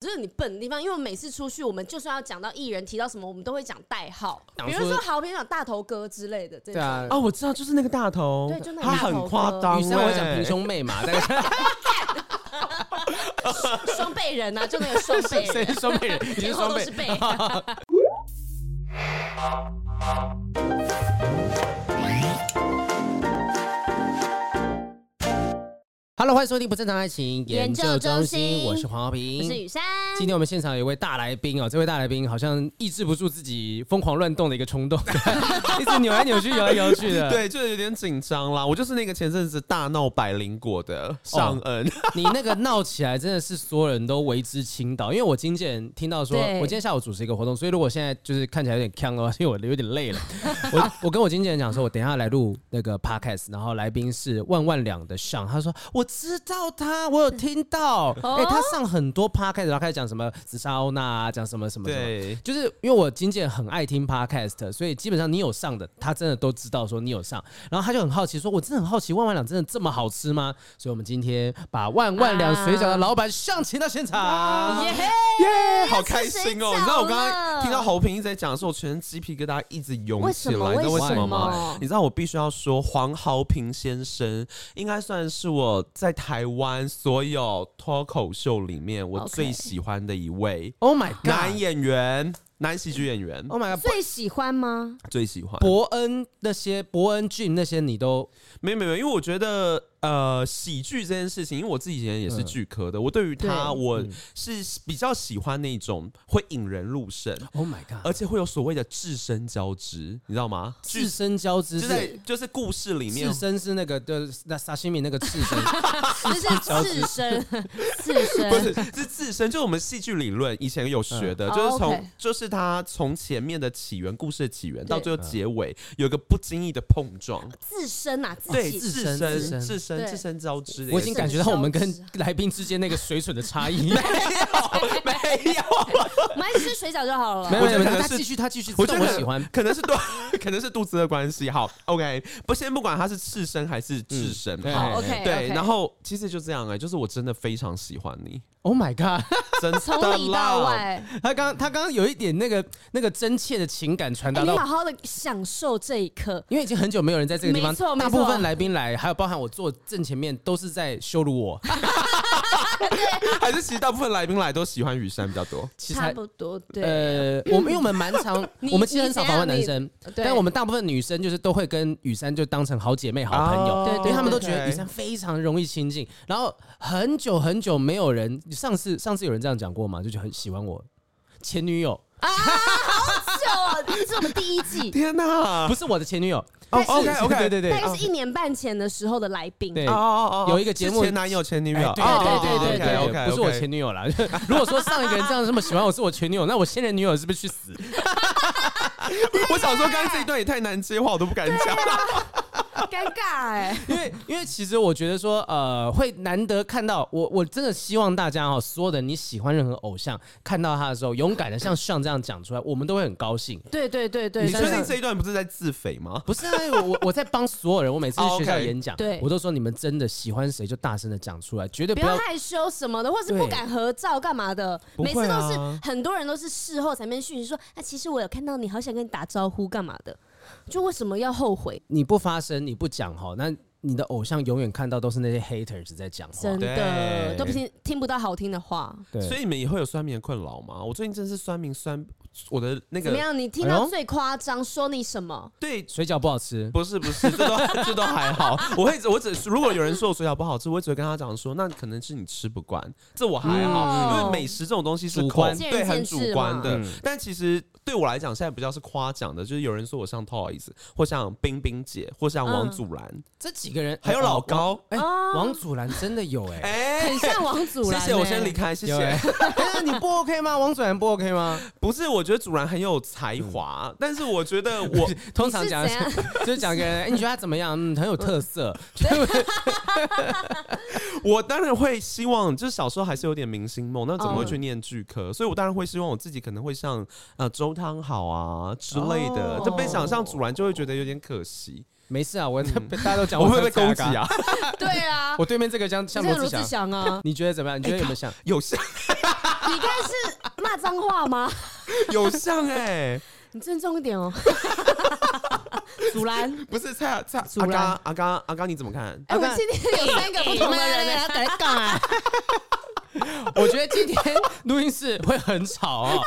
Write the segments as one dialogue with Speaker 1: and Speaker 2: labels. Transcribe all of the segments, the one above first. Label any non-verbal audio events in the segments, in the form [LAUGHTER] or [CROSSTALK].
Speaker 1: 就是你笨的地方，因为我每次出去，我们就算要讲到艺人，提到什么，我们都会讲代号，
Speaker 2: 讲
Speaker 1: 比如
Speaker 2: 说
Speaker 1: 说好，比如讲大头哥之类的这
Speaker 2: 对
Speaker 1: 种。
Speaker 2: 啊，
Speaker 3: 哦，我知道，就是那个大头，
Speaker 1: 对就那个
Speaker 3: 他
Speaker 1: 大头
Speaker 3: 很夸
Speaker 1: 哥
Speaker 3: 张、欸，
Speaker 2: 女生我会讲平胸妹嘛，但是
Speaker 1: 双倍人啊，就那个双倍
Speaker 2: [LAUGHS] 谁
Speaker 1: 人，
Speaker 2: 是双倍人？你是
Speaker 1: 前
Speaker 2: 双
Speaker 1: 后都
Speaker 2: 倍
Speaker 1: 是背。
Speaker 2: [LAUGHS] ？Hello，欢迎收听不正常爱情研究中心，我是黄浩
Speaker 1: 我是
Speaker 2: 平。
Speaker 1: 雨珊，
Speaker 2: 今天我们现场有一位大来宾哦，这位大来宾好像抑制不住自己疯狂乱动的一个冲动， [LAUGHS] 一直扭来扭去、摇来摇去的。，
Speaker 3: 对，就是有点紧张啦。我就是那个前阵子大闹百灵果的
Speaker 2: 哦
Speaker 3: 尚恩，
Speaker 1: [LAUGHS]
Speaker 2: 你那个闹起来真的是所有人都为之倾倒，因为我经纪人听到说，
Speaker 1: 对
Speaker 2: 我今天下午主持一个活动，所以如果现在就是看起来有点呛的话，因为 [LAUGHS] 我有点累了，我我跟我经纪人讲说，我等一下来录那个 podcast，然后来宾是万万两的上，他说我知道他，我有听到，哎、
Speaker 1: 哦
Speaker 2: 他上很多 podcast，然后开始讲什么紫砂欧娜啊，讲什么什么什么。
Speaker 3: 对，
Speaker 2: 就是因为我经纪人很爱听 podcast，所以基本上你有上的，他真的都知道说你有上，然后他就很好奇说，我真的很好奇万万两真的这么好吃吗？所以我们今天把万万两水饺的老板上请到现场，啊
Speaker 1: 耶嘿，
Speaker 3: 耶，好开心哦！
Speaker 1: 要吃水饺
Speaker 3: 你知道我刚刚
Speaker 1: 了
Speaker 3: 听到侯平一直在讲的时候，我全身鸡皮疙瘩一直涌起来，
Speaker 1: 为什么
Speaker 3: 你知道
Speaker 1: 为
Speaker 3: 为什
Speaker 1: 什
Speaker 3: 么
Speaker 1: 么
Speaker 3: 吗？你知道我必须要说，黄豪平先生应该算是我在台湾所有脱口秀里面我
Speaker 1: OK
Speaker 3: 最喜欢的一位
Speaker 2: Oh my
Speaker 3: 男
Speaker 2: god！
Speaker 3: 演员，男喜剧演员，
Speaker 1: 哦
Speaker 2: Oh my god！
Speaker 1: 最喜欢吗？
Speaker 3: 最喜欢。
Speaker 2: 伯恩那些，伯恩俊那些，你都
Speaker 3: 没有没有，因为我觉得呃，喜剧这件事情，因为我自己以前也是剧科的，我对于它
Speaker 1: 嗯对嗯
Speaker 3: 我是比较喜欢那种会引人入胜，
Speaker 2: ，Oh my god！
Speaker 3: 而且会有所谓的至深交织，你知道吗？
Speaker 2: 至深交织
Speaker 3: 就是在就是故事里面哦
Speaker 2: 赤。身是那个的那沙西米那个赤身，
Speaker 1: 就是刺身，刺身
Speaker 3: 不是，是自身，就是我们戏剧理论以前有学的，
Speaker 1: 嗯
Speaker 3: 就
Speaker 1: 哦
Speaker 3: 是从、
Speaker 1: OK
Speaker 3: 就是它从前面的起源，故事的起源到
Speaker 1: 对
Speaker 3: 最后结尾，有一个不经意的碰撞，
Speaker 1: 自身啊，自
Speaker 3: 对，
Speaker 1: 己
Speaker 3: 自
Speaker 2: 身
Speaker 3: 身
Speaker 2: 自身
Speaker 3: 自身
Speaker 1: 对
Speaker 3: 自身交织的也是。
Speaker 2: 我已经感觉到我们跟来宾之间那个水准的差异。
Speaker 3: [LAUGHS]
Speaker 1: 哎
Speaker 3: 没有，
Speaker 1: 我们还是吃水饺就好了
Speaker 2: 没。有没有，没
Speaker 3: 可
Speaker 2: 有
Speaker 3: 能
Speaker 2: 他
Speaker 3: 是
Speaker 2: 继续他继续，
Speaker 3: 我
Speaker 2: 这
Speaker 3: 觉
Speaker 2: 种
Speaker 3: 得
Speaker 2: 我喜欢。
Speaker 3: 可能是肚， [LAUGHS] 可能是肚子的关系。好，OK，不先不管它是赤身还是智身，
Speaker 2: 嗯
Speaker 3: 好
Speaker 1: 好，OK，
Speaker 3: 对，
Speaker 1: OK
Speaker 3: 然后其实就这样哎、就是我真的非常喜欢你，
Speaker 2: Oh my god！
Speaker 3: 真的
Speaker 1: 从里到
Speaker 3: 啦。
Speaker 1: 外，
Speaker 2: [LAUGHS] 他刚他刚刚有一点那个那个真切的情感传
Speaker 1: 哎
Speaker 2: 达
Speaker 1: 你
Speaker 2: 到，
Speaker 1: 好好的享受这一刻。
Speaker 2: 因为已经很久没有人在这个地方
Speaker 1: 没错，没
Speaker 2: 大
Speaker 1: 错
Speaker 2: 部分来宾来，还有包含我坐正前面，都是在羞
Speaker 1: [LAUGHS]
Speaker 2: 辱我。
Speaker 3: 还是其实大部分来宾来都喜欢雨山比较多。
Speaker 2: 其实
Speaker 1: 差
Speaker 2: 还
Speaker 1: 不多，对，
Speaker 2: 呃，我们因为我们蛮常，
Speaker 1: [LAUGHS] 你
Speaker 2: 我们其实很少访问男生，
Speaker 1: 对
Speaker 2: 但我们大部分女生就是都会跟雨珊就当成好姐妹、好朋友，
Speaker 3: 哦
Speaker 1: 对
Speaker 2: 因为他们都觉得
Speaker 3: OK
Speaker 2: 雨珊非常容易亲近。然后很久很久没有人，上次上次有人这样讲过嘛，就觉得很喜欢我前女友，
Speaker 1: 啊就这啊是我们第一
Speaker 3: [LAUGHS]
Speaker 1: 季，
Speaker 3: 天哪！
Speaker 2: 不是我的前女友，
Speaker 3: 哦
Speaker 1: 但是
Speaker 3: ，OK，OK，
Speaker 2: 对对对
Speaker 1: 大概是一年半前的时候的来宾。
Speaker 2: 对
Speaker 3: 哦哦哦，
Speaker 2: 有一个节目
Speaker 3: 是前男友前女
Speaker 2: 哎
Speaker 3: 友，
Speaker 2: 对
Speaker 3: 哦
Speaker 2: 对对对对对
Speaker 3: OK，OK，OK
Speaker 2: 不是我前女友啦。如果说上一个人这样这么喜欢我是我前女友，那我现任女友是不是去死？
Speaker 3: [LAUGHS] 我想说，刚才这一段也太难接话，我都不敢
Speaker 1: 啊
Speaker 3: 讲。
Speaker 1: 尴尬哎、
Speaker 2: 因为因为其实我觉得说，呃，会难得看到我，我真的希望大家哈、所有的你喜欢任何偶像，看到他的时候，勇敢的像像这样讲出来，我们都会很高兴。
Speaker 1: 对对对对，
Speaker 3: 你确定
Speaker 1: 真的
Speaker 3: 这一段不是在自肥吗？
Speaker 2: 不是啊，因为我我我在帮所有人，我每次去
Speaker 3: 哦
Speaker 2: 学校
Speaker 3: OK
Speaker 2: 演讲，
Speaker 1: 对
Speaker 2: 我都说你们真的喜欢谁就大声的讲出来，绝对
Speaker 1: 不
Speaker 2: 不要
Speaker 1: 要害羞什么的，或是
Speaker 2: 对
Speaker 1: 不敢合照干嘛的，
Speaker 3: 不
Speaker 1: 每次
Speaker 3: 会
Speaker 1: 都
Speaker 3: 啊
Speaker 1: 是很多人都是事后才面讯息说，那、其实我有看到你，好想跟你打招呼干嘛的，就为什么要后悔？
Speaker 2: 你不发声，你不讲哈，那你的偶像永远看到都是那些 haters 在讲话
Speaker 1: 真。的
Speaker 3: 哦对
Speaker 1: 都不听听不到好听的话，
Speaker 2: 对，
Speaker 3: 所以你们也会有酸民的困扰吗？我最近真是酸民酸，我的那
Speaker 1: 怎么
Speaker 3: 个
Speaker 1: 样？你听
Speaker 2: 哎
Speaker 1: 到
Speaker 2: 呦
Speaker 1: 最夸张，说你什么？
Speaker 3: 对
Speaker 2: 水饺不好吃，
Speaker 3: 不是不是，这都 [LAUGHS] 这都还好。我会我只如果有人说我水饺不好吃，我只会跟他讲说，那可能是你吃不惯，这我还好，
Speaker 1: 嗯
Speaker 3: 因为美食这种东西是
Speaker 2: 主
Speaker 3: 口
Speaker 2: 观
Speaker 1: 见仁
Speaker 3: 对，
Speaker 1: 见
Speaker 3: 很主
Speaker 1: 智
Speaker 3: 观
Speaker 1: 嘛
Speaker 3: 的
Speaker 2: 嗯。
Speaker 3: 但其实对我来讲，现在比较是夸奖的，就是有人说我像 Toys，或像冰冰姐，或像王
Speaker 1: 嗯
Speaker 3: 祖蓝，
Speaker 2: 这几个人
Speaker 3: 还有老，
Speaker 2: 哦
Speaker 3: 高。
Speaker 2: 王哎，
Speaker 1: 哦
Speaker 2: 王祖蓝真的有哎。
Speaker 3: 哎，
Speaker 1: 很像王祖
Speaker 3: [LAUGHS] 谢
Speaker 1: 蓝、欸
Speaker 3: 谢，我先离。开，谢谢。
Speaker 2: 但是你不 OK 吗？王祖蓝不 OK 吗？
Speaker 3: 不是，我觉得祖蓝很有才
Speaker 1: 嗯
Speaker 3: 华，但是我觉得
Speaker 1: [LAUGHS]
Speaker 3: 我
Speaker 2: 通常讲
Speaker 1: 你是啊怎
Speaker 2: 就是讲一个人，哎，你觉得他怎么样？嗯，很有特色。
Speaker 3: 我当然会希望，就是小时候还是有点明星梦，那怎么会去念剧科？所以我当然会希望我自己可能会像呃周汤好啊之类的，
Speaker 1: 哦
Speaker 3: 就被想象阻拦，就会觉得有点可惜。
Speaker 2: 没事啊，我 [LAUGHS] 大家都讲
Speaker 3: [LAUGHS] 我会
Speaker 2: 是
Speaker 3: 被攻击
Speaker 2: 蔡阿嘎。
Speaker 3: 啊， [LAUGHS]
Speaker 1: 对啊，
Speaker 2: 我对面这个像像
Speaker 1: 你
Speaker 2: 罗
Speaker 1: 像罗
Speaker 2: 志
Speaker 1: 志祥
Speaker 2: 祥，
Speaker 1: 啊，
Speaker 2: 你觉得怎么样？你觉得有没有像？
Speaker 3: 有像
Speaker 1: 你刚才是骂脏话吗？
Speaker 3: 有像哎、
Speaker 1: 你郑重一点 [LAUGHS] 哦。祖蓝，
Speaker 3: [LAUGHS] 不是蔡蔡
Speaker 2: 阻
Speaker 3: 阿
Speaker 2: 拦
Speaker 3: 嘎阿嘎阿嘎，你怎么看？
Speaker 1: 哎、我们今天有三个不同的人呢、
Speaker 2: 他在干
Speaker 1: 啊
Speaker 3: [LAUGHS]
Speaker 2: 嘛？我觉得今天录音室会很吵哦。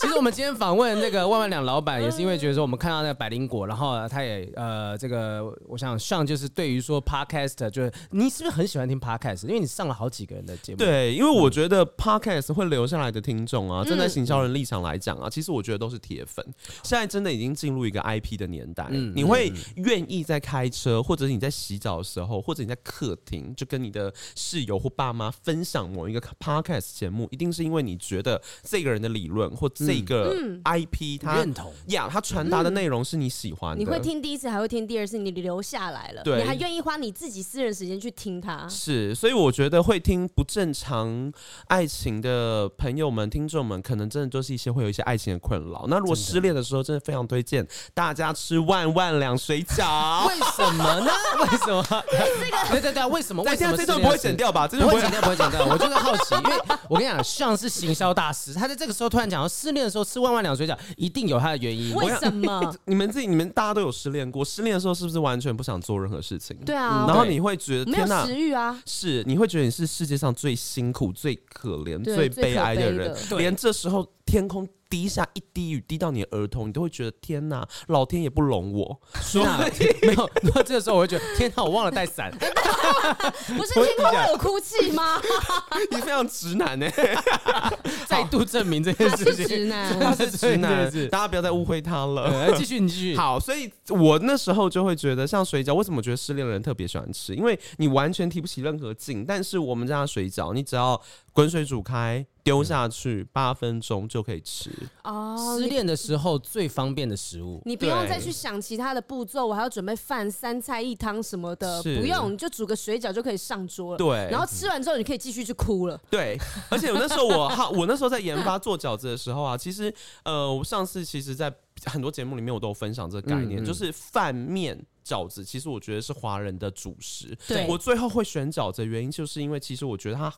Speaker 2: 其实我们今天访问那个万万两老板，也是因为觉得说我们看到那个百灵果，然后他也呃，这个我想上就是对于说 podcast，就是你是不是很喜欢听 podcast？因为你上了好几个人的节目，，
Speaker 3: 对，因为我觉
Speaker 2: 嗯
Speaker 3: 得 podcast 会留下来的听众啊，站在行销人立场来讲啊，其实我觉得都是铁粉。现在真的已经进入一个 IP 的年代，
Speaker 2: 嗯
Speaker 3: 你会愿意在开车，或者你在洗澡的时候，或者你在客厅，就跟你的室友或爸妈分享某一个 podcast 节目，一定是因为你觉得这个人的理论或这个 IP 他
Speaker 2: 嗯认嗯同。
Speaker 3: 呀，他传达的内容是你喜欢的，
Speaker 1: 你会听第一次，还会听第二次，你留下来了，
Speaker 3: 对
Speaker 1: 你还愿意花你自己私人时间去听它。
Speaker 3: 是，所以我觉得会听不正常爱情的朋友们、听众们，可能真的就是一些会有一些爱情的困扰。那如果失恋的时候，真的非常推荐大家吃万万两水饺。 [LAUGHS]
Speaker 2: 为什么呢？ [LAUGHS] 为什么？ [LAUGHS] 对对对，为什么？为
Speaker 3: 大
Speaker 2: 什
Speaker 3: 家
Speaker 2: 么
Speaker 3: 这
Speaker 2: 是
Speaker 3: 段
Speaker 2: 样
Speaker 3: 不会
Speaker 2: 子
Speaker 3: 剪掉吧？这
Speaker 2: 不
Speaker 3: 段
Speaker 2: 会
Speaker 3: 不
Speaker 2: 剪
Speaker 3: 会。
Speaker 2: 掉，不会剪掉。我就是好奇，因为我跟你讲，像是行销大师，他在这个时候突然讲到失恋的时候吃万万两水饺，一定有他的原因。
Speaker 1: 为什
Speaker 3: [LAUGHS]
Speaker 1: 么？
Speaker 3: 你们自己，你们大家都有失恋过，失恋的时候是不是完全不想做任何事情？
Speaker 1: 对啊，
Speaker 3: 然后
Speaker 2: 对
Speaker 3: 你会觉得
Speaker 1: 没有
Speaker 3: 天哪，
Speaker 1: 食欲
Speaker 3: [LAUGHS]
Speaker 1: 啊。
Speaker 3: 是你会觉得你是世界上最辛苦、最可怜、
Speaker 1: 对最
Speaker 3: 最
Speaker 1: 可
Speaker 3: 悲哀的
Speaker 1: 悲
Speaker 3: 人
Speaker 1: 的，
Speaker 2: 对
Speaker 3: 连这时候天空滴下一滴雨，滴到你的额头，你都会觉得天哪，老天也不容我。
Speaker 2: 说没有？那这个时候我会觉得，天哪，我忘了带伞。
Speaker 1: 不是天空会有哭泣吗？
Speaker 3: 你非常直男呢、
Speaker 2: [LAUGHS]
Speaker 3: 欸
Speaker 2: 再度证明这件
Speaker 1: 他
Speaker 2: 事
Speaker 1: 是
Speaker 2: 情，
Speaker 1: 直
Speaker 3: 他
Speaker 2: [LAUGHS]
Speaker 1: 男，
Speaker 3: 是 [LAUGHS] 直
Speaker 2: 对
Speaker 3: 男
Speaker 2: 对对，
Speaker 3: 大家不要再误会他了。
Speaker 2: 呃，继续，你继续。
Speaker 3: [LAUGHS] 好，所以我那时候就会觉得，像水饺，为什么我觉得失恋的人特别喜欢吃？因为你完全提不起任何劲，但是我们家的水饺，你只要滚水煮开，丢下去八分钟就可以吃。
Speaker 1: 哦，
Speaker 2: 失
Speaker 1: 你
Speaker 2: 恋的时候最方便的食物，
Speaker 1: 你不用再去想其他的步骤，我还要准备饭、三菜一汤什么的，
Speaker 3: 是
Speaker 1: 不用，你就煮个水饺就可以上桌了。
Speaker 3: 对，
Speaker 1: 然后吃完之后，你可以继续去哭了。
Speaker 3: 对，而且我那时候我好，我那时候在研发做饺子的时候啊，其实呃，我上次其实在很多节目里面我都有分享这个概念，
Speaker 2: 嗯嗯
Speaker 3: 就是饭面。饺子其实我觉得是华人的主食，
Speaker 1: 对
Speaker 3: 我最后会选饺子的原因，就是因为其实我觉得它，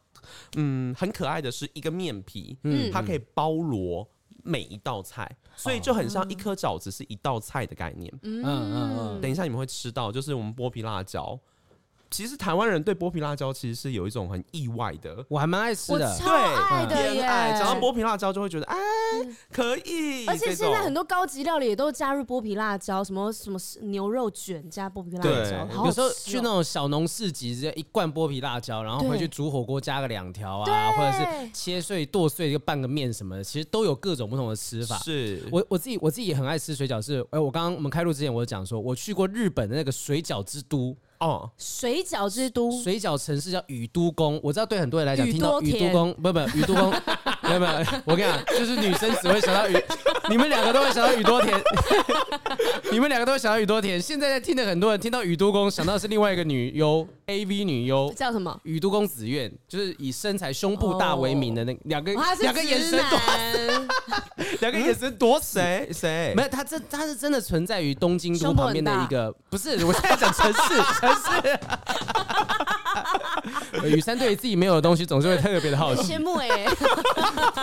Speaker 3: 嗯，很可爱的是一个面皮，
Speaker 1: 嗯
Speaker 3: 它可以包罗每一道菜，所以就很像一颗饺子是一道菜的概念。
Speaker 2: 嗯嗯嗯，
Speaker 3: 等一下你们会吃到，就是我们剥皮辣椒。其实台湾人对剥皮辣椒其实是有一种很意外的，嗯
Speaker 2: 我还蛮爱吃
Speaker 1: 我
Speaker 2: 的。
Speaker 1: 超爱的耶嗯
Speaker 3: 偏！爱，讲到剥皮辣椒就会觉得哎可以，
Speaker 1: 而且
Speaker 3: 这
Speaker 1: 现
Speaker 3: 种
Speaker 1: 在很多高级料理也都加入剥皮辣椒，什么什么牛肉卷加剥皮辣椒，
Speaker 3: 对
Speaker 1: 好好
Speaker 2: 有时
Speaker 1: 吃
Speaker 2: 候
Speaker 1: 哦
Speaker 2: 去那种小农市集，直接一罐剥皮辣椒，然后回
Speaker 1: 对
Speaker 2: 去煮火锅加个两条啊，或者是切碎剁碎就拌个面什么的，其实都有各种不同的吃法。
Speaker 3: 是
Speaker 2: 我我自己我自己也很爱吃水饺，是哎、我刚刚我们开录之前我有讲说，我去过日本的那个水饺之都，
Speaker 3: 哦，
Speaker 1: 水饺之都，
Speaker 2: 水饺城市叫宇都宫，我知道对很多人来讲，
Speaker 1: 宇
Speaker 2: 听到
Speaker 1: 多
Speaker 2: 宇
Speaker 1: 田
Speaker 2: 都宫，不不宇都宫，没有没有，我跟你讲，就是女生只会想到宇，你们两个都会想到宇多田， [LAUGHS] 你们两个都会想到宇多田。现在在听的很多人听到宇都宫，想到是另外一个女优，AV 女优。
Speaker 1: 叫什么？
Speaker 2: 宇都宫紫苑就是以身材胸部大为名的那两个
Speaker 1: 哦他是
Speaker 2: 两个眼神多
Speaker 1: 直男
Speaker 2: 两个眼
Speaker 1: 嗯
Speaker 2: 神多谁？
Speaker 3: 谁谁
Speaker 2: 没有，它真它是真的存在于东京都
Speaker 1: 胸部
Speaker 2: 旁
Speaker 1: 很
Speaker 2: 边的
Speaker 1: 大
Speaker 2: 一个，不是我现在讲城市， [LAUGHS] 城市。雨山对于自己没有的东西总是会特别的好奇
Speaker 1: 羡。慕
Speaker 2: [LAUGHS]
Speaker 1: 哎！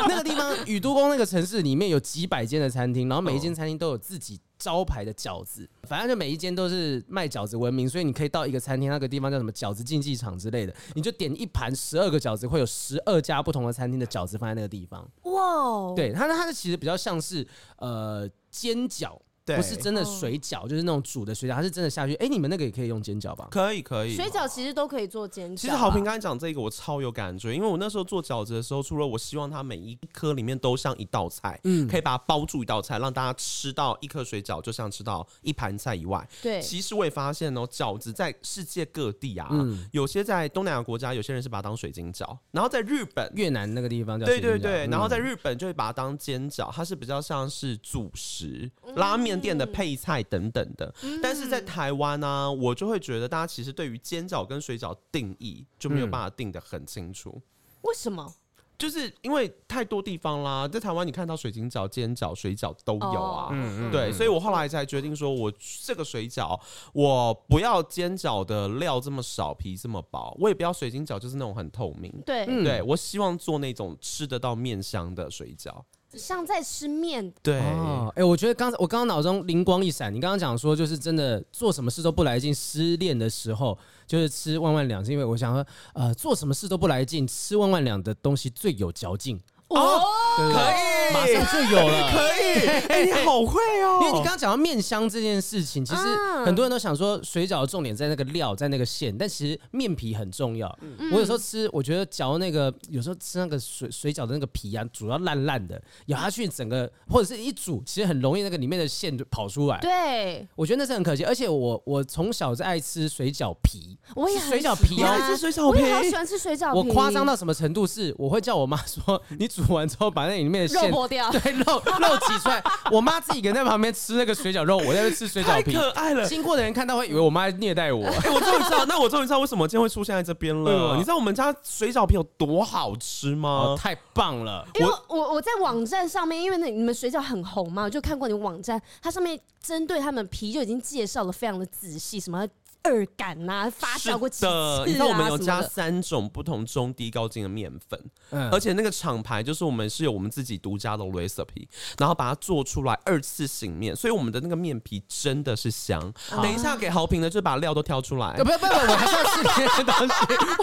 Speaker 2: 那个地方，宇都宫那个城市里面有几百间的餐厅，然后每一间餐厅都有自己招牌的饺子，反正就每一间都是卖饺子闻名，所以你可以到一个餐厅，那个地方叫什么饺子竞技场之类的，你就点一盘十二个饺子，会有十二家不同的餐厅的饺子放在那个地方。
Speaker 1: 哦哇，，
Speaker 2: 对，它它的其实比较像是呃煎饺，
Speaker 3: 对
Speaker 2: 不是真的水饺，就是那种煮的水饺，它是真的下去。哎、你们那个也可以用煎饺吧？
Speaker 3: 可以可以
Speaker 1: 水。饺啊其实都可以做煎饺。
Speaker 3: 其实好评刚才讲这个，我超有感觉，因为我那时候做饺子的时候，除了我希望它每一颗里面都像一道菜，
Speaker 2: 嗯
Speaker 3: 可以把它包住一道菜，让大家吃到一颗水饺就像吃到一盘菜以外，
Speaker 1: 对，
Speaker 3: 其实我也发现哦，饺子在世界各地啊，
Speaker 2: 嗯
Speaker 3: 有些在东南亚国家，有些人是把它当水晶饺，然后在日本，
Speaker 2: 越南那个地方叫水
Speaker 3: 对
Speaker 2: 晶
Speaker 3: 对
Speaker 2: 饺
Speaker 3: 对，
Speaker 2: 嗯
Speaker 3: 然后在日本就会把它当煎饺，它是比较像是主食、拉面店的配菜等等的。但是在台湾呢、我就会觉得大家
Speaker 2: 嗯
Speaker 3: 其实对于煎饺跟水饺定义就没有办法定得很清楚。
Speaker 1: 为什么？
Speaker 3: 就是因为太多地方啦，在台湾你看到水晶饺、煎饺、水饺都有啊。
Speaker 1: 哦
Speaker 2: 嗯
Speaker 3: 对，所以我后来才决定说，我这个水饺我不要煎饺的料这么少，皮这么薄，我也不要水晶饺，就是那种很透明。
Speaker 1: 对，
Speaker 2: 嗯
Speaker 3: 对我希望做那种吃得到面香的水饺。
Speaker 1: 像在吃面，
Speaker 3: 对，
Speaker 2: 哦，哎、我觉得刚才我刚刚脑中灵光一闪，你刚刚讲说就是真的做什么事都不来劲，失恋的时候就是吃万万两，是因为我想说，呃，做什么事都不来劲，吃万万两的东西最有嚼劲，
Speaker 1: 哦，
Speaker 2: 对不对？
Speaker 3: 以
Speaker 2: 马上就有了，
Speaker 3: 以，哎、你好会哦
Speaker 2: 因为你刚刚讲到面香这件事情，其实
Speaker 1: 啊
Speaker 2: 很多人都想说水饺的重点在那个料，在那个馅，但其实面皮很重要。
Speaker 1: 嗯
Speaker 2: 我有时候吃，我觉得嚼那个，有时候吃那个水水饺的那个皮啊，煮到烂烂的，咬下去整个或者是一煮，其实很容易那个里面的馅就跑出来。
Speaker 1: 对，
Speaker 2: 我觉得那是很可惜，而且我我从小是爱吃水饺皮，
Speaker 1: 我也
Speaker 2: 是
Speaker 1: 很
Speaker 2: 水饺
Speaker 1: 喜
Speaker 2: 皮哦
Speaker 1: 欢
Speaker 3: 你爱吃水饺
Speaker 1: 我也
Speaker 3: 皮
Speaker 1: 好喜欢吃水饺皮，
Speaker 2: 我夸张到什么程度是，我会叫我妈说， [LAUGHS] 你煮完之后把那里面的
Speaker 1: 肉
Speaker 2: 馅
Speaker 1: 剥掉，
Speaker 2: 对肉肉挤出来，我妈自己一个人在旁边吃那个水饺肉，我在那边吃水饺
Speaker 3: 太
Speaker 2: 皮，
Speaker 3: 可爱了。
Speaker 2: 经过的人看到会以为我妈在虐待我。
Speaker 3: 哎、我终于知道，那我终于知道为什么今天会出现在这边
Speaker 2: 为什么
Speaker 3: 了。你知道我们家水饺皮有多好吃
Speaker 2: 哦
Speaker 3: 吗？，
Speaker 2: 太棒了！
Speaker 1: 因为我我在网站上面，因为那你们水饺很红嘛，我就看过你网站，它上面针对他们皮就已经介绍的非常的仔细，什么二感呐、发
Speaker 3: 是
Speaker 1: 酵过几次
Speaker 3: 的
Speaker 1: 啊，
Speaker 3: 你知道我们有加
Speaker 1: 什么的
Speaker 3: 三种不同中低高筋的面粉，
Speaker 2: 嗯
Speaker 3: 而且那个厂牌就是我们是有我们自己独家的 recipe，然后把它做出来二次醒面，所以我们的那个面皮真的是香。
Speaker 1: 哦
Speaker 3: 等一下给好评的，就把料都挑出来
Speaker 2: 呃，不不不，我还是要吃别的东西，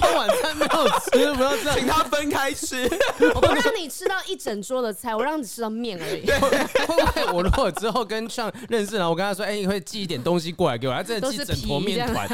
Speaker 2: 我晚餐没有吃，不要这样。
Speaker 3: 请他分开吃。
Speaker 1: [LAUGHS] 我不让你吃到一整桌的菜，我让你吃到面而
Speaker 3: 啊
Speaker 1: 已。
Speaker 2: 会不会我如果之后跟上认识了，我跟他说，哎、你会寄一点东西过来给我，他真的寄整坨面团。 [LAUGHS]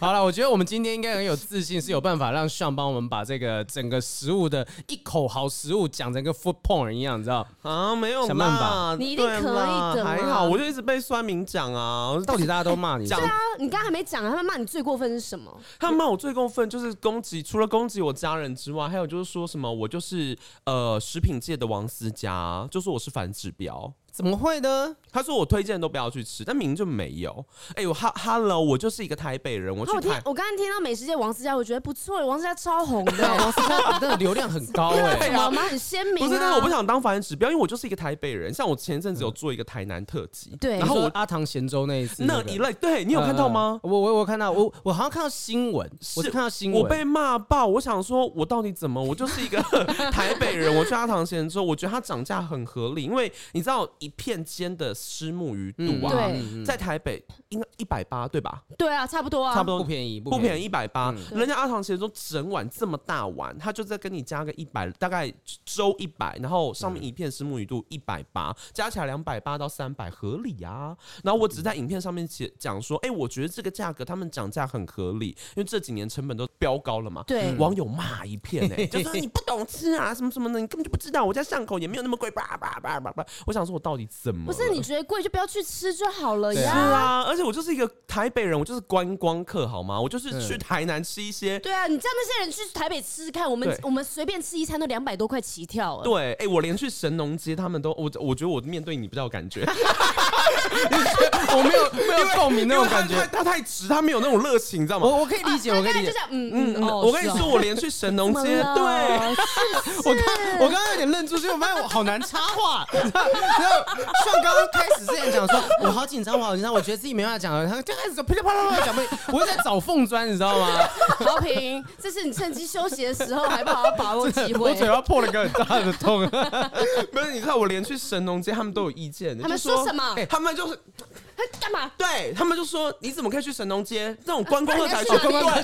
Speaker 2: 好了，我觉得我们今天应该很有自信，是有办法让上帮我们把这个整个食物的一口好食物讲成跟 food porn 一样，你知道？
Speaker 3: [LAUGHS] 啊，没有
Speaker 2: 想办法
Speaker 3: 啦
Speaker 1: 你一定
Speaker 3: 对
Speaker 1: 可以
Speaker 3: 啦
Speaker 1: 的嘛
Speaker 3: 还好，我就一直被酸民讲啊，
Speaker 2: 到底大家都骂你
Speaker 3: 讲
Speaker 1: 对啊，你刚刚还没讲，他们骂你最过分是什么？
Speaker 3: 他们骂我最过分就是攻击，除了攻击我家人之外，还有就是说什么我就是呃食品界的王思佳，就说我是反指标。
Speaker 2: 怎么会呢？
Speaker 3: 他说我推荐都不要去吃，但明明就没有。哎、呦哈，Hello，我就是一个台北人，我
Speaker 1: 那
Speaker 3: 去
Speaker 1: 我听
Speaker 3: 台。
Speaker 1: 我刚刚听到美食界王思佳，我觉得不错，王思佳超红
Speaker 2: 对啊，
Speaker 1: 的，
Speaker 2: 王思聪那个流量很 [LAUGHS] 高哎、
Speaker 1: 对啊，我们很鲜明
Speaker 3: 不
Speaker 1: 啊。
Speaker 3: 是，但是我不想当反指标，因为我就是一个台北人。像我前阵子有做一个台南特辑，
Speaker 1: 对
Speaker 3: 然后
Speaker 2: 你
Speaker 3: 我
Speaker 2: 说阿唐咸粥那一次、
Speaker 3: 那
Speaker 2: 个
Speaker 3: 一类，对你有看到
Speaker 1: 嗯
Speaker 3: 吗？
Speaker 2: 呃我我我看到，我我好像看到新闻，我是看到新闻，
Speaker 3: 我被骂爆，我想说，我到底怎么？我就是一个台北人，我去阿唐贤之后，我觉得它涨价很合理，因为你知道一片煎的虱目鱼肚啊，
Speaker 1: 对
Speaker 3: 在台北应该一百八对吧？
Speaker 1: 对啊，差不多啊，
Speaker 3: 差不多
Speaker 2: 不便宜，
Speaker 3: 不便宜一百八
Speaker 2: 嗯，
Speaker 3: 人家阿唐贤说整碗这么大碗，他就再跟你加个一百，大概粥一百，然后上面一片石目鱼肚一百八，加起来两百八到三百，合理啊。然后我只在影片上面写讲说，哎、我觉得这个价格他们涨价很合理，因为这几年成本都飙高了嘛。
Speaker 1: 对
Speaker 3: 网友骂一片
Speaker 1: [LAUGHS]
Speaker 3: 哎、就说你不懂吃啊，什么什么的，你根本就不知道，我家巷口也没有那么贵，叭叭叭叭叭。我想说，我到底怎么
Speaker 1: 不
Speaker 3: 了？
Speaker 1: 是你觉得贵就不要去吃就好了
Speaker 2: 对
Speaker 3: 是
Speaker 1: 呀。
Speaker 3: 啊，而且我就是一个台北人，我就是观光客，好吗？我就是去
Speaker 2: 嗯
Speaker 3: 台南吃一些。
Speaker 1: 对啊，你叫那些人去台北吃吃看，我们
Speaker 3: 对
Speaker 1: 我们随便吃一餐都两百多块起跳了。
Speaker 3: 对，哎、我连去神农街，他们都我我觉得我面对你比较有感
Speaker 1: [LAUGHS]
Speaker 3: 觉，
Speaker 2: 我没有 [LAUGHS] 没有共鸣那种
Speaker 3: 因为他
Speaker 2: 感觉
Speaker 3: 他。他太直，他没有那种热情，你知道吗？
Speaker 2: 我我可以理解，我可
Speaker 1: 大
Speaker 2: 以
Speaker 1: 概
Speaker 2: 理
Speaker 1: 就
Speaker 2: 解
Speaker 1: 这。样，嗯
Speaker 3: 嗯，
Speaker 1: 哦嗯，哦
Speaker 3: 我跟你
Speaker 1: 是哦
Speaker 3: 说，我连去神农街，
Speaker 1: 怎么
Speaker 3: 对，
Speaker 1: 了
Speaker 2: 我刚我刚刚有点愣住，所以我发现我好难插 [LAUGHS] 话。然后像刚刚开始之前讲说，我好紧张，我好紧张，我觉得自己没办法讲了。他就开始噼里啪啦啪啦讲，我我在找缝钻，你知道吗？
Speaker 1: 好评，这是你趁机休息的时候，还不好好把握机
Speaker 2: 我
Speaker 1: 会。
Speaker 2: 嘴巴破了个很大的 [LAUGHS] 洞。
Speaker 3: 不是，你知道我连去神农街，他们都有意见的，
Speaker 1: 他们
Speaker 3: 就
Speaker 1: 说什么
Speaker 3: 哎他们就是
Speaker 1: 他干嘛？
Speaker 3: 对他们就说你怎么可以去神农街？这种观光客才
Speaker 1: 不然你要去哪里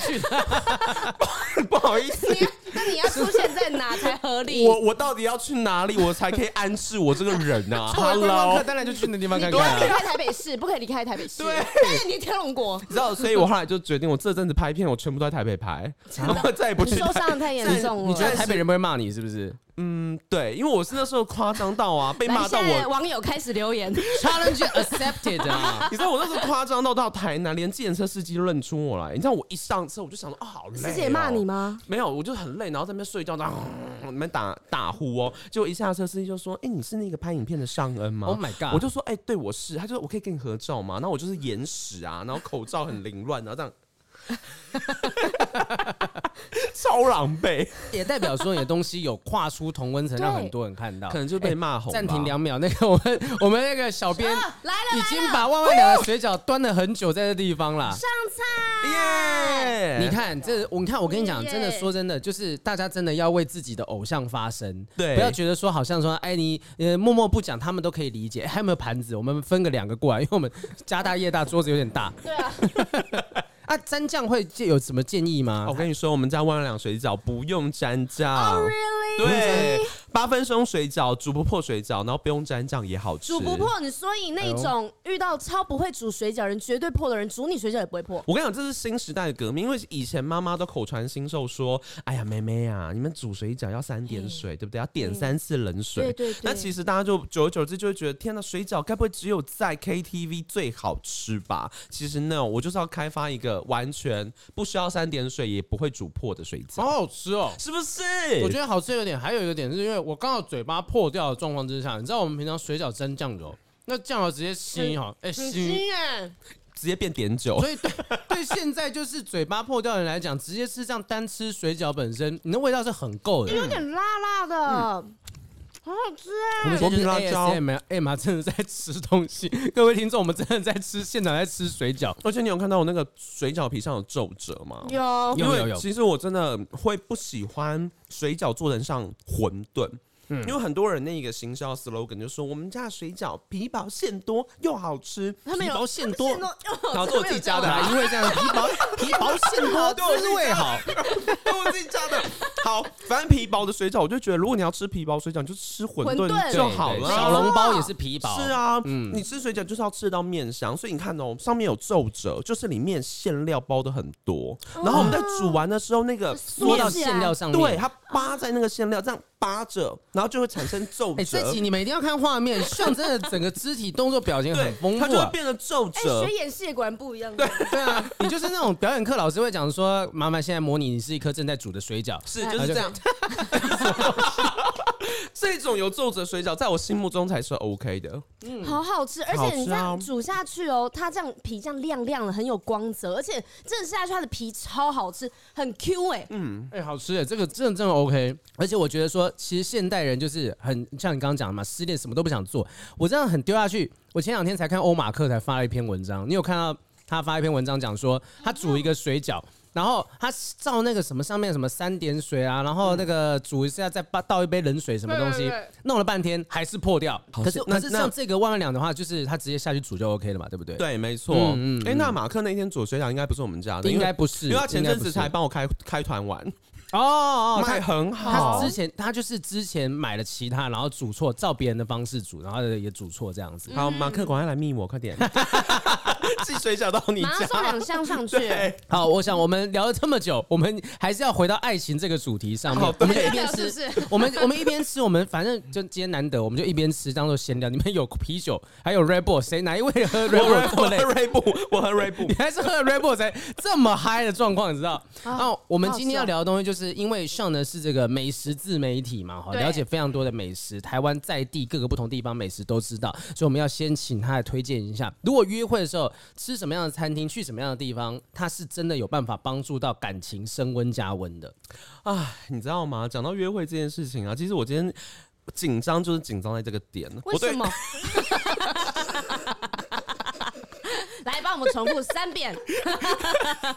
Speaker 2: 去，
Speaker 3: 对，[LAUGHS] 不好意
Speaker 1: [LAUGHS]
Speaker 3: 思
Speaker 1: 你。要那你要出现在哪才合理？
Speaker 3: 我我到底要去哪里，我才可以安置我这个人啊
Speaker 2: [LAUGHS] 作为观光
Speaker 3: ？Hello，
Speaker 2: 客当然就去那地方
Speaker 1: 你
Speaker 2: 看
Speaker 1: 不要离
Speaker 2: 看啊。
Speaker 1: 开台北市，不可以离开台北市。
Speaker 3: 对
Speaker 1: 但是你天龙国
Speaker 3: 你知道，所以我后来就决定，我这阵子拍片，我全部都在台北拍，然后再也不去
Speaker 1: 受伤的太严重
Speaker 2: 你觉
Speaker 1: 了
Speaker 2: 得。台北人不会骂你是不是
Speaker 3: [LAUGHS] 嗯，对，因为我是那时候夸张到啊，被
Speaker 1: 来，
Speaker 3: 骂到
Speaker 1: 现在
Speaker 3: 我。
Speaker 1: 网友开始留言，
Speaker 2: ？Challenge accepted 啊！
Speaker 3: 你知道我那时候夸张到到台南，连计程车司机都认出我来。你知道我一上车我就想说，哦，好累、哦。
Speaker 1: 师姐骂你？吗？
Speaker 3: 没有，我就很累，然后在那边睡觉，然后你们打打呼哦。结果一下车，司机就说：“哎、你是那个拍影片的尚恩吗
Speaker 2: Oh my god！
Speaker 3: 我就说：“哎、对，我是。”他就说：“我可以跟你合照吗？”那我就是眼屎啊，然后口罩很凌乱，然后这样。 [LAUGHS] 超狼狈，
Speaker 2: [LAUGHS] 也代表说你的东西有跨出同温层，
Speaker 1: 对
Speaker 2: 让很多人看到
Speaker 3: 可。能就被骂红吧。
Speaker 2: 哎暂停两秒，那个我们我们那个小 [LAUGHS] 编
Speaker 1: 啊来了
Speaker 2: 已经把万万两的水饺端了很久在这地方啦。
Speaker 1: 上菜，
Speaker 3: 耶！
Speaker 2: 你看这，我你看，我跟你讲，
Speaker 1: 耶
Speaker 2: 真的说真的，就是大家真的要为自己的偶像发声，
Speaker 3: 对
Speaker 2: 不要觉得说好像说，哎，你呃默默不讲，他们都可以理解。哎还有没有盘子？我们分个两个过来，因为我们家大业大，桌子有点大
Speaker 1: 对啊，
Speaker 2: 啊。蘸酱会介有什么建议吗？
Speaker 3: 我跟你说，我们家万两水饺不用沾酱。
Speaker 2: Oh,
Speaker 1: 哦，really？
Speaker 3: 对，八分松水饺、煮不破水饺，然后不用沾酱也好吃。
Speaker 1: 煮不。破你，所以那种遇到超不会煮水饺人，绝对破的人，煮你水饺也不会破。
Speaker 3: 我跟你讲，这是新时代的革命，因为以前妈妈都口传心授说：“哎呀，妹妹啊，你们煮水饺要三点水，对不对？要点三次冷水。
Speaker 1: 对对对
Speaker 3: 那其实大家就久而久之就会觉得，天呐，水饺该不会只有在 KTV 最好吃吧？其实 no，我就是要开发一个完全不需要三点水，也不会煮破的水饺，
Speaker 2: 好好吃哦。
Speaker 3: 是不是？
Speaker 2: 我觉得好吃有点，还有一个点是因为我刚好嘴巴破掉的状况之下，你知道我们平常水饺沾酱油，那酱油直接吸哈，哎、
Speaker 1: 很
Speaker 2: 吸，
Speaker 1: 惊人，
Speaker 3: 直接变点酒。
Speaker 2: 所以对对现在就是嘴巴破掉的人来讲，直接吃这样单吃水饺本身，你的味道是很够的。
Speaker 1: 有点辣辣的，好好吃哎。
Speaker 2: 我们现在就是
Speaker 3: 我们平常
Speaker 2: ASM M 真的在吃东西，各位听众，我们真的在吃，现场在吃水饺。
Speaker 3: 而且你有看到我那个水饺皮上有皱褶吗？
Speaker 1: 有
Speaker 2: 有
Speaker 3: 因为
Speaker 2: 有有
Speaker 3: 其实我真的会不喜欢水饺做成像馄饨。
Speaker 2: 嗯
Speaker 3: 因为很多人那个行销 slogan 就说我们家的水饺皮薄馅多又好吃，
Speaker 1: 他们有
Speaker 2: 皮薄馅多
Speaker 1: 他们馅多
Speaker 3: 然后这我自己加的啊、
Speaker 2: 哪一位这样皮薄皮薄馅多，
Speaker 3: 对我是
Speaker 2: 滋味好，
Speaker 3: 对我自己加的。好，反正皮薄的水饺，我就觉得如果你要吃皮薄水饺，你就吃馄
Speaker 1: 馄饨
Speaker 3: 饨就好
Speaker 2: 对
Speaker 3: 了。
Speaker 2: 对嗯小笼包也是皮薄，
Speaker 3: 是，啊，你吃水饺就是要吃到面香，所以你看哦，上面有皱褶，就是里面馅料包的很多，
Speaker 2: 哦
Speaker 3: 然后我们在煮完的时候，那个
Speaker 2: 缩
Speaker 1: 缩
Speaker 2: 到
Speaker 1: 起来
Speaker 2: 哦馅料上面。
Speaker 3: 对，它扒在那个馅料，这样扒着，然后就会产生皱
Speaker 2: 哎、这
Speaker 3: 褶
Speaker 2: 集，你们一定要看画面，像真的整个肢体动作表情很
Speaker 3: 对，
Speaker 2: 丰
Speaker 3: 它
Speaker 2: 富、
Speaker 3: 就会
Speaker 2: 啊。
Speaker 3: 变成皱
Speaker 1: 哎，
Speaker 3: 褶
Speaker 1: 学。演戏也果然不一样。对，
Speaker 2: 对啊，你就是那种表演课老师会讲说，妈妈现在模拟你是一颗正在煮的水饺，
Speaker 1: 呃
Speaker 3: 是，就是这样。 [LAUGHS] 这种有皱褶水饺，在我心目中才是 OK 的。
Speaker 1: 好好吃，而且你这
Speaker 3: 好
Speaker 1: 样
Speaker 3: 吃啊
Speaker 1: 煮下去哦，它这样皮这样亮亮的，很有光泽，而且真的吃下去它的皮超好吃，很 Q 哎。
Speaker 2: 哎、好吃哎，这个真的真的 OK。而且我觉得说，其实现代人就是很像你刚刚讲的嘛，失恋什么都不想做，我这样很丢下去。我前两天才看欧马克才发了一篇文章，你有看到他发一篇文章讲说，他煮一个水饺。然后他照那个什么上面什么三点水啊，然后那个煮一下，再倒倒一杯冷水什么东西
Speaker 1: 对对对，
Speaker 2: 弄了半天还是破掉。
Speaker 3: 好
Speaker 2: 可是
Speaker 3: 那
Speaker 2: 可是
Speaker 3: 那
Speaker 2: 像这个万万两的话，就是他直接下去煮就 OK 了嘛，对不对？，
Speaker 3: 对，没错。
Speaker 2: 嗯嗯
Speaker 3: 哎，那马克那天煮水饺应该不是我们家的，
Speaker 2: 应
Speaker 3: 因
Speaker 2: 该
Speaker 3: 为
Speaker 2: 不是，
Speaker 3: 因为他前阵
Speaker 2: 应
Speaker 3: 子
Speaker 2: 该不是
Speaker 3: 才帮我开开团玩，
Speaker 2: 哦哦，哦他
Speaker 3: 卖很
Speaker 2: 他
Speaker 3: 好
Speaker 2: 之。前他就是之前买了其他，然后煮错，照别人的方式煮，然后也煮错这样
Speaker 1: 嗯
Speaker 2: 子。
Speaker 3: 好，马克，赶快来密我，快点！
Speaker 2: [LAUGHS]
Speaker 3: 寄水饺到你
Speaker 1: 马上送两
Speaker 3: 家。
Speaker 1: 箱上去，
Speaker 3: 对，
Speaker 2: 好，我想我们聊了这么久，我们还是要回到爱情这个主题上
Speaker 3: 好
Speaker 2: 面。
Speaker 3: 对
Speaker 2: 我们就一边
Speaker 1: 哦 [LAUGHS] 是不
Speaker 2: 吃，
Speaker 1: 是？
Speaker 2: 我们我们一边吃，我们反正就今天难得，我们就一边吃当做闲聊。你们有啤酒，还有 Red Bull，谁哪一位喝 Red
Speaker 3: 我
Speaker 2: Bull
Speaker 3: 我
Speaker 2: 过
Speaker 3: 喝
Speaker 2: 累？
Speaker 3: 瑞布，我喝瑞布
Speaker 2: [LAUGHS]
Speaker 3: [LAUGHS]
Speaker 2: 你。还是喝了 Red Bull 才这么嗨的状况，你知道？
Speaker 1: 啊
Speaker 2: 那我们
Speaker 1: 好
Speaker 2: 今天
Speaker 1: 笑
Speaker 2: 要聊的东西，就是因为上呢是这个美食自媒体嘛，哈，
Speaker 1: 对
Speaker 2: 了解非常多的美食，台湾在地各个不同地方美食都知道，所以我们要先请他来推荐一下，如果约会的时候吃什么样的餐厅，去什么样的地方，他是真的有办法帮助到感情升温加温的。
Speaker 3: 唉，你知道吗？讲到约会这件事情啊，其实我今天紧张就是紧张在这个点。
Speaker 1: 为
Speaker 3: 我对
Speaker 1: 什么？ [LAUGHS] 来，帮我们重复三遍。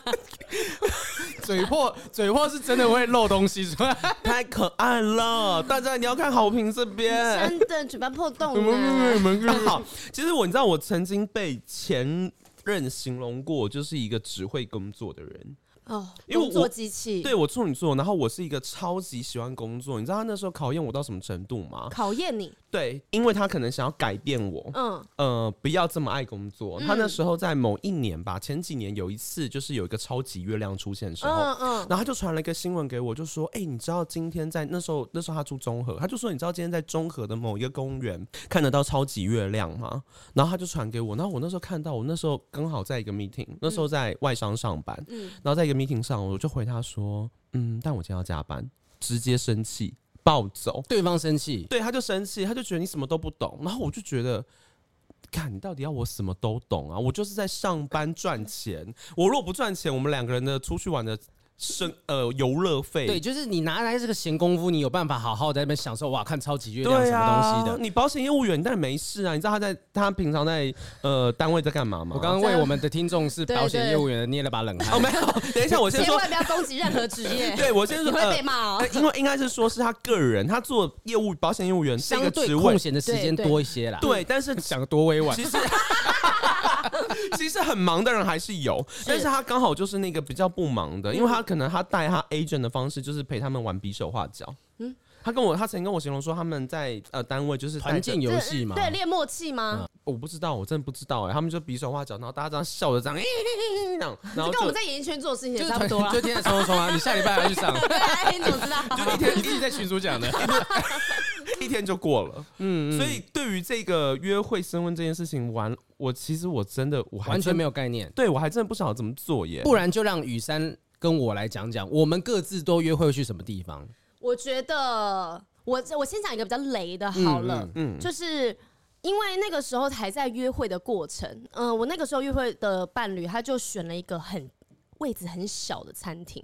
Speaker 2: [LAUGHS] 嘴破，嘴破是真的会漏东西出来。
Speaker 3: 太可爱了？大家你要看好评这边。
Speaker 1: 真的嘴巴破洞
Speaker 2: 嗯
Speaker 1: 啊！
Speaker 3: 好，其实我你知道，我曾经被前任形容过，我就是一个只会工作的人。
Speaker 1: 哦，
Speaker 3: 因为我
Speaker 1: 工作机器
Speaker 3: 对我处女座，然后我是一个超级喜欢工作。你知道他那时候考验我到什么程度吗？
Speaker 1: 考验你，
Speaker 3: 对，因为他可能想要改变我，
Speaker 1: 嗯，
Speaker 3: 呃，不要这么爱工作。他那时候在某一年吧，前几年有一次，就是有一个超级月亮出现的时候，
Speaker 1: 嗯嗯，
Speaker 3: 然后他就传了一个新闻给我，就说：“哎、你知道今天在那时候，那时候他住中和，他就说你知道今天在中和的某一个公园看得到超级月亮吗？”然后他就传给我，然后我那时候看到，我那时候刚好在一个 meeting，那时候在外商上班，
Speaker 1: 嗯
Speaker 3: 然后在一个 meeting 上，我就回他说：“嗯，但我今天要加班。”直接生气暴走，
Speaker 2: 对方生气，
Speaker 3: 对，他就生气，他就觉得你什么都不懂，然后我就觉得。看你到底要我什么都懂啊！我就是在上班赚钱，我如果不赚钱，我们两个人的出去玩的生呃游乐费。
Speaker 2: 对，就是你拿来这个闲工夫，你有办法好好在那边享受哇，看超级月亮
Speaker 3: 对
Speaker 2: 什么
Speaker 3: 啊
Speaker 2: 东西，的。
Speaker 3: 你保险业务员但没事啊，你知道他在他平常在呃单位在干嘛吗？
Speaker 2: 我刚刚为我们的听众是保险业务员捏了把冷汗
Speaker 3: 哦。没有，等一下我先
Speaker 1: 千
Speaker 3: 说，
Speaker 1: 万不要攻击任何职业，
Speaker 3: [LAUGHS] 对我先
Speaker 1: 你
Speaker 3: 说
Speaker 1: 会被
Speaker 3: 呃。
Speaker 1: 骂哦
Speaker 3: 呃。因为应该是说是他个人，他做业务保险业务员这
Speaker 2: 相
Speaker 3: 个
Speaker 2: 对
Speaker 3: 职
Speaker 2: 空
Speaker 3: 位，
Speaker 2: 闲的时间
Speaker 1: 对对
Speaker 2: 多一些啦，
Speaker 3: 对，但是
Speaker 2: 想得多委婉
Speaker 3: 其，实 [LAUGHS] 其实很忙的人还是有，但是他刚好就是那个比较不忙的，因为他可能他带他 agent 的方式就是陪他们玩比手画脚。嗯，他跟我他曾经跟我形容说他们在呃单位就是带着
Speaker 2: 团建游戏嘛，
Speaker 1: 对，练默契吗？
Speaker 3: 我不知道，我真的不知道哎、他们就比手画脚，然后大家这样笑着这样，欸欸欸欸这样，然
Speaker 1: 这
Speaker 3: 后
Speaker 1: 跟我们
Speaker 3: 就。
Speaker 1: 在演艺圈做的事情也
Speaker 2: 就是
Speaker 1: 差不
Speaker 2: 团
Speaker 1: 多了
Speaker 2: 就。天天冲冲冲啊！你下礼拜还去上，
Speaker 1: [LAUGHS] 对啊，你怎么知道？
Speaker 2: 就一天一直在群主讲的，
Speaker 3: [LAUGHS] 一天就过了，嗯，所以对于这个约会升温这件事情，完我其实我真的我还
Speaker 2: 完全没
Speaker 3: 有，
Speaker 2: 有概念。
Speaker 3: 对我还真的不晓得怎么做耶。
Speaker 2: 不然就让雨珊跟我来讲讲，我们各自都约会去什么地方？
Speaker 1: 我觉得我我先讲一个比较雷的好了，就是。因为那个时候还在约会的过程，嗯、我那个时候约会的伴侣，他就选了一个很位置很小的餐厅，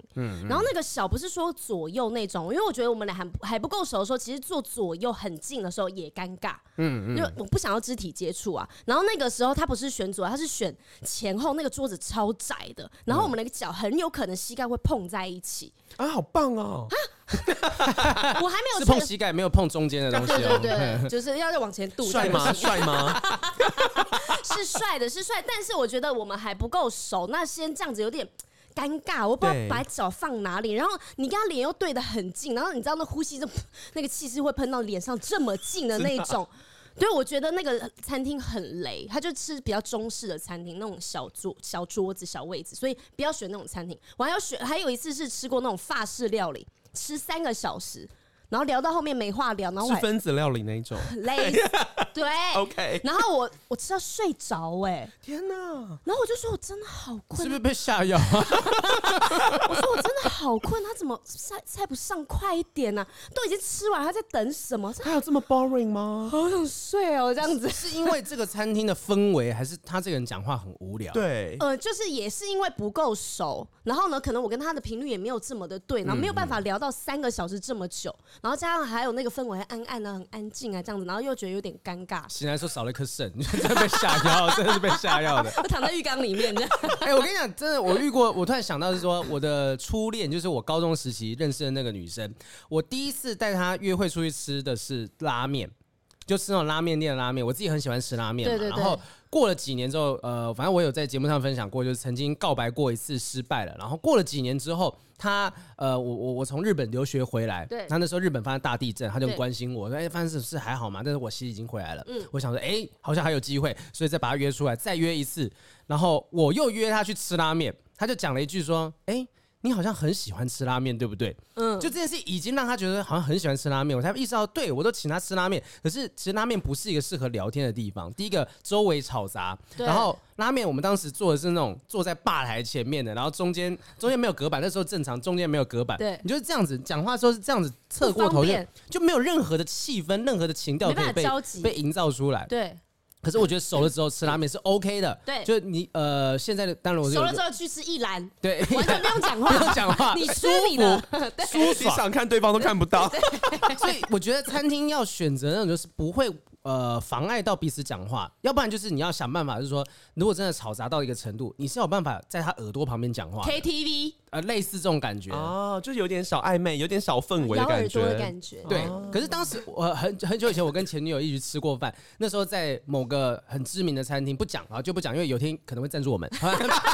Speaker 1: 然后那个小不是说左右那种，因为我觉得我们俩还不还不够熟的时候，其实坐左右很近的时候也尴尬，嗯因为我不想要肢体接触啊。然后那个时候他不是选左，他是选前后，那个桌子超窄的，然后我们那个脚很有可能膝盖会碰在一起，
Speaker 3: 啊，好棒哦！
Speaker 1: 我还没有
Speaker 2: [LAUGHS]
Speaker 1: 确
Speaker 2: 是碰膝盖，没有碰中间的东西
Speaker 1: 对
Speaker 2: 哦
Speaker 1: 对。对，
Speaker 3: [LAUGHS]
Speaker 1: 就是要再往前渡。 [LAUGHS]
Speaker 3: 帅吗？帅吗？
Speaker 1: 是帅的，是帅，但是我觉得我们还不够熟，那先这样子有点。尴尬，我不知道
Speaker 3: 对
Speaker 1: 把脚放哪里，然后你跟他脸又对得很近，然后你知道那呼吸就 [LAUGHS] 那个气势会喷到脸上这么近的那一
Speaker 3: 啊
Speaker 1: 种， [LAUGHS] 对，我觉得那个餐厅很雷，他就吃比较中式的餐厅，那种小桌、小桌子、小位置，所以不要选那种餐厅。我还要选，还有一次是吃过那种法式料理，吃三个小时，然后聊到后面没话聊，然后我
Speaker 3: 是
Speaker 1: 还
Speaker 3: 分子料理那一种。 [LAUGHS]
Speaker 1: 累死，对
Speaker 3: OK，
Speaker 1: [LAUGHS] 然后我我吃到睡着哎、
Speaker 3: 天哪！
Speaker 1: 然后我就说我真的好困，
Speaker 2: 是不是被下药啊？
Speaker 1: 我说我真的好困，他怎么菜菜不上快一点呢、都已经吃完，他在等什么？他
Speaker 3: 他有这么 boring 吗？
Speaker 1: 好想睡哦，这
Speaker 2: [LAUGHS]
Speaker 1: 样子。
Speaker 2: 是因为这个餐厅的氛围，还是他这个人讲话很无聊？，，
Speaker 3: 对，
Speaker 1: 呃，就是也是因为不够熟，然后呢，可能我跟他的频率也没有这么的对，然后没有办法聊到三个小时这么久，然后加上还有那个氛围暗暗的、很安静啊，这样子，然后又觉得有点尴尬
Speaker 2: 醒来说少了一颗肾，你真的被下药，真的是被下药的。
Speaker 1: 我躺在浴缸里面这
Speaker 2: [LAUGHS]
Speaker 1: 样。
Speaker 2: 哎、我跟你讲，真的，我遇过，我突然想到是说，我的初恋就是我高中时期认识的那个女生，我第一次带她约会出去吃的是拉面。就吃那种拉面店的拉面，我自己很喜欢吃拉面嘛。
Speaker 1: 对对对
Speaker 2: 然后过了几年之后，呃，反正我有在节目上分享过，就是曾经告白过一次失败了。然后过了几年之后，她呃，我我我从日本留学回来，
Speaker 1: 对
Speaker 2: 她那时候日本发生大地震，她就很
Speaker 1: 对嗯
Speaker 2: 关心我说：“哎、发生是不是还好嘛？”但是我其实已经回来了，我想说，哎、好像还有机会，所以再把她约出来，再约一次。然后我又约她去吃拉面，她就讲了一句说：“哎、你好像很喜欢吃拉面，对不对？”
Speaker 1: 嗯，
Speaker 2: 就这件事已经让他觉得好像很喜欢吃拉面，我才意识到，对我都请他吃拉面，可是其实拉面不是一个适合聊天的地方。第一个，周围吵杂，
Speaker 1: 对
Speaker 2: 然后拉面我们当时做的是那种坐在吧台前面的，然后中间中间没有隔板，那时候正常中间没有隔板，
Speaker 1: 对
Speaker 2: 你就是这样子讲话的时候是这样子侧过头
Speaker 1: 不方
Speaker 2: 去
Speaker 1: 便，
Speaker 2: 就没有任何的气氛，任何的情调
Speaker 1: 没
Speaker 2: 可
Speaker 1: 办
Speaker 2: 以
Speaker 1: 法
Speaker 2: 被
Speaker 1: 交集
Speaker 2: 被营造出来。
Speaker 1: 对，
Speaker 2: 可是我觉得熟了之后吃拉面是 OK 的，
Speaker 1: 对
Speaker 2: 就是你呃现在的当然我是有
Speaker 1: 熟了之后去吃一兰，
Speaker 2: 对
Speaker 1: 完全不用讲
Speaker 2: [LAUGHS] 不用
Speaker 1: 话，
Speaker 2: 讲话，
Speaker 1: 你吃
Speaker 2: 舒
Speaker 1: 你的
Speaker 2: 服，
Speaker 1: [LAUGHS]
Speaker 2: 舒
Speaker 3: [LAUGHS] 你
Speaker 2: 爽。
Speaker 3: 想看对方都看不到。 [LAUGHS]
Speaker 2: 所以我觉得餐厅要选择那种就是不会呃妨碍到彼此讲话，要不然就是你要想办法，就是说如果真的吵杂到一个程度，你是有办法在他耳朵旁边讲话的，
Speaker 1: KTV
Speaker 2: 呃，类似这种感觉。
Speaker 3: 哦，就有点小暧昧，有点小氛围的
Speaker 1: 咬耳
Speaker 3: 感
Speaker 1: 朵的
Speaker 3: 觉。
Speaker 1: 感觉。
Speaker 2: 对，可是当时我很很久以前，我跟前女友一起吃过饭，那时候在某个很知名的餐厅，不讲啊，就不讲，因为有天可能会赞助我们。 [LAUGHS]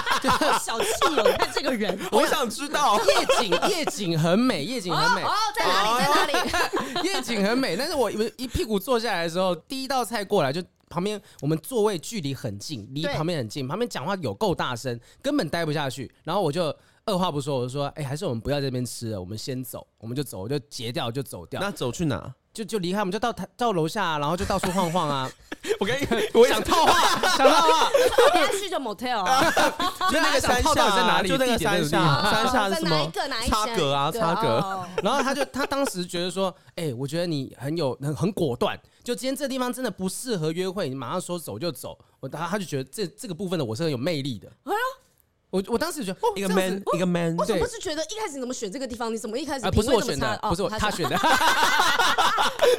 Speaker 1: 小气哦，你看这个人。
Speaker 3: [LAUGHS] 我想知道，
Speaker 2: 夜景夜景很美，夜景很美
Speaker 1: 哦，哦，在哪里？在哪 [LAUGHS] 里？
Speaker 2: [LAUGHS] 夜景很美，但是我一屁股坐下来的时候，第一道菜过来就旁边我们座位距离很近，离
Speaker 1: 对
Speaker 2: 旁边很近，旁边讲话有够大声，根本待不下去。然后我就二话不说，我就说：“哎、还是我们不要这边吃了，我们先走，我们就走，我就结掉就走掉，
Speaker 3: 那走去哪？
Speaker 2: 就就离开，我们就到台到楼下、然后就到处晃晃
Speaker 3: [LAUGHS]
Speaker 2: 啊。
Speaker 3: 我跟你，我想套话，
Speaker 2: 想到啊，
Speaker 1: 等下去就 motel
Speaker 2: [LAUGHS]
Speaker 1: 啊。
Speaker 3: 就那个
Speaker 2: 想
Speaker 3: 山
Speaker 2: 套到底
Speaker 3: 下
Speaker 2: 在哪里
Speaker 3: 就那个
Speaker 2: 地点在哪
Speaker 3: 山下，啊山下
Speaker 1: 哦在
Speaker 3: 是什
Speaker 1: 哪一
Speaker 3: 么？
Speaker 1: 个？哪一
Speaker 3: 插
Speaker 1: 间
Speaker 3: 格啊
Speaker 1: 对
Speaker 3: 插格
Speaker 1: 哦
Speaker 2: 然后他就他当时觉得说，哎、我觉得你很有很很果断，就今天这地方真的不适合约会，你马上说走就走。我他他就觉得这这个部分的我是很有魅力的。哎我我当时觉得哦
Speaker 3: 一个
Speaker 2: 这样
Speaker 3: man
Speaker 2: 子
Speaker 3: 一个 man，
Speaker 1: 我怎
Speaker 2: 对
Speaker 1: 么不是觉得一开始你怎么选这个地方？你怎么一开始
Speaker 2: 啊，不是
Speaker 1: 品味
Speaker 2: 我
Speaker 1: 这么
Speaker 2: 选
Speaker 1: 差
Speaker 2: 的，不是我
Speaker 1: 哦
Speaker 2: 他选的，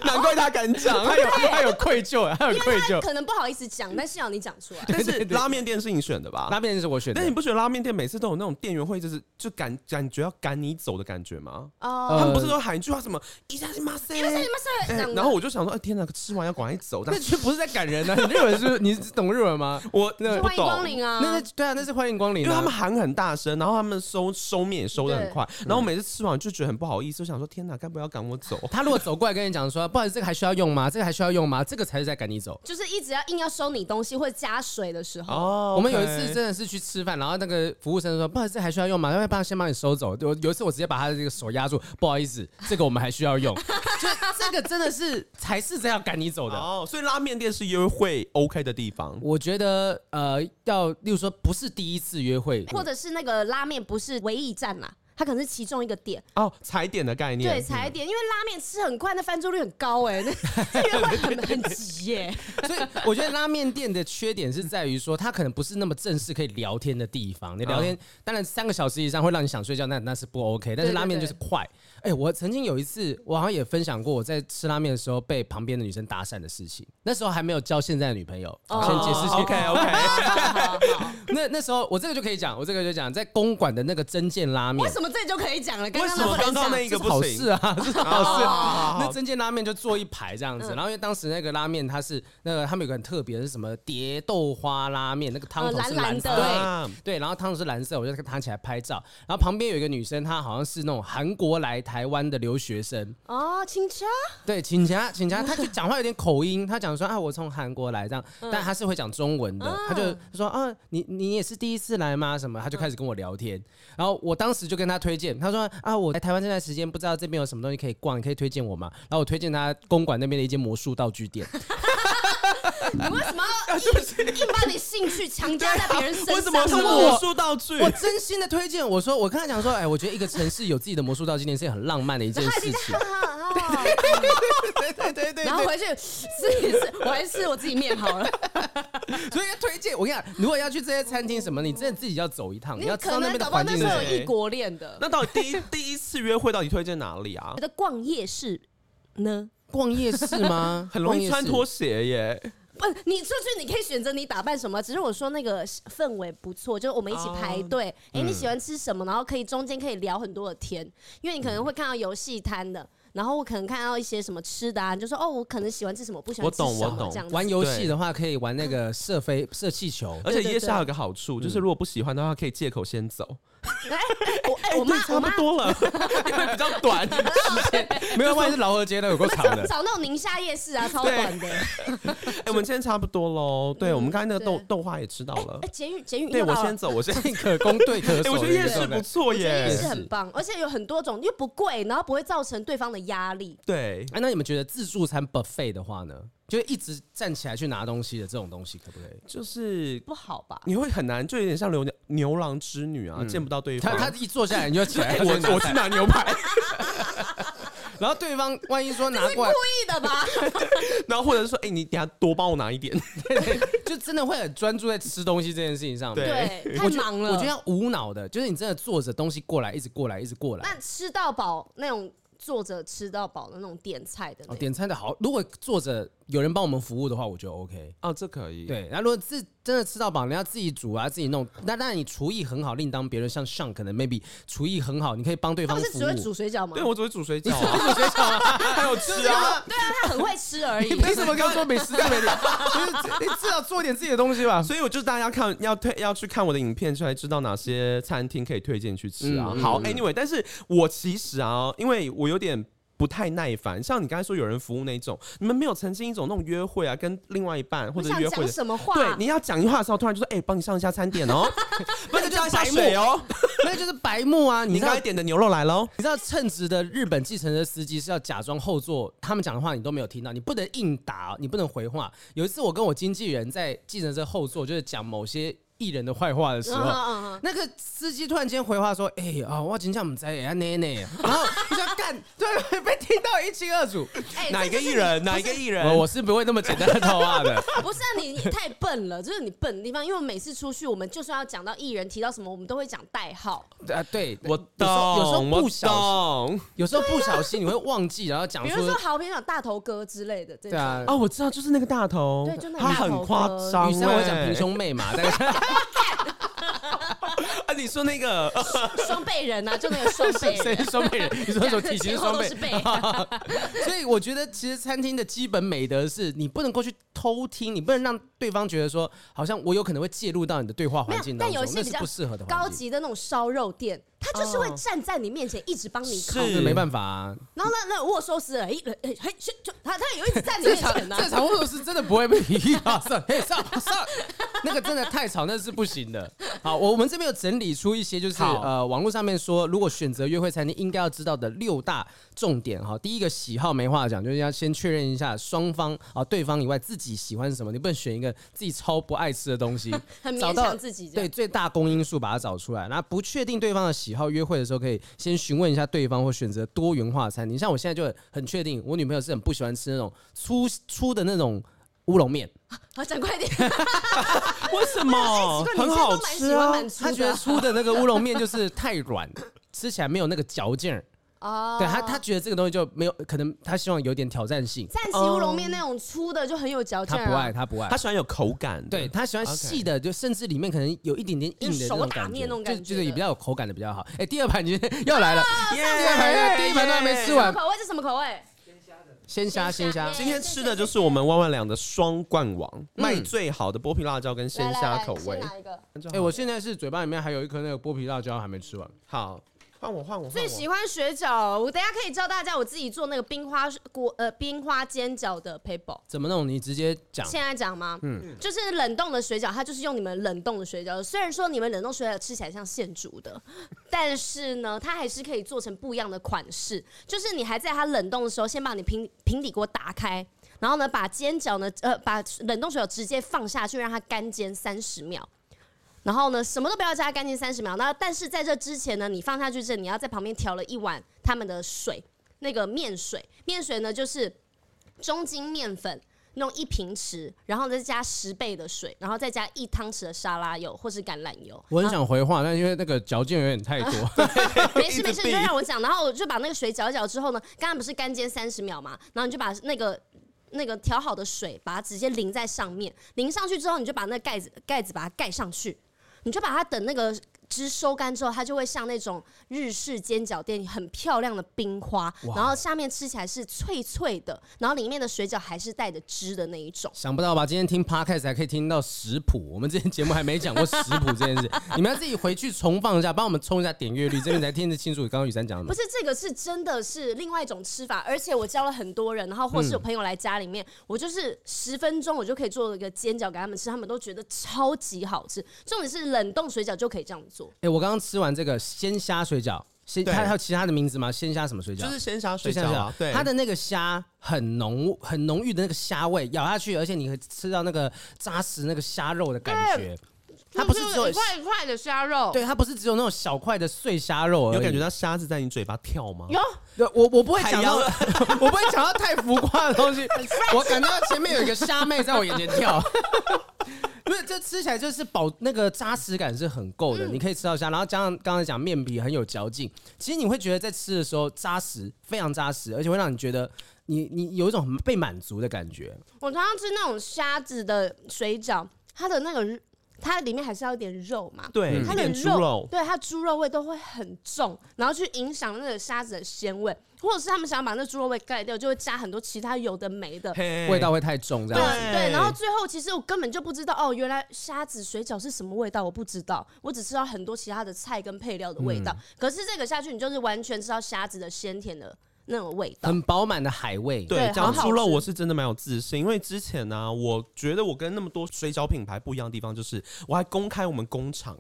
Speaker 3: 难怪他敢
Speaker 2: [LAUGHS]
Speaker 3: 讲。
Speaker 2: 他有他有愧疚，他有
Speaker 1: 因
Speaker 2: 愧
Speaker 1: 为他
Speaker 2: 疚。
Speaker 1: 可能不好意思讲，但幸好你讲出来。
Speaker 3: 但
Speaker 2: 对
Speaker 3: 是
Speaker 2: 对对
Speaker 3: 拉面店是你选的吧？
Speaker 2: 拉面是我选的
Speaker 3: 但，你不觉得拉面店每次都有那种店员会就是就感感觉要赶你走的感觉吗？
Speaker 1: 哦，
Speaker 2: 呃
Speaker 3: 他们不是都喊一句话什么“一下是马塞”，
Speaker 1: 你们是这
Speaker 3: 哎
Speaker 1: 样的
Speaker 3: 然后我就想说，哎天哪，吃完要赶快走。但
Speaker 2: 那就不是在赶人啊 [LAUGHS] 呢。你日文是不是你懂日文吗？
Speaker 3: 我那不
Speaker 1: 欢迎光
Speaker 3: 懂，
Speaker 1: 临啊！
Speaker 2: 那那对啊，那是欢迎光临
Speaker 3: 因
Speaker 2: 啊。
Speaker 3: 为他们喊很大声，然后他们收收面也收的很快，然后我每次吃完就觉得很不好意思，我想说天哪，该不要赶我走？
Speaker 2: 他如果走过来跟你讲说，不好意思，这个还需要用吗？这个还需要用吗？这个才是在赶你走。
Speaker 1: 就是一直要硬要收你东西或者加水的时候，
Speaker 3: 哦
Speaker 2: 我们有一次真的是去吃饭，然后那个服务生说：“不好意思，这还需要用吗？要不要帮先帮你收走？”有有一次我直接把他的这个手压住，不好意思，这个我们还需
Speaker 1: [LAUGHS]
Speaker 2: 要用。就这个真的是才是这样赶你走的。
Speaker 3: 哦，所以拉面店是约会 OK 的地方。
Speaker 2: 我觉得呃，要例如说不是第一次约会，
Speaker 1: 或者是那个拉面不是唯一一站啦，它可能是其中一个点。
Speaker 3: 哦，踩点的概念，
Speaker 1: 对，踩点，因嗯为拉面吃很快，那翻桌率很高哎，那 [LAUGHS] 这约会很很急耶。
Speaker 2: 所以我觉得拉面店的缺点是在于说，它可能不是那么正式可以聊天的地方。你聊天，当然三个小时以上会让你想睡觉，那那是不 OK。但
Speaker 1: 嗯
Speaker 2: 是
Speaker 1: 对对
Speaker 2: 拉面就是快。哎、我曾经有一次，我好像也分享过，我在吃拉面的时候被旁边的女生搭讪的事情。那时候还没有交现在的女朋友，
Speaker 1: 哦 [LAUGHS]
Speaker 2: 先解释先。
Speaker 3: OK OK， [LAUGHS]
Speaker 1: 好好好
Speaker 2: 那那时候我这个就可以讲，我这个就讲在公馆的那个真见拉面
Speaker 1: 为。什么这就可以讲了？刚
Speaker 3: 为
Speaker 1: 刚
Speaker 3: 什
Speaker 1: 那
Speaker 3: 么
Speaker 1: 不
Speaker 3: 刚
Speaker 1: 能
Speaker 3: 刚
Speaker 1: 讲
Speaker 3: 那一
Speaker 2: 这
Speaker 3: 个
Speaker 2: 是
Speaker 3: 不
Speaker 2: 好
Speaker 3: 行
Speaker 2: 事？
Speaker 1: [LAUGHS]
Speaker 2: 啊，这是好事。
Speaker 3: 哦
Speaker 2: 那真见拉面就坐一排这样
Speaker 1: 嗯
Speaker 2: 子，然后因为当时那个拉面它是那个他们有个很特别的是什么蝶豆花拉面，那个汤头是
Speaker 1: 呃蓝蓝
Speaker 2: 蓝色
Speaker 1: 的
Speaker 2: 的，
Speaker 3: 啊
Speaker 2: 对，然后汤头是蓝色，我就跟他起来拍照。然后旁边有一个女生，她好像是那种韩国来台湾的留学生，
Speaker 1: 哦，清澈
Speaker 2: 对，请假
Speaker 1: [LAUGHS]
Speaker 2: 请假，她就讲话有点口音，她讲说啊，我从韩国来这样，
Speaker 1: 嗯
Speaker 2: 但她是会讲中文的，她就说啊，你你也是第一次来吗？什么？她就开始跟我聊天，然后我当时就跟她推荐，她说啊，我来台湾这段时间不知道这边有什么东西可以逛，你可以推荐我吗？然后我推荐她公馆那边的一间魔术道具
Speaker 1: [LAUGHS]
Speaker 2: 店，
Speaker 1: 你为什么要硬硬把你兴趣强加在别人身上？
Speaker 3: 啊为什么是
Speaker 2: 他问
Speaker 3: 魔
Speaker 2: 我
Speaker 3: 术道具？
Speaker 2: 我真心的推荐，我说我跟她讲说，哎，我觉得一个城市有自己的魔术道具店是很浪漫的一件
Speaker 1: 他
Speaker 2: 事
Speaker 1: 已经 [LAUGHS]
Speaker 2: 情
Speaker 1: 哈。哈哈，
Speaker 2: 对对对对
Speaker 1: 然后回去吃一次，我还是我自己面好了。
Speaker 2: 所以推荐我跟你讲，如果要去这些餐厅什么，你真的自己要走一趟，你要知
Speaker 1: 可
Speaker 2: 道那
Speaker 1: 能
Speaker 2: 边的
Speaker 1: 搞不好
Speaker 2: 环
Speaker 1: 那
Speaker 2: 境
Speaker 1: 时
Speaker 2: 是
Speaker 1: 候
Speaker 2: 什
Speaker 1: 有
Speaker 2: 么。
Speaker 1: 异国恋的，
Speaker 3: 那到底第一第一次约会到底推荐哪里
Speaker 1: [LAUGHS]
Speaker 3: 啊
Speaker 1: 觉？得逛夜市呢？
Speaker 2: 逛夜市吗？
Speaker 3: [LAUGHS] 很容易穿拖
Speaker 2: 脱。
Speaker 3: 鞋耶，
Speaker 1: 不，你出去你可以选择你打扮什么，只是我说那个氛围不错，就是我们一起排队，
Speaker 3: 哦
Speaker 1: 哎、
Speaker 3: 嗯
Speaker 1: 你喜欢吃什么？然后可以中间可以聊很多的天，因为你可能会看到游戏摊的，然后我可能看到一些什么吃的啊，你就说哦，我可能喜欢吃什么，不喜欢吃
Speaker 3: 我懂
Speaker 1: 什
Speaker 3: 我
Speaker 1: 么
Speaker 3: 懂
Speaker 1: 这样子。
Speaker 2: 玩游戏的话，可以玩那个射飞射气球。
Speaker 3: 而
Speaker 1: 对
Speaker 3: 且
Speaker 1: 对
Speaker 3: 夜市
Speaker 1: 对
Speaker 3: 还有个好处，就是如果不喜欢的话，可以借口先走。
Speaker 1: 哎、我哎、
Speaker 3: 哎
Speaker 1: 我妈
Speaker 3: 对
Speaker 1: 我
Speaker 3: 差不
Speaker 1: 妈
Speaker 3: 多了， [LAUGHS] 因为比较短。
Speaker 2: 没有，万一是劳合街的有够长
Speaker 1: 找
Speaker 3: [LAUGHS]
Speaker 2: 的。
Speaker 1: 找那种宁夏夜市啊，超
Speaker 3: 对
Speaker 1: 短的。哎、
Speaker 3: 哎，我们今天差不多喽。对，我们刚才那个
Speaker 1: 嗯
Speaker 3: 豆
Speaker 1: 对哎
Speaker 3: 豆花也吃到了。
Speaker 1: 捷运捷运
Speaker 3: 对，
Speaker 1: 用
Speaker 3: 我
Speaker 1: 到了
Speaker 3: 先走，
Speaker 1: [LAUGHS]
Speaker 3: 我先。
Speaker 2: 进可攻对可
Speaker 3: [LAUGHS] 哎，
Speaker 2: 守。
Speaker 3: 我觉得夜市不
Speaker 2: 不
Speaker 3: 错
Speaker 1: 我觉得
Speaker 3: 耶
Speaker 1: 夜。市很棒，而且有很多种，又不贵，然后不会造成对方的压力。
Speaker 3: 对，
Speaker 2: 哎，那你们觉得自助餐 buffet 的话呢？就一直站起来去拿东西的这种东西，可不可以？
Speaker 3: 就是
Speaker 1: 不好吧？
Speaker 3: 你会很难，就有点像牛牛郎织女啊，见不到对
Speaker 2: 他
Speaker 3: 方。
Speaker 2: 他一坐下来你就起
Speaker 3: [LAUGHS]
Speaker 2: 来，
Speaker 3: 我我去拿牛排， [LAUGHS]
Speaker 2: 然后对方万一说拿过来，
Speaker 1: 故意的
Speaker 3: [LAUGHS]
Speaker 1: 吧？
Speaker 3: 然后或者是说，哎，你等下多帮我拿一点。
Speaker 2: 就真的会很专注在吃东西这件事情上面。
Speaker 1: 对，太
Speaker 2: 我觉
Speaker 1: 忙了。
Speaker 2: 我觉得要无脑的，就是你真的坐着东西过来，一直过来，一直过来。
Speaker 1: 那吃到饱那种坐着吃到饱的那种点菜的那
Speaker 2: 哦，
Speaker 1: 种，
Speaker 2: 点餐的好，如果坐着有人帮我们服务的话，我觉得 OK。
Speaker 3: 哦，这可以。
Speaker 2: 对，那如果自真的吃到饱，你要自己煮啊，自己弄。那当然你厨艺很好，另当别论。像上可能 maybe 厨艺很好，你可以帮对
Speaker 1: 他
Speaker 2: 方
Speaker 1: 不是
Speaker 2: 服
Speaker 1: 只会
Speaker 2: 务。
Speaker 1: 煮水饺吗
Speaker 3: 对，？我只会煮水饺
Speaker 2: 不
Speaker 3: 啊，
Speaker 2: 是学巧啊！
Speaker 3: [LAUGHS] 还有吃啊。
Speaker 1: 对啊，他很会吃而已
Speaker 2: 你。凭什么刚说美食这么 [LAUGHS] 点？就是你至少做点自己的东西吧。
Speaker 3: 所以我就大家看要推要去看我的影片，才知道哪些餐厅可以推荐去吃啊。
Speaker 2: 嗯
Speaker 3: 好
Speaker 2: 嗯
Speaker 3: ，anyway，但是我其实啊，因为我有点。不太耐烦，像你刚才说有人服务那种，你们没有曾经一种那种约会啊，跟另外一半或
Speaker 1: 我
Speaker 3: 者
Speaker 1: 想
Speaker 3: 约会
Speaker 1: 讲
Speaker 3: 的，
Speaker 1: 什么话？
Speaker 3: 对，你要讲一话的时候，突然就说，哎、帮你上一下
Speaker 1: [LAUGHS]
Speaker 3: 餐点哦，不然就上一下水哦，
Speaker 2: 那就是白目啊！你
Speaker 3: 你
Speaker 2: 知
Speaker 3: 刚
Speaker 2: 道
Speaker 3: 才，点的牛肉来喽，
Speaker 2: 你知道称职的日本计程车司机是要假装后座，他们讲的话你都没有听到，你哦不能硬答，你不能回话。有一次我跟我经纪人在计程车后座，就是讲某些。艺人的坏话的时 [LAUGHS]
Speaker 1: 嗯
Speaker 2: 候，
Speaker 1: 嗯嗯
Speaker 2: 那个司机突然间回话说：“哎、啊、我今天我们在哎奶奶。”
Speaker 1: [LAUGHS]
Speaker 2: 然后我就干，对，被听到一清二楚。
Speaker 1: 哎
Speaker 3: 哪一个
Speaker 1: 这就
Speaker 3: 艺
Speaker 1: 是
Speaker 3: 人？哪一个艺人？
Speaker 2: 我我是不会那么简单的套话的。 [LAUGHS]
Speaker 1: 不是啊，你你太笨了，就是你笨的地方。因为我每次出去，我们就算要讲到艺人，提到什么，我们都会讲代号。
Speaker 2: 啊，对，
Speaker 3: 我
Speaker 2: 有时
Speaker 3: 懂，
Speaker 2: 候有时候不小心，
Speaker 3: 我懂
Speaker 2: 有时候不小心你会忘记，然后讲
Speaker 1: 比
Speaker 2: 出
Speaker 1: 如说，嗯好，比如讲大头哥之类的这
Speaker 2: 对
Speaker 1: 种。
Speaker 2: 啊，
Speaker 3: 哦，我知道，就是那个大头，
Speaker 1: 对就那个
Speaker 3: 他
Speaker 1: 大头
Speaker 3: 很夸张欸，
Speaker 2: 女生会讲平胸妹嘛，
Speaker 1: 哦
Speaker 2: 大概是
Speaker 3: 啊。你说那个，
Speaker 1: 双倍人啊，就那个双倍
Speaker 2: [LAUGHS] 谁
Speaker 1: 人，
Speaker 2: 是双倍人？你说什么体型
Speaker 1: 前后
Speaker 2: 双
Speaker 1: 都 [LAUGHS]
Speaker 2: 倍
Speaker 1: 是？倍。
Speaker 2: [LAUGHS] 所以我觉得，其实餐厅的基本美德是你不能够去偷听，你不能让对方觉得说，好像我有可能会介入到你的对话环境当
Speaker 1: 没有但有
Speaker 2: 中
Speaker 1: 一，些
Speaker 2: 那
Speaker 1: 比
Speaker 2: 是
Speaker 1: 较
Speaker 2: 不适合的环
Speaker 1: 高
Speaker 2: 境。
Speaker 1: 级的那种烧肉店，他就是会站在你面前一直帮你烤。
Speaker 3: 是
Speaker 2: 这没办法啊，
Speaker 1: 然后那那握寿司了，哎哎哎，嘿就他他也会一直在你
Speaker 2: 这
Speaker 1: 面
Speaker 2: 场
Speaker 1: 前呢、，
Speaker 2: 这场握是真的不会被你啊上 [LAUGHS] 嘿上上，那个真的太吵，那是不行的。好，我我们这边有整理出一些，就是
Speaker 3: 好
Speaker 2: 呃网络上面说，如果选择约会餐厅应该要知道的六大重点哈。第一个喜好没话讲，就是要先确认一下双方啊对方以外自己喜欢什么，你不能选一个自己超不爱吃的东西
Speaker 1: 很勉
Speaker 2: 找到
Speaker 1: 强自己这样
Speaker 2: 对最大公因数把它找出来。那不确定对方的喜好，约会的时候可以先询问一下对方，或选择多元化餐厅。像我现在就很很确定，我女朋友是很不喜欢吃那种粗粗的那种乌龙面，
Speaker 1: 好，哦讲
Speaker 3: [LAUGHS]
Speaker 1: 快点，
Speaker 3: 为什
Speaker 1: [LAUGHS]
Speaker 3: 么
Speaker 1: 奇怪，女
Speaker 3: 哦很
Speaker 1: 生
Speaker 3: 好
Speaker 1: 都蛮
Speaker 3: 吃
Speaker 1: 喜欢
Speaker 3: 啊？
Speaker 1: 蛮粗
Speaker 2: 她觉得
Speaker 1: 的
Speaker 2: 粗的那个乌龙面就是太软，吃起来没有那个嚼劲儿。
Speaker 1: 哦
Speaker 2: 对
Speaker 1: [LAUGHS]
Speaker 2: 她，她觉得这个东西就没有，可能她希望有点挑战性。
Speaker 1: 赞岐
Speaker 3: 嗯
Speaker 1: 乌龙面那种粗的就很有嚼劲
Speaker 2: 她
Speaker 1: 儿、啊，
Speaker 2: 不爱，她不爱
Speaker 3: 他。喜欢有口感的，
Speaker 2: 对他喜欢
Speaker 3: OK
Speaker 2: 细的就甚至里面可能有一点点硬的那
Speaker 1: 手
Speaker 2: 种
Speaker 1: 打
Speaker 2: 感觉，
Speaker 1: 面那种
Speaker 2: 就
Speaker 1: 感
Speaker 2: 是
Speaker 1: 觉
Speaker 2: 觉得也
Speaker 1: 的啊
Speaker 2: 比较有口感的比较好。哎，第二盘已经 [LAUGHS] 又来了，
Speaker 3: 耶，
Speaker 2: 第二盘第一盘都还没吃
Speaker 1: 什
Speaker 2: 完
Speaker 1: 么口味？这什么口味？
Speaker 2: 鲜虾鲜虾
Speaker 1: 耶
Speaker 3: 今天吃的就是我们万万两的双冠王，
Speaker 2: 嗯
Speaker 3: 卖最好的剥皮辣椒跟 [LAUGHS] 鲜虾口味。
Speaker 1: 哪一个？
Speaker 2: 哎、我现在是嘴巴里面还有一颗那个剥皮辣椒还没吃完。
Speaker 3: 好，换我换我换
Speaker 1: 最
Speaker 3: 我。
Speaker 1: 喜欢水饺，我等一下可以教大家我自己做那个冰花锅呃冰花煎饺的 paper。
Speaker 2: 怎么弄？你直接讲。
Speaker 1: 现在讲吗？嗯，就是冷冻的水饺，它就是用你们冷冻的水饺。虽然说你们冷冻水饺吃起来像现煮的， [LAUGHS] 但是呢，它还是可以做成不一样的款式。就是你还在它冷冻的时候，先把你平平底锅打开，然后呢，把煎饺呢，呃，把冷冻水饺直接放下去，让它干煎三十秒。然后呢，什么都不要加，干煎三十秒。那但是在这之前呢，你放下去之后，你要在旁边调了一碗他们的水，那个面水。面水呢，就是中筋面粉弄一平匙，然后再加十倍的水，然后再加一汤匙的沙拉油或是橄榄油。
Speaker 2: 我很想回话，但因为那个嚼劲有点太多。
Speaker 1: 没事没
Speaker 3: 一
Speaker 1: 事，
Speaker 3: 直避
Speaker 1: 你就让我讲。然后我就把那个水搅一搅之后呢，刚刚不是干煎三十秒嘛，然后你就把那个那个调好的水，把它直接淋在上面，淋上去之后，你就把那个盖子盖子把它盖上去，你就把它等那个。汁收干之后，它就会像那种日式煎饺店很漂亮的冰花，然后下面吃起来是脆脆的，然后里面的水饺还是带着汁的那一种。
Speaker 2: 想不到吧？今天听 podcast 还可以听到食谱，我们之前节目还没讲过食谱这件事，你们要自己回去重放一下，帮我们冲一下点阅率，这边才听得清楚刚刚雨珊讲的
Speaker 1: 不
Speaker 2: 嘛。
Speaker 1: 是这个是真的是另外一种吃法，而且我教了很多人，然后或是有朋友来家里面，我就是十分钟我就可以做一个煎饺给他们吃，他们都觉得超级好吃。重点是冷冻水饺就可以这样做，
Speaker 2: 哎、我刚刚吃完这个鲜虾水饺，鲜
Speaker 3: 对
Speaker 2: 它还有其他的名字吗？鲜虾什么水饺？
Speaker 3: 就是鲜虾水
Speaker 2: 就像
Speaker 3: 饺
Speaker 2: 这
Speaker 3: 啊
Speaker 2: 样，，
Speaker 3: 对，
Speaker 2: 它的那个虾很浓很浓郁的那个虾味，咬下去，而且你会吃到那个扎实那个虾肉的感觉。它不是只有
Speaker 1: 一块的虾肉，
Speaker 2: 对，它不是只有那种小块的碎虾肉而已。
Speaker 3: 有感觉到虾子在你嘴巴跳吗？
Speaker 1: 有
Speaker 2: 对我我不会讲到，
Speaker 3: 海
Speaker 2: [LAUGHS] 我不会讲到太浮夸
Speaker 1: [LAUGHS]
Speaker 2: 的东西。我感觉到前面有一个虾妹在我眼前跳。不是，这吃起来就是饱，那个扎实感是很够
Speaker 1: 嗯
Speaker 2: 的。你可以吃到虾，然后加上刚才讲面皮很有嚼劲，其实你会觉得在吃的时候扎实，非常扎实，而且会让你觉得你你有一种很被满足的感觉。
Speaker 1: 我常常吃那种虾子的水饺，它的那个它里面还是要有点肉嘛，
Speaker 3: 对，
Speaker 1: 它的
Speaker 3: 有点猪肉，
Speaker 1: 对它猪肉味都会很重，然后去影响那个虾子的鲜味，或者是他们想要把那猪肉味盖掉，就会加很多其他有的没的。
Speaker 3: 嘿
Speaker 2: 味道会太重，这
Speaker 1: 对
Speaker 2: 样子。
Speaker 1: 对，然后最后其实我根本就不知道哦，原来虾子水饺是什么味道，我不知道，我只吃到很多其他的菜跟配料的味道。可是这个下去，你就是完全吃到虾子的鲜甜的那种味道。
Speaker 2: 很饱满的海味。
Speaker 1: 对
Speaker 3: 对，
Speaker 1: 很
Speaker 3: 讲
Speaker 1: 好
Speaker 3: 猪肉
Speaker 1: 吃
Speaker 3: 我是真的蛮有自信，因为之前呢、我觉得我跟那么多水饺品牌不一样的地方，就是我还公开我们工厂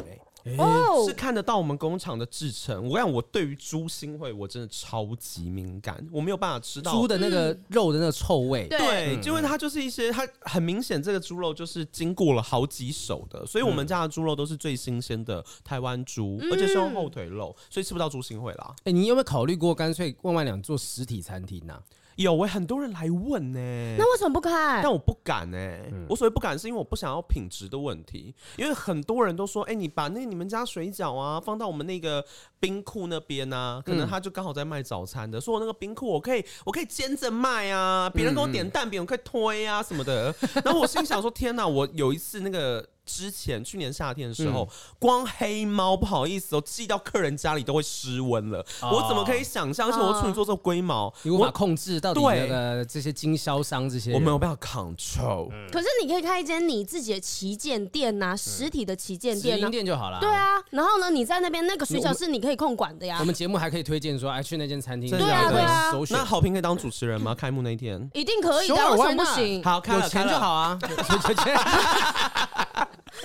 Speaker 3: 哎、
Speaker 1: 哦
Speaker 3: 是，看得到我们工厂的制成。我讲，我对于猪腥味我真的超级敏感，我没有办法吃到
Speaker 2: 猪的那个肉的那个臭味，
Speaker 1: 嗯对
Speaker 3: 对，因为它就是一些，它很明显这个猪肉就是经过了好几手的，所以我们家的猪肉都是最新鲜的台湾猪，而且是用后腿肉，所以吃不到猪腥味啦。
Speaker 2: 哎、你有没有考虑过干脆万万两做实体餐厅啊呢、
Speaker 3: 有诶、很多人来问呢、
Speaker 1: 那为什么不开？
Speaker 3: 但我不敢哎、
Speaker 2: 嗯
Speaker 3: 我所谓不敢，是因为我不想要品质的问题。因为很多人都说，哎、你把那你们家水饺啊放到我们那个冰库那边啊，可
Speaker 2: 嗯
Speaker 3: 能他就刚好在卖早餐的，说我那个冰库我可以我可以煎着卖啊，别人给我
Speaker 2: 嗯
Speaker 3: 点蛋饼我可以推啊什么的。然后我心想说，天哪！我有一次那个。之前去年夏天的时候，
Speaker 2: 嗯
Speaker 3: 光黑猫不好意思哦，寄到客人家里都会失温了。我怎么可以想象？而且我处女座这龟毛，
Speaker 2: 哦你无法
Speaker 3: 我
Speaker 2: 控制到底那
Speaker 3: 对
Speaker 2: 个这些经销商这些人，
Speaker 3: 我没有办法 control。
Speaker 2: 嗯
Speaker 1: 可是你可以开一间你自己的旗舰店呐、实体的旗舰
Speaker 2: 直
Speaker 1: 店呐、啊
Speaker 2: 营店就好了。
Speaker 1: 对，啊，然后呢，你在那边那个水饺是你可以控管的呀
Speaker 2: 我，们节目还可以推荐说，哎，去那间餐厅，
Speaker 3: 真的对啊
Speaker 2: 然后
Speaker 3: 对
Speaker 1: 啊
Speaker 2: 首选
Speaker 3: 那好评可以当主持 [LAUGHS] 人吗？开幕那一天，
Speaker 1: 一定可以的，
Speaker 2: Sure,
Speaker 1: 为什么不
Speaker 2: why not？
Speaker 1: 行？
Speaker 3: 好，开
Speaker 2: 有
Speaker 3: 了
Speaker 2: 钱就。好啊，有钱。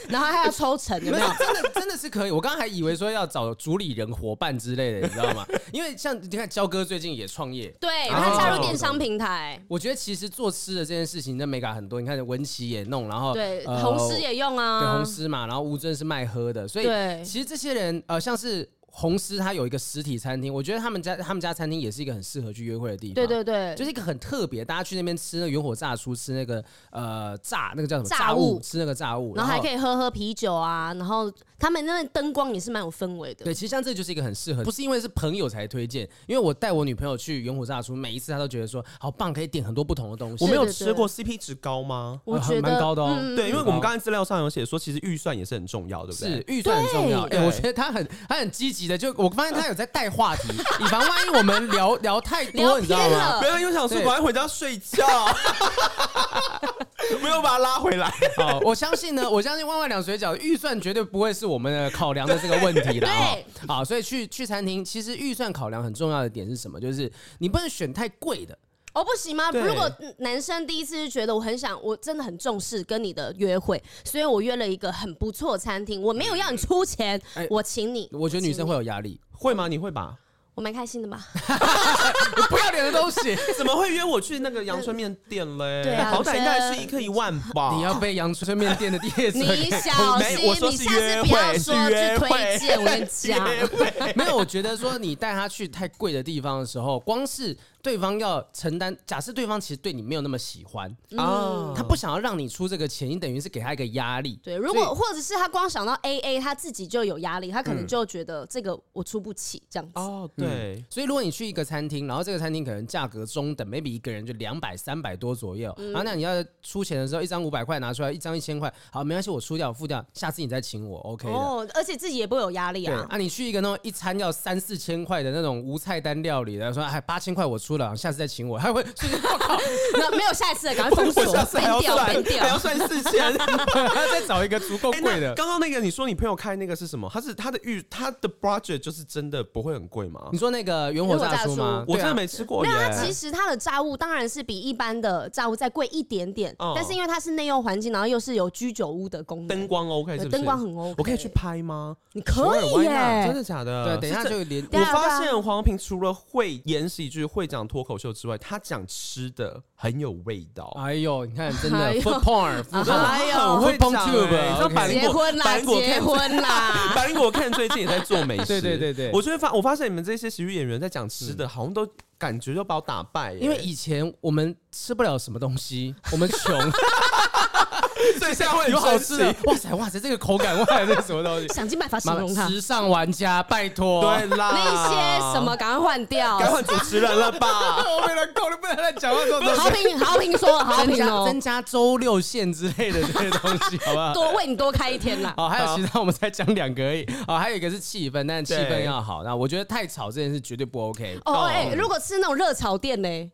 Speaker 1: 然后还要抽成，有
Speaker 2: 没
Speaker 1: 没
Speaker 2: [LAUGHS] 有
Speaker 1: 有？，
Speaker 2: [LAUGHS] 真的真的是可以。我刚刚还以为说要找主理人伙伴之类的，你知道吗？因为像你看焦哥最近也创业，
Speaker 1: 对
Speaker 2: 然
Speaker 1: 他
Speaker 2: 后
Speaker 1: 加入电商平台，
Speaker 2: 我觉得其实做吃的这件事情，那 mega 很多。你看文琪也弄，然后
Speaker 1: 对
Speaker 2: 呃
Speaker 1: 红狮也用
Speaker 2: 对
Speaker 1: 啊
Speaker 2: 红，狮嘛，然后吴尊是卖喝的，所以
Speaker 1: 对
Speaker 2: 其实这些人呃，像是红狮，他有一个实体餐厅，我觉得他们家他们家餐厅也是一个很适合去约会的地方。
Speaker 1: 对对对，
Speaker 2: 就是一个很特别，大家去那边吃那个原火炸酥，吃那个呃炸那个叫什么
Speaker 1: 炸
Speaker 2: 物，
Speaker 1: 物
Speaker 2: 吃那个炸物，
Speaker 1: 然后还可
Speaker 2: 以。
Speaker 1: 以喝喝啤酒啊，然后他们那边灯光也是蛮有氛围的
Speaker 2: 对，。其实像这就是一个很适合，不是因为是朋友才推荐，因为我带我女朋友去原火炸酥，每一次她都觉得说好棒，可以点很多不同的东西。
Speaker 3: 我没有
Speaker 1: 对对
Speaker 3: 吃过，CP 值高吗？
Speaker 1: 我觉
Speaker 2: 蛮
Speaker 1: 得
Speaker 2: 高的哦
Speaker 1: 嗯
Speaker 3: 对，因为
Speaker 2: 嗯
Speaker 3: 我们刚才资料上有写说，其实预算也是很重要，对不
Speaker 2: 是
Speaker 3: 对？
Speaker 2: 预算很重要。哎、
Speaker 1: 对
Speaker 2: 我觉得他很他很积极的，就我发现他有在带话题， [LAUGHS] 以防万一我们聊聊太
Speaker 1: 聊
Speaker 2: 多，你知道
Speaker 1: 偏
Speaker 2: 吗？
Speaker 1: 了
Speaker 3: 原来又想说
Speaker 2: 对
Speaker 3: 赶快回家睡觉， [LAUGHS] 没有把他拉回来。
Speaker 2: 好，我相信呢，我相信万万两水饺预算绝对不会是我们的考量的这个问题啦。哦好，所以去去餐厅，其实预算考量很重要的点是什么？就是你不能选太贵的。
Speaker 1: 哦，不行吗？
Speaker 3: 对
Speaker 1: 如果男生第一次就觉得我很想，我真的很重视跟你的约会，所以我约了一个很不错的餐厅，我没有要你出钱，
Speaker 2: 哎
Speaker 1: 我请你。
Speaker 2: 我觉得女生
Speaker 1: 请
Speaker 2: 会
Speaker 1: 你，
Speaker 2: 有压力，
Speaker 3: [LAUGHS] 会吗？你会吧？
Speaker 1: 我蛮开心的
Speaker 3: [LAUGHS]
Speaker 1: 嘛。
Speaker 2: 不要脸的东西，
Speaker 3: 怎么会约我去那个阳春面店嘞？
Speaker 1: 对啊
Speaker 3: 好歹应该是一克一万吧。
Speaker 1: [LAUGHS]
Speaker 2: 你要被阳春面店的业者
Speaker 1: 你
Speaker 2: 给
Speaker 1: 小
Speaker 3: 没
Speaker 1: 心，
Speaker 3: 我说
Speaker 1: 你
Speaker 3: 是
Speaker 1: 下次
Speaker 3: 约
Speaker 1: 不要
Speaker 3: 会是
Speaker 1: 说去
Speaker 3: 约会
Speaker 1: 推荐，我跟你讲，
Speaker 3: [LAUGHS] 约会
Speaker 2: 没有，我觉得说你带他去太贵的地方的时候，光是对方要承担，假设对方其实对你没有那么喜欢，
Speaker 3: 啊
Speaker 1: 嗯
Speaker 2: 他不想要让你出这个钱，你等于是给他一个压力。
Speaker 1: 对，如果或者是他光想到 A A，他自己就有压力，他可能就觉得这个我出不起这样子。
Speaker 3: 嗯哦，对，
Speaker 2: 所以如果你去一个餐厅，然后这个餐厅可能价格中等，maybe 一个人就两百、三百多左右，
Speaker 1: 嗯
Speaker 2: 然后那你要出钱的时候，一张五百块拿出来，一张一千块，好，没关系，我出掉，我付掉，下次你再请我，OK 的。
Speaker 1: 哦，而且自己也不会有压力
Speaker 2: 对
Speaker 1: 啊。
Speaker 2: 啊，你去一个那种一餐要三四千块的那种无菜单料理的，说哎八千块我出了，下次再请我，还会瞬间我靠，
Speaker 1: 那 [LAUGHS] 没有下一次了，赶快封锁
Speaker 3: 我下，次还
Speaker 1: 变掉，
Speaker 3: 要算
Speaker 1: 变，
Speaker 3: 还要
Speaker 1: 掉。
Speaker 3: 算四千。
Speaker 2: 还要再找一个足够
Speaker 3: 哎，
Speaker 1: [LAUGHS]
Speaker 2: 贵的
Speaker 3: 那。刚刚那个你说你朋友开那个是什么？他是他的预他的 budget 就是真的不会很贵吗
Speaker 2: 你？说那个原火炸酥吗？
Speaker 3: 我真的
Speaker 2: 对啊
Speaker 3: 没吃过
Speaker 1: 没
Speaker 3: 耶。
Speaker 1: 有，它 [LAUGHS] 其实它的炸物当然是比一般的炸物再贵一点点，
Speaker 3: 哦
Speaker 1: 但是因为它是内用环境，然后又是有居酒屋的功
Speaker 3: 灯
Speaker 1: 能，
Speaker 3: 光 OK 是不是？
Speaker 1: 灯光很 OK
Speaker 3: 我可以去拍吗？
Speaker 1: 你可以
Speaker 3: Sure, why not？真
Speaker 1: 耶。
Speaker 3: 的假的？
Speaker 2: 对，等一下
Speaker 3: 是真
Speaker 2: 就
Speaker 1: [LAUGHS]
Speaker 2: 连
Speaker 1: 对
Speaker 3: 我
Speaker 1: 啊
Speaker 3: 发现黄平除了会演喜剧、会讲脱口秀之外，他讲吃的很有味道。
Speaker 2: 哎呦，你看真
Speaker 1: [LAUGHS]
Speaker 2: 的
Speaker 1: 哎呦
Speaker 2: food porn，food
Speaker 1: 啊
Speaker 2: porn
Speaker 1: [LAUGHS] 哎呦
Speaker 3: 很会讲
Speaker 2: Tube，啊
Speaker 3: 欸你知道
Speaker 2: OK
Speaker 3: 百灵
Speaker 1: 结
Speaker 3: 果
Speaker 1: 婚啦，
Speaker 3: 百灵果
Speaker 1: 结
Speaker 3: Ken
Speaker 1: 婚啦，
Speaker 3: 百灵果看最近也在做美食，
Speaker 2: [LAUGHS] 对对对对
Speaker 3: 我就会发，我发现你们这些喜剧演员在讲吃的，好像都感觉就把我打败耶，
Speaker 2: 因为以前我们吃不了什么东西，我们穷， [LAUGHS]
Speaker 3: 所以现在会很
Speaker 2: 有好
Speaker 3: 生
Speaker 2: 吃
Speaker 3: 气
Speaker 2: 的，哇塞哇塞，这个口感哇塞，这 [LAUGHS] 是什么东西？
Speaker 1: [LAUGHS] 想尽办法形
Speaker 2: 妈
Speaker 1: 容
Speaker 2: 妈，
Speaker 1: 它。
Speaker 2: 时尚玩家，拜托，
Speaker 3: 对啦，
Speaker 1: 那些
Speaker 3: [LAUGHS]
Speaker 1: 什么，赶快换掉。
Speaker 3: 该换主持人了
Speaker 2: [LAUGHS]
Speaker 3: 吧？
Speaker 2: 我没人够，你不能再讲话这种东西
Speaker 1: 好评好评说好
Speaker 2: 增
Speaker 1: 评
Speaker 2: 加
Speaker 1: 哦
Speaker 2: 增，加周六线之类的这些东西，好不好？
Speaker 1: [LAUGHS] 多为你多开一天
Speaker 3: [LAUGHS]
Speaker 1: 啦。
Speaker 2: 好，还有其他我们才讲两个而已。哦，还有一个是气氛，但气氛要好。那我觉得太吵这件事绝对不 OK。
Speaker 1: 哦，哎，如果吃那种热炒店呢？哎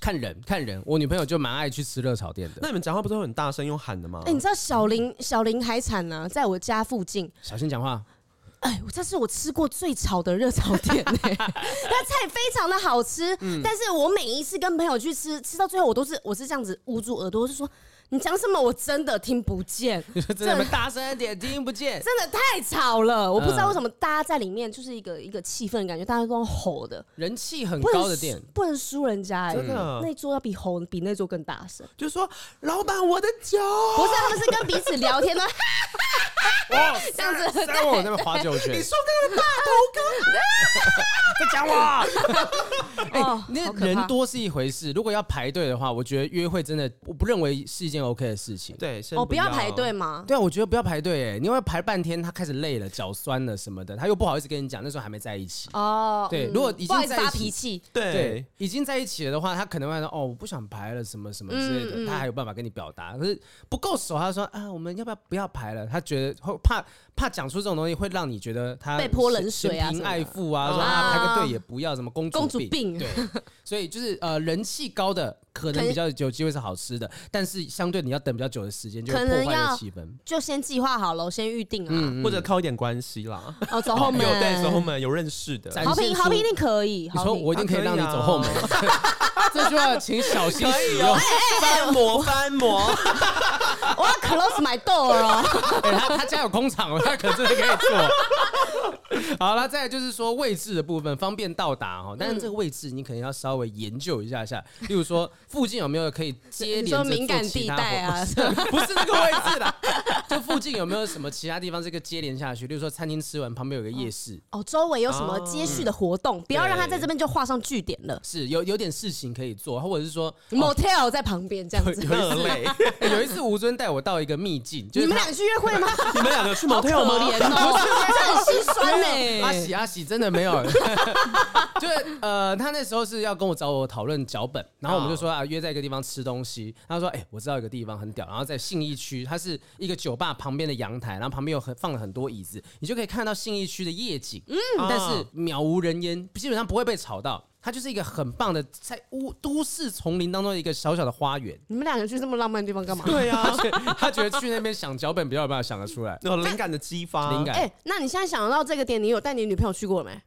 Speaker 2: 看人，看人。我女朋友就蛮爱去吃热炒店的。
Speaker 3: 那你们讲话不是会很大声用喊的吗？
Speaker 1: 啊哎，你知道小林小林海产呢，在我家附近，
Speaker 2: 小心讲话， [LAUGHS]
Speaker 1: 哎，我这是我吃过最炒的热炒店
Speaker 2: [LAUGHS]
Speaker 1: 呢、它菜非常的好吃，
Speaker 2: 嗯
Speaker 1: 但是我每一次跟朋友去吃，吃到最后我都是我是这样子捂住耳朵，我是说你讲什么我真的听不
Speaker 2: [LAUGHS]
Speaker 1: 见，
Speaker 2: 你说真的吗，大声一点，听不见。
Speaker 1: 真的太吵了，我不
Speaker 2: 嗯
Speaker 1: 知道为什么大家在里面就是一个一个气氛的感觉，大家都吼的，
Speaker 2: 人气很
Speaker 1: 不能
Speaker 2: 高的
Speaker 1: [LAUGHS]
Speaker 2: 店
Speaker 1: 输，不能输人家哎、
Speaker 3: 真的
Speaker 1: 那桌要比吼比那桌更大声，
Speaker 3: 就说老板我的酒，
Speaker 1: 不是他们是跟彼此聊
Speaker 2: [LAUGHS]
Speaker 1: 天呢，这样子
Speaker 2: 在我那边划酒圈，
Speaker 3: 说那个大头哥在讲我，
Speaker 2: [LAUGHS]
Speaker 1: 哦，
Speaker 2: 那
Speaker 1: 好可怕
Speaker 2: 人多是一回事，如果要排队的话，我觉得约会真的我不认为是一件 OK 的事情。
Speaker 3: [LAUGHS] 对，先
Speaker 1: 哦，不要排队，嘛，
Speaker 2: 对啊，我觉得不要排队，哎，你要排半天，他开始累了，脚酸了什么的，他又不好意思跟你讲，那时候还没在一起。
Speaker 1: 哦，
Speaker 2: 对
Speaker 1: 嗯
Speaker 2: 如果已经
Speaker 1: 不好意思
Speaker 2: 在一
Speaker 1: 发
Speaker 2: 起
Speaker 1: 脾气，
Speaker 3: 对
Speaker 2: 对，，已经在一起了的话，他可能会说哦，我不想排了，什么什么之类的，
Speaker 1: 嗯嗯
Speaker 2: 他还有办法跟你表
Speaker 1: 嗯
Speaker 2: 达。可是不够熟，他说啊，我们要不要不要排了？他觉得会怕怕讲出这种东西，会让你觉得他
Speaker 1: 被泼冷水啊
Speaker 2: 嫌贫
Speaker 1: 什么的
Speaker 2: 爱富啊，说
Speaker 1: 啊
Speaker 2: 啊排个队也不要，什么公
Speaker 1: 公主
Speaker 2: 病。
Speaker 1: 病
Speaker 2: 对，所以就是呃，人气高的可
Speaker 1: 可
Speaker 2: 能
Speaker 1: 能
Speaker 2: 比较有机会是好吃的，但是相对你要等比较久的时间，就会
Speaker 1: 可
Speaker 2: 破
Speaker 1: 能
Speaker 2: 坏了
Speaker 1: 要
Speaker 2: 气氛。
Speaker 1: 就先计划好了，我先预定啊，
Speaker 2: 嗯
Speaker 3: 或者靠一点关系啦，
Speaker 1: 哦，走后门，
Speaker 3: 有对，走后门有认识的，
Speaker 2: 展
Speaker 1: 好
Speaker 2: 现
Speaker 1: 评
Speaker 2: 出
Speaker 1: 好评一定可以。
Speaker 2: 你
Speaker 1: 好
Speaker 2: 说
Speaker 1: 评
Speaker 2: 我一定可以让你
Speaker 3: 啊可以啊
Speaker 2: 走后门，
Speaker 1: 啊
Speaker 2: [LAUGHS] 这句话请小心
Speaker 1: 哦
Speaker 2: 使用。
Speaker 3: 哦
Speaker 1: 哎
Speaker 3: 翻模翻 [LAUGHS] 模，
Speaker 1: [LAUGHS] 我要 close my door 了，
Speaker 2: 哎、他他家有工厂，哦他可真的可以做。 [LAUGHS] 好了，再来就是说位置的部分，方便到达
Speaker 1: 嗯
Speaker 2: 哈。但是这个位置你可能要稍微研究一下下，例如说附近有没有可以接连
Speaker 1: 你
Speaker 2: 着
Speaker 1: 说
Speaker 2: 做
Speaker 1: 敏感
Speaker 2: 其
Speaker 1: 地
Speaker 2: 他
Speaker 1: 带
Speaker 2: 活
Speaker 1: 啊，
Speaker 2: [LAUGHS] 不是那个位置啦，就附近有没有什么其他地方这个接连下去？例如说餐厅吃完旁边有个夜市，
Speaker 1: [LAUGHS] 哦，周围有什么接续的活动，
Speaker 2: 哦
Speaker 1: 不要让他在这边就画上句点了。
Speaker 2: 是有有点事情可以做，或者是说。哦欸
Speaker 1: motel 在旁边这样子，
Speaker 3: 那累，
Speaker 2: 有一次吴尊带我到一个秘境，就
Speaker 1: 你
Speaker 2: 是
Speaker 1: 们
Speaker 2: 他
Speaker 1: 俩去约会吗？
Speaker 3: [LAUGHS] 你们两个去
Speaker 1: 好
Speaker 3: motel
Speaker 1: 可
Speaker 3: 吗？
Speaker 1: 怜哦，这很欸心酸
Speaker 2: 阿
Speaker 1: 呢。
Speaker 2: 喜阿喜真的没有， [LAUGHS] 就是呃，他那时候是要跟我找我讨论脚本，然后
Speaker 1: 哦
Speaker 2: 我们就说啊，约在一个地方吃东西。他说，哎、我知道一个地方很屌，然后在信义区，它是一个酒吧旁边的阳台，然后旁边有很放了很多椅子，你就可以看到信义区的夜景，嗯，但
Speaker 1: 哦
Speaker 2: 是渺无人烟，基本上不会被吵到。它就是一个很棒的，在屋都市丛林当中的一个小小的花园。
Speaker 1: [LAUGHS] 你们两个去这么浪漫的地方干嘛？
Speaker 3: 对 [LAUGHS] 啊，
Speaker 2: [LAUGHS] 他觉得去那边想脚本比较有办法想得出来，
Speaker 3: 有灵感的激发，
Speaker 2: 灵感
Speaker 1: 哎，那你现在想到这个点，你有带你女朋友去
Speaker 2: [LAUGHS]
Speaker 1: 过没？啊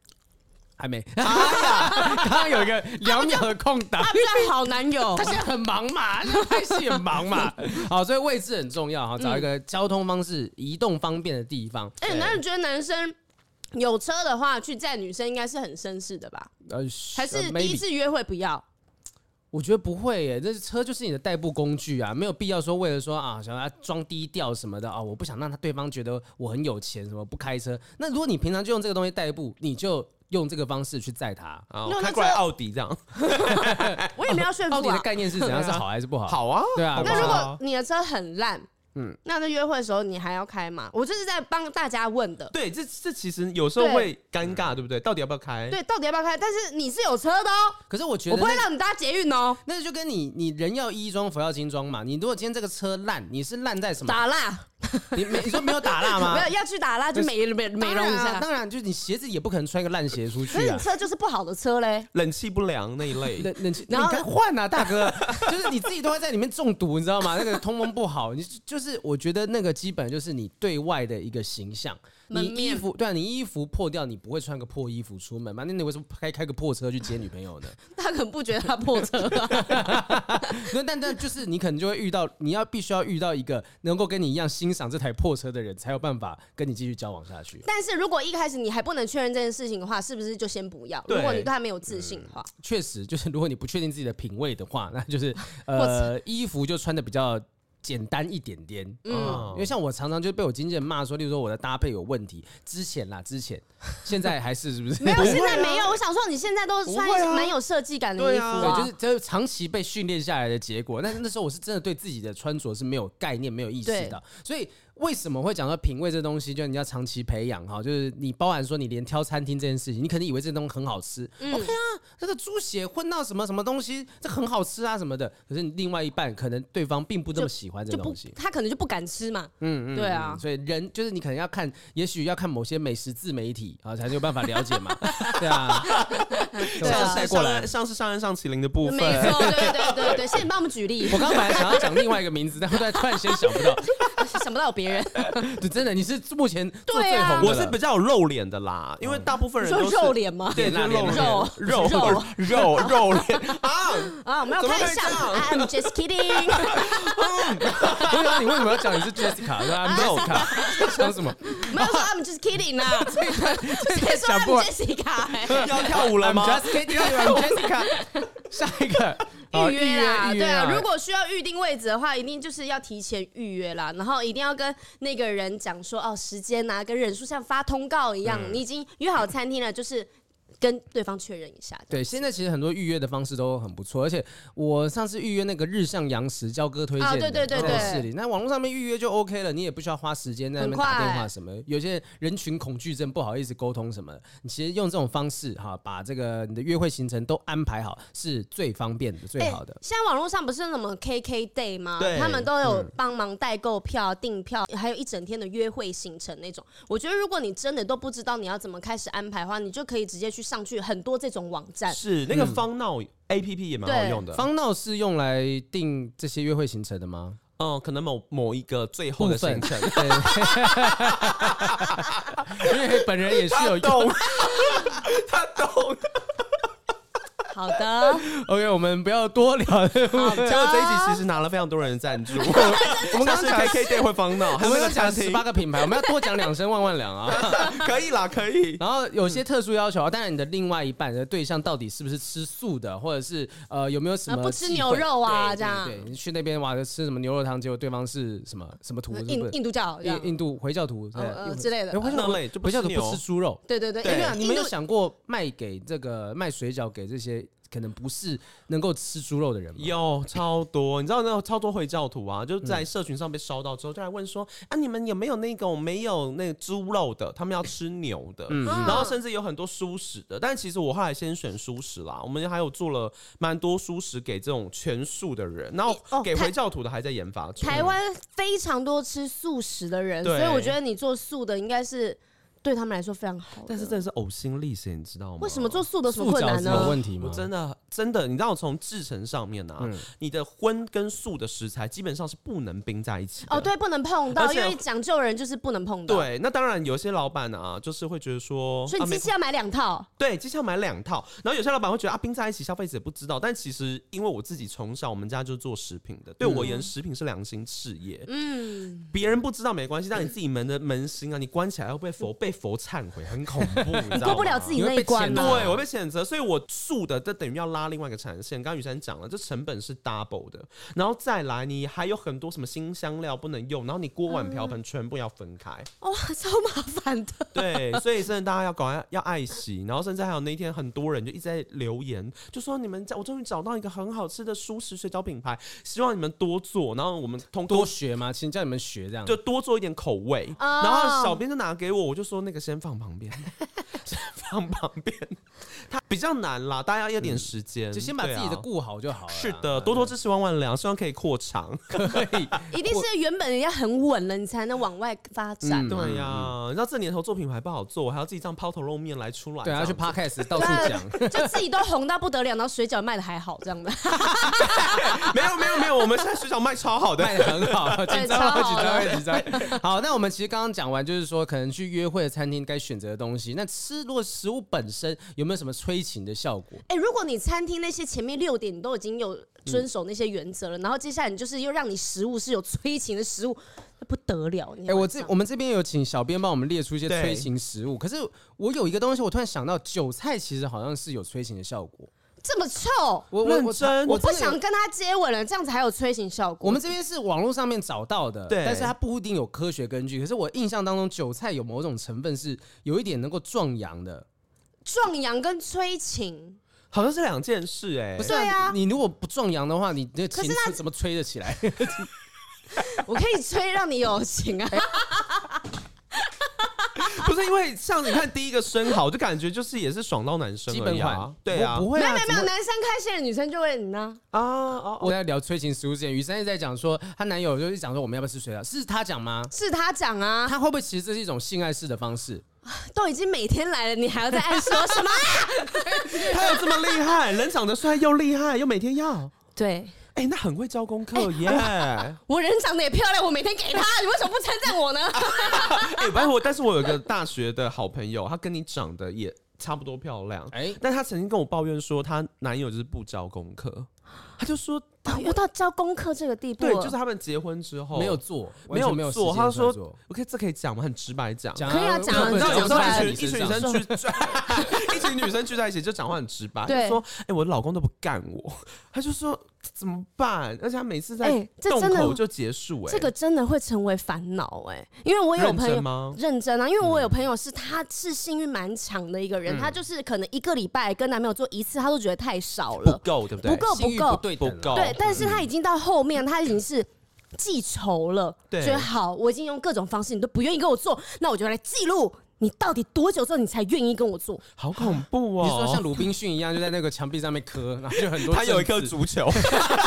Speaker 2: 还没。
Speaker 1: 哎
Speaker 2: [LAUGHS] 刚刚有
Speaker 1: [LAUGHS]
Speaker 2: 一个两秒的空档
Speaker 1: 啊，。遇到好男友
Speaker 2: [LAUGHS] 他，现在很忙嘛，他现在拍戏很忙
Speaker 1: [LAUGHS]
Speaker 2: 嘛。好，所以位置很重要哈，找一个交通方式、移动方便的地方。
Speaker 1: 嗯哎，那你觉得男生有车的话去载女生应该是很绅士的吧？
Speaker 2: 呃，
Speaker 1: 还是
Speaker 2: 呃
Speaker 1: 第一？
Speaker 2: maybe
Speaker 1: 次约会不要？
Speaker 2: 我觉得不会耶，这车就是你的代步工具啊，没有必要说为了说啊，想要装低调什么的啊，我不想让他对方觉得我很有钱，什么不开车。那如果你平常就用这个东西代步，你就用这个方式去载他。
Speaker 3: 啊
Speaker 1: 没有，
Speaker 3: 开
Speaker 1: 那
Speaker 3: 过来
Speaker 1: 时候
Speaker 3: 奥迪这样，
Speaker 1: 我也没有炫富
Speaker 2: 哎哦到底的
Speaker 1: 啊。
Speaker 2: 概念是怎样？是好还是不好？，
Speaker 3: 好啊，
Speaker 2: [LAUGHS] 对啊
Speaker 3: 好不好
Speaker 1: 那如果你的车很烂，嗯，那在约会的时候你还要开吗？我这是在帮大家问的。
Speaker 3: 对，这这其实有时候
Speaker 1: 对
Speaker 3: 会尴尬，对不对？到底要不要开？
Speaker 1: 对，到底要不要开？但是你是有车的哦，
Speaker 2: 可是我觉
Speaker 1: 我
Speaker 2: 得
Speaker 1: 不
Speaker 2: 那
Speaker 1: 会让你搭捷运哦。
Speaker 2: 那就跟你你人要衣装，佛要金装嘛。你如果今天这个车烂，你是烂在什么？
Speaker 1: 打蜡，
Speaker 2: 你没你说没有打蜡
Speaker 1: [LAUGHS]
Speaker 2: 吗？
Speaker 1: 没有要去打蜡就美美美容一
Speaker 2: 啊当然啊
Speaker 1: 下。
Speaker 2: 当然，就是你鞋子也不可能穿一个烂鞋出
Speaker 1: 可
Speaker 2: 去
Speaker 1: 是
Speaker 2: 啊
Speaker 1: 你。车就是不好的车嘞，
Speaker 3: 冷气不良那一类，
Speaker 2: 冷冷气，你
Speaker 1: 然后
Speaker 2: 该换啊，大哥！ [LAUGHS] 就是你自己都会在里面中毒，你知道吗？那个通风不好，你就就是我觉得那个基本就是你对外的一个形象。你
Speaker 1: 门
Speaker 2: 衣
Speaker 1: 面
Speaker 2: 服对啊，你衣服破掉，你不会穿个破衣服出门嘛？那你为什么开开个破车去接女朋友呢？
Speaker 1: [LAUGHS] 他可能不觉得他破车啊。
Speaker 2: 那但但就是你可能就会遇到，你要必须要遇到一个能够跟你一样欣赏这台破车的人，才有办法跟你继续交往下去。
Speaker 1: [LAUGHS] 但是如果一开始你还不能确认这件事情的话，是不是就先不要？
Speaker 3: 对
Speaker 1: 如果你对他没有自信的话，
Speaker 2: 确实，就是如果你不确定自己的品味的话，那就是呃，衣服就穿的比较简单一点点。
Speaker 3: 嗯
Speaker 2: 嗯，因为像我常常就被我经纪人骂说，例如说我的搭配有问题，之前啦，之前，现在还是是哎不
Speaker 1: 没有，哎
Speaker 2: 是？ [LAUGHS] 啊
Speaker 1: 现在没有。我想说你现在都穿
Speaker 3: 不会啊
Speaker 1: 蛮有设计感的衣
Speaker 3: 对
Speaker 1: 服
Speaker 3: 啊
Speaker 2: 对，
Speaker 1: 啊
Speaker 2: 就。是就是长期被训练下来的结果。但是那时候我是真的对自己的穿着是没有概念、没有意识的，所以为什么会讲到品味这东西，就你要长期培养哈，就是你包含说你连挑餐厅这件事情，你可能以为这东西很好吃、o
Speaker 1: 嗯
Speaker 2: k 啊，这个猪血混到什么什么东西，这很好吃啊什么的。可是你另外一半可能对方并不这么喜欢这
Speaker 1: 就
Speaker 2: 个
Speaker 1: 不
Speaker 2: 东西，。
Speaker 1: 他可能就不敢吃嘛。嗯嗯，对啊
Speaker 2: 嗯，所以人就是你可能要看，也许要看某些美食自媒体啊，才有办法了解
Speaker 1: [LAUGHS]
Speaker 2: 嘛，对啊，
Speaker 1: 对啊
Speaker 3: 像
Speaker 2: 带
Speaker 3: 是
Speaker 2: 过
Speaker 3: 上
Speaker 2: 来
Speaker 3: 岸，。上是上岸上麒麟的部
Speaker 1: 没
Speaker 3: 分，
Speaker 1: 错，对对对对。现在你帮我们举例 [LAUGHS]
Speaker 2: 我，刚刚本来想要讲另外一个名字，但后来突然间想不到。
Speaker 1: 哎想不到有别人，
Speaker 2: 对，真的，你是目前做
Speaker 1: 对
Speaker 2: 最
Speaker 1: 啊
Speaker 2: 红的了，
Speaker 3: 我是比较有露脸的啦，因为大部分
Speaker 1: 你
Speaker 3: 人
Speaker 1: 说
Speaker 3: 都是
Speaker 1: 肉脸吗？
Speaker 3: 对，就是露脸
Speaker 1: 肉
Speaker 3: 肉
Speaker 1: 肉
Speaker 3: 肉肉脸 [LAUGHS] 啊！
Speaker 1: 啊，没有
Speaker 3: 怎么
Speaker 1: 看
Speaker 3: 可以
Speaker 1: 上
Speaker 3: 这样
Speaker 1: ，I'm just kidding， [LAUGHS]
Speaker 2: 对啊，你为什么要讲你是 Jessica？对啊
Speaker 1: [LAUGHS]
Speaker 2: ，Jessica 想什么？
Speaker 1: 没有说 I'm just kidding 啊， [LAUGHS] 谁说
Speaker 2: 讲不
Speaker 1: I'm
Speaker 2: 完
Speaker 1: Jessica？哎
Speaker 3: 要跳舞了吗
Speaker 2: I'm？just kidding，I'm Jessica。下一个
Speaker 1: [LAUGHS]
Speaker 2: 好
Speaker 1: 预约啦，
Speaker 2: 哦预
Speaker 1: 对
Speaker 2: 约
Speaker 1: 啊，如果需要预定位置的话，一定就是要提前预约啦，然后一定要跟那个人讲说哦，时间啊，跟人数像发通告一样，你已经约好餐厅了，就是跟对方确认一下。
Speaker 2: 对，现在其实很多预约的方式都很不错，而且我上次预约那个日向洋食焦哥推荐的，
Speaker 1: 啊对对对
Speaker 2: 在
Speaker 1: 对
Speaker 2: 市里，那网络上面预约就 OK 了，你也不需要花时间在那边
Speaker 1: 很快
Speaker 2: 打电话什么。有些人群恐惧症不好意思沟通什么，你其实用这种方式哈，把这个你的约会行程都安排好，是最方便的、
Speaker 1: 哎
Speaker 2: 最好的。
Speaker 1: 现在网络上不是什么 KK Day 吗
Speaker 3: 对？
Speaker 1: 他们都有帮忙代购票、订票，还有一整天的约会行程那种。我觉得如果你真的都不知道你要怎么开始安排的话，你就可以直接去上去很多这种网
Speaker 3: [LAUGHS]
Speaker 1: 站。
Speaker 3: 是那个方闹 A P P 也蛮好用的，
Speaker 2: 方闹是用来定这些约会行程的吗？ [LAUGHS]
Speaker 3: 嗯，可能某某一个最后的行 [LAUGHS] 程，
Speaker 2: 对， [LAUGHS] 因为本人也是有用。
Speaker 3: 懂，他懂，
Speaker 1: 好的，
Speaker 2: [LAUGHS] OK，我们不要
Speaker 1: [LAUGHS]
Speaker 2: 多聊。
Speaker 1: 好
Speaker 3: 结果这一集
Speaker 1: 的。
Speaker 3: 其实拿了非常多人的赞助， [LAUGHS] 我
Speaker 2: 我们刚刚讲
Speaker 3: K K Day 会方闹，还
Speaker 2: 我们
Speaker 3: 有那
Speaker 2: 要
Speaker 3: 个
Speaker 2: 讲
Speaker 3: 餐
Speaker 2: 十
Speaker 3: 厅，
Speaker 2: 八个品牌，我们要多讲两
Speaker 3: [LAUGHS]
Speaker 2: 声万万两啊！
Speaker 3: 可以啦，可 [LAUGHS] 以。
Speaker 2: 然后有些特殊要求啊，当然你的另外一半的对象到底是不是吃素的，或者是呃有没有什
Speaker 1: 呃
Speaker 2: 么
Speaker 1: 不吃
Speaker 2: 忌讳
Speaker 1: 牛肉啊
Speaker 2: 对
Speaker 1: 这样
Speaker 2: 对，对你去那边哇吃什么牛肉汤，结果对方是什么什么徒，是不
Speaker 1: 印
Speaker 2: 是
Speaker 1: 印度教这样
Speaker 2: 印印度回教徒
Speaker 1: 呃呃
Speaker 2: 对
Speaker 1: 之类的
Speaker 2: 哎回教
Speaker 3: 那
Speaker 2: 徒
Speaker 3: 类就不哦
Speaker 2: 回教
Speaker 3: 吃
Speaker 2: 徒
Speaker 3: 牛
Speaker 2: 不吃猪肉。
Speaker 1: 对对对，
Speaker 3: 对
Speaker 1: 因
Speaker 2: 对
Speaker 1: 为
Speaker 2: 啊，你们
Speaker 1: 印
Speaker 2: 有
Speaker 1: 度
Speaker 2: 想过卖给这个卖水饺给这些可能不是能够吃猪肉的人吗？
Speaker 3: 有超多，你知道那种超多回教徒啊，就在社群上被烧到之后，就来问说啊，你们有没有那种没有那个猪肉的？他们要吃牛的，
Speaker 1: 啊
Speaker 3: 然后甚至有很多素食的。但其实我后来先选素食啦，我们还有做了蛮多素食给这种全素的人，然后
Speaker 1: 哦
Speaker 3: 给
Speaker 1: 台
Speaker 3: 回教徒的还在研发中。
Speaker 1: 台湾非常多吃素食的人，
Speaker 3: 对
Speaker 1: 所以我觉得你做素的应该是对他们来说非常好的。
Speaker 3: 但是真的是呕心沥血，你知道吗？
Speaker 1: 为什么做素的有什么
Speaker 2: 素
Speaker 1: 困
Speaker 2: 饺
Speaker 1: 难
Speaker 2: 子有
Speaker 1: 呢？
Speaker 2: 问题吗
Speaker 3: 我？真的真的，你知道从制成上面啊，你的荤跟素的食材基本上是不能冰在一起的。
Speaker 1: 哦，对，不能碰到，
Speaker 3: 而且
Speaker 1: 因为讲究人就是不能碰到。，
Speaker 3: 对，那当然有些老板啊，就是会觉得说，
Speaker 1: 所以
Speaker 3: 啊
Speaker 1: 你机
Speaker 3: 没
Speaker 1: 器要买两套。
Speaker 3: 对，绩效买两套，然后有些老板会觉得啊，冰在一起，消费者不知道。但其实因为我自己从小我们家就是做食品的，对我而言，食品是良心事业，
Speaker 1: 嗯，
Speaker 3: 别人不知道没关系，但你自己门的门心啊，你关起来会被佛被佛忏悔，很恐怖，你知道
Speaker 1: 嗯过不了
Speaker 3: 吗
Speaker 1: 自己那一关啊
Speaker 2: 你会
Speaker 1: 嘛。
Speaker 2: 被谴责
Speaker 3: 对，我被啊谴责，所以我素的这等于要拉另外一个产线。刚刚雨珊讲了，这成本是 double 的，然后再来你还有很多什么新香料不能用，然后你锅碗
Speaker 1: 嗯
Speaker 3: 瓢盆全部要分开。
Speaker 1: 哇，超麻烦的。
Speaker 3: 对，所以真的大家要搞要要爱惜，然后甚至还有那一天很多人就一直在留言，就说你们在我终于找到一个很好吃的舒适水饺品牌，希望你们多做，然后我们通
Speaker 2: 多
Speaker 3: 过
Speaker 2: 学吗？请叫你们学这样。
Speaker 3: 就多做一点口味，
Speaker 1: 哦
Speaker 3: 然后小编就拿给我，我就说那个先放旁边， [LAUGHS] 先放旁边，它比较难啦，大家要点时间，
Speaker 2: 嗯就先把自己的
Speaker 3: 对啊
Speaker 2: 顾好就好了啦。
Speaker 3: 是的，多多支持万万良，希望可以扩
Speaker 2: 嗯
Speaker 3: 长。
Speaker 2: [LAUGHS] 可以。
Speaker 1: 一定是原本人家很稳了，你才能往外发展
Speaker 2: 嗯
Speaker 1: 嘛。
Speaker 3: 对呀、你知道这年头做品牌不好做，我还要自己这样抛头露面来出来，
Speaker 2: 对啊，
Speaker 3: 这
Speaker 2: 要
Speaker 3: 样
Speaker 2: 去
Speaker 3: 子 [LAUGHS]
Speaker 2: podcast 到处讲。
Speaker 1: 就自己都红到不得了，然后水饺卖的还好，这样的 [LAUGHS]
Speaker 3: 没有没有没有，我们现在水饺卖超
Speaker 2: [LAUGHS]
Speaker 3: 好的，
Speaker 2: 卖的很好，
Speaker 3: [LAUGHS]
Speaker 2: 紧张
Speaker 1: 超好
Speaker 2: 了，紧张了，紧张。好，那我们其实刚刚讲完，就是说可能去约会的餐厅该选择的东西。那吃，如果食物本身有没有什么催情的效果？
Speaker 1: 哎、如果你餐厅那些前面六点你都已经有遵守那些原则了，然后接下来你就是又让你食物是有催情的食物，那不得了！你
Speaker 2: 哎、
Speaker 1: 晚上
Speaker 2: 我这我们这边有请小编帮我们列出一些
Speaker 3: 对
Speaker 2: 催情食物，可是我有一个东西，我突然想到，韭菜其实好像是有催情的效果。
Speaker 1: 这么臭，
Speaker 2: 我我
Speaker 3: 认真
Speaker 1: 我不
Speaker 2: 真的
Speaker 1: 想
Speaker 2: 有
Speaker 1: 跟他接吻了，这样子还有催情效果。
Speaker 2: 我们这边是网络上面找到的，
Speaker 3: 对
Speaker 2: 但是它不一定有科学根据。可是我印象当中，韭菜有某种成分是有一点能够壮阳的，
Speaker 1: 壮阳跟催情，
Speaker 3: 好像是两件事哎、
Speaker 2: 不是、
Speaker 1: 对啊
Speaker 2: 你你如果不壮阳的话，你的
Speaker 1: 可
Speaker 2: 情
Speaker 1: 是那
Speaker 2: 怎么吹得起来？
Speaker 1: 我可以催让你有情啊！
Speaker 3: 不是因为像你看第一个生蚝，就感觉就是也是爽到男生
Speaker 2: 基
Speaker 3: 而
Speaker 2: 本
Speaker 3: 已
Speaker 2: 款
Speaker 3: 啊，对啊，
Speaker 2: 不不会
Speaker 1: 没有
Speaker 2: 啊，
Speaker 1: 没有没
Speaker 2: 怎
Speaker 1: 有，
Speaker 2: 么。
Speaker 1: 男生开心了，女生就会你呢。
Speaker 3: 啊
Speaker 1: 哦
Speaker 3: 啊
Speaker 2: 我在聊催情食物之前，雨珊一直在讲说，她男友就是讲说我们要不要吃水饺，是她讲吗？
Speaker 1: 是他讲啊，
Speaker 2: 她会不会其实这是一种性爱式的方式？
Speaker 1: 都已经每天来了，你还要再暗示我什么？
Speaker 3: 他有这么厉害，人长得帅又厉害，又每天要。
Speaker 1: [LAUGHS] 对，
Speaker 3: 哎、那很会教功课耶！
Speaker 1: 我人长得也漂亮，我每天给他，你为什么不称赞我呢？
Speaker 3: 哎、反正我，但是我有一个大学的好朋友，她跟你长得也差不多漂亮，
Speaker 2: 哎，
Speaker 3: 但她曾经跟我抱怨说，她男友就是不教功课，她就说，
Speaker 1: 哦又 [LAUGHS] 到教功课这个地步
Speaker 3: 对
Speaker 1: 了，，
Speaker 3: 就是他们结婚之后
Speaker 2: 没有做，
Speaker 3: 哦没
Speaker 2: 完全没
Speaker 3: 有
Speaker 2: 有
Speaker 3: 做，
Speaker 2: 时间
Speaker 3: 他说
Speaker 2: 做
Speaker 3: ，OK，这可以讲吗？很直白讲。
Speaker 2: 讲
Speaker 1: 可以啊讲啊
Speaker 3: 你知道
Speaker 1: 讲
Speaker 3: 有时候
Speaker 1: 出来
Speaker 3: 一群一群女生聚， [LAUGHS] 一群女生聚在一起就讲话很直白，
Speaker 1: 对
Speaker 3: 就说：“哎、我的老公都不干我。”她就说：“怎么办？”而且她每次在
Speaker 1: 哎这
Speaker 3: 洞
Speaker 1: 真的
Speaker 3: 口就结束、哎、
Speaker 1: 这个真的会成为烦恼哎，因为我有
Speaker 3: 认
Speaker 1: 朋
Speaker 3: 真
Speaker 1: 友。
Speaker 3: 吗？嗯
Speaker 1: 认真啊，因为我有朋友是，她是幸运蛮强的一个人，她就是可能一个礼拜跟男朋友做一次，她都觉得太少
Speaker 3: 不
Speaker 1: 了，
Speaker 3: 够，对不对？
Speaker 1: 不够
Speaker 2: 性欲
Speaker 1: 够
Speaker 2: 对
Speaker 3: 不
Speaker 2: 等啊
Speaker 3: 够
Speaker 1: 对，但是她已经到后面，她已经是记仇了，
Speaker 3: 对
Speaker 1: 觉得好，我已经用各种方式，你都不愿意跟我做，那我就来记录你到底多久之后你才愿意跟我做，
Speaker 3: 好恐怖哦！
Speaker 1: 啊
Speaker 2: 你说像鲁滨逊一样，就在那个墙壁上面磕，然后就很多。
Speaker 3: [LAUGHS] 他有一颗，足球，
Speaker 1: 他
Speaker 2: 我要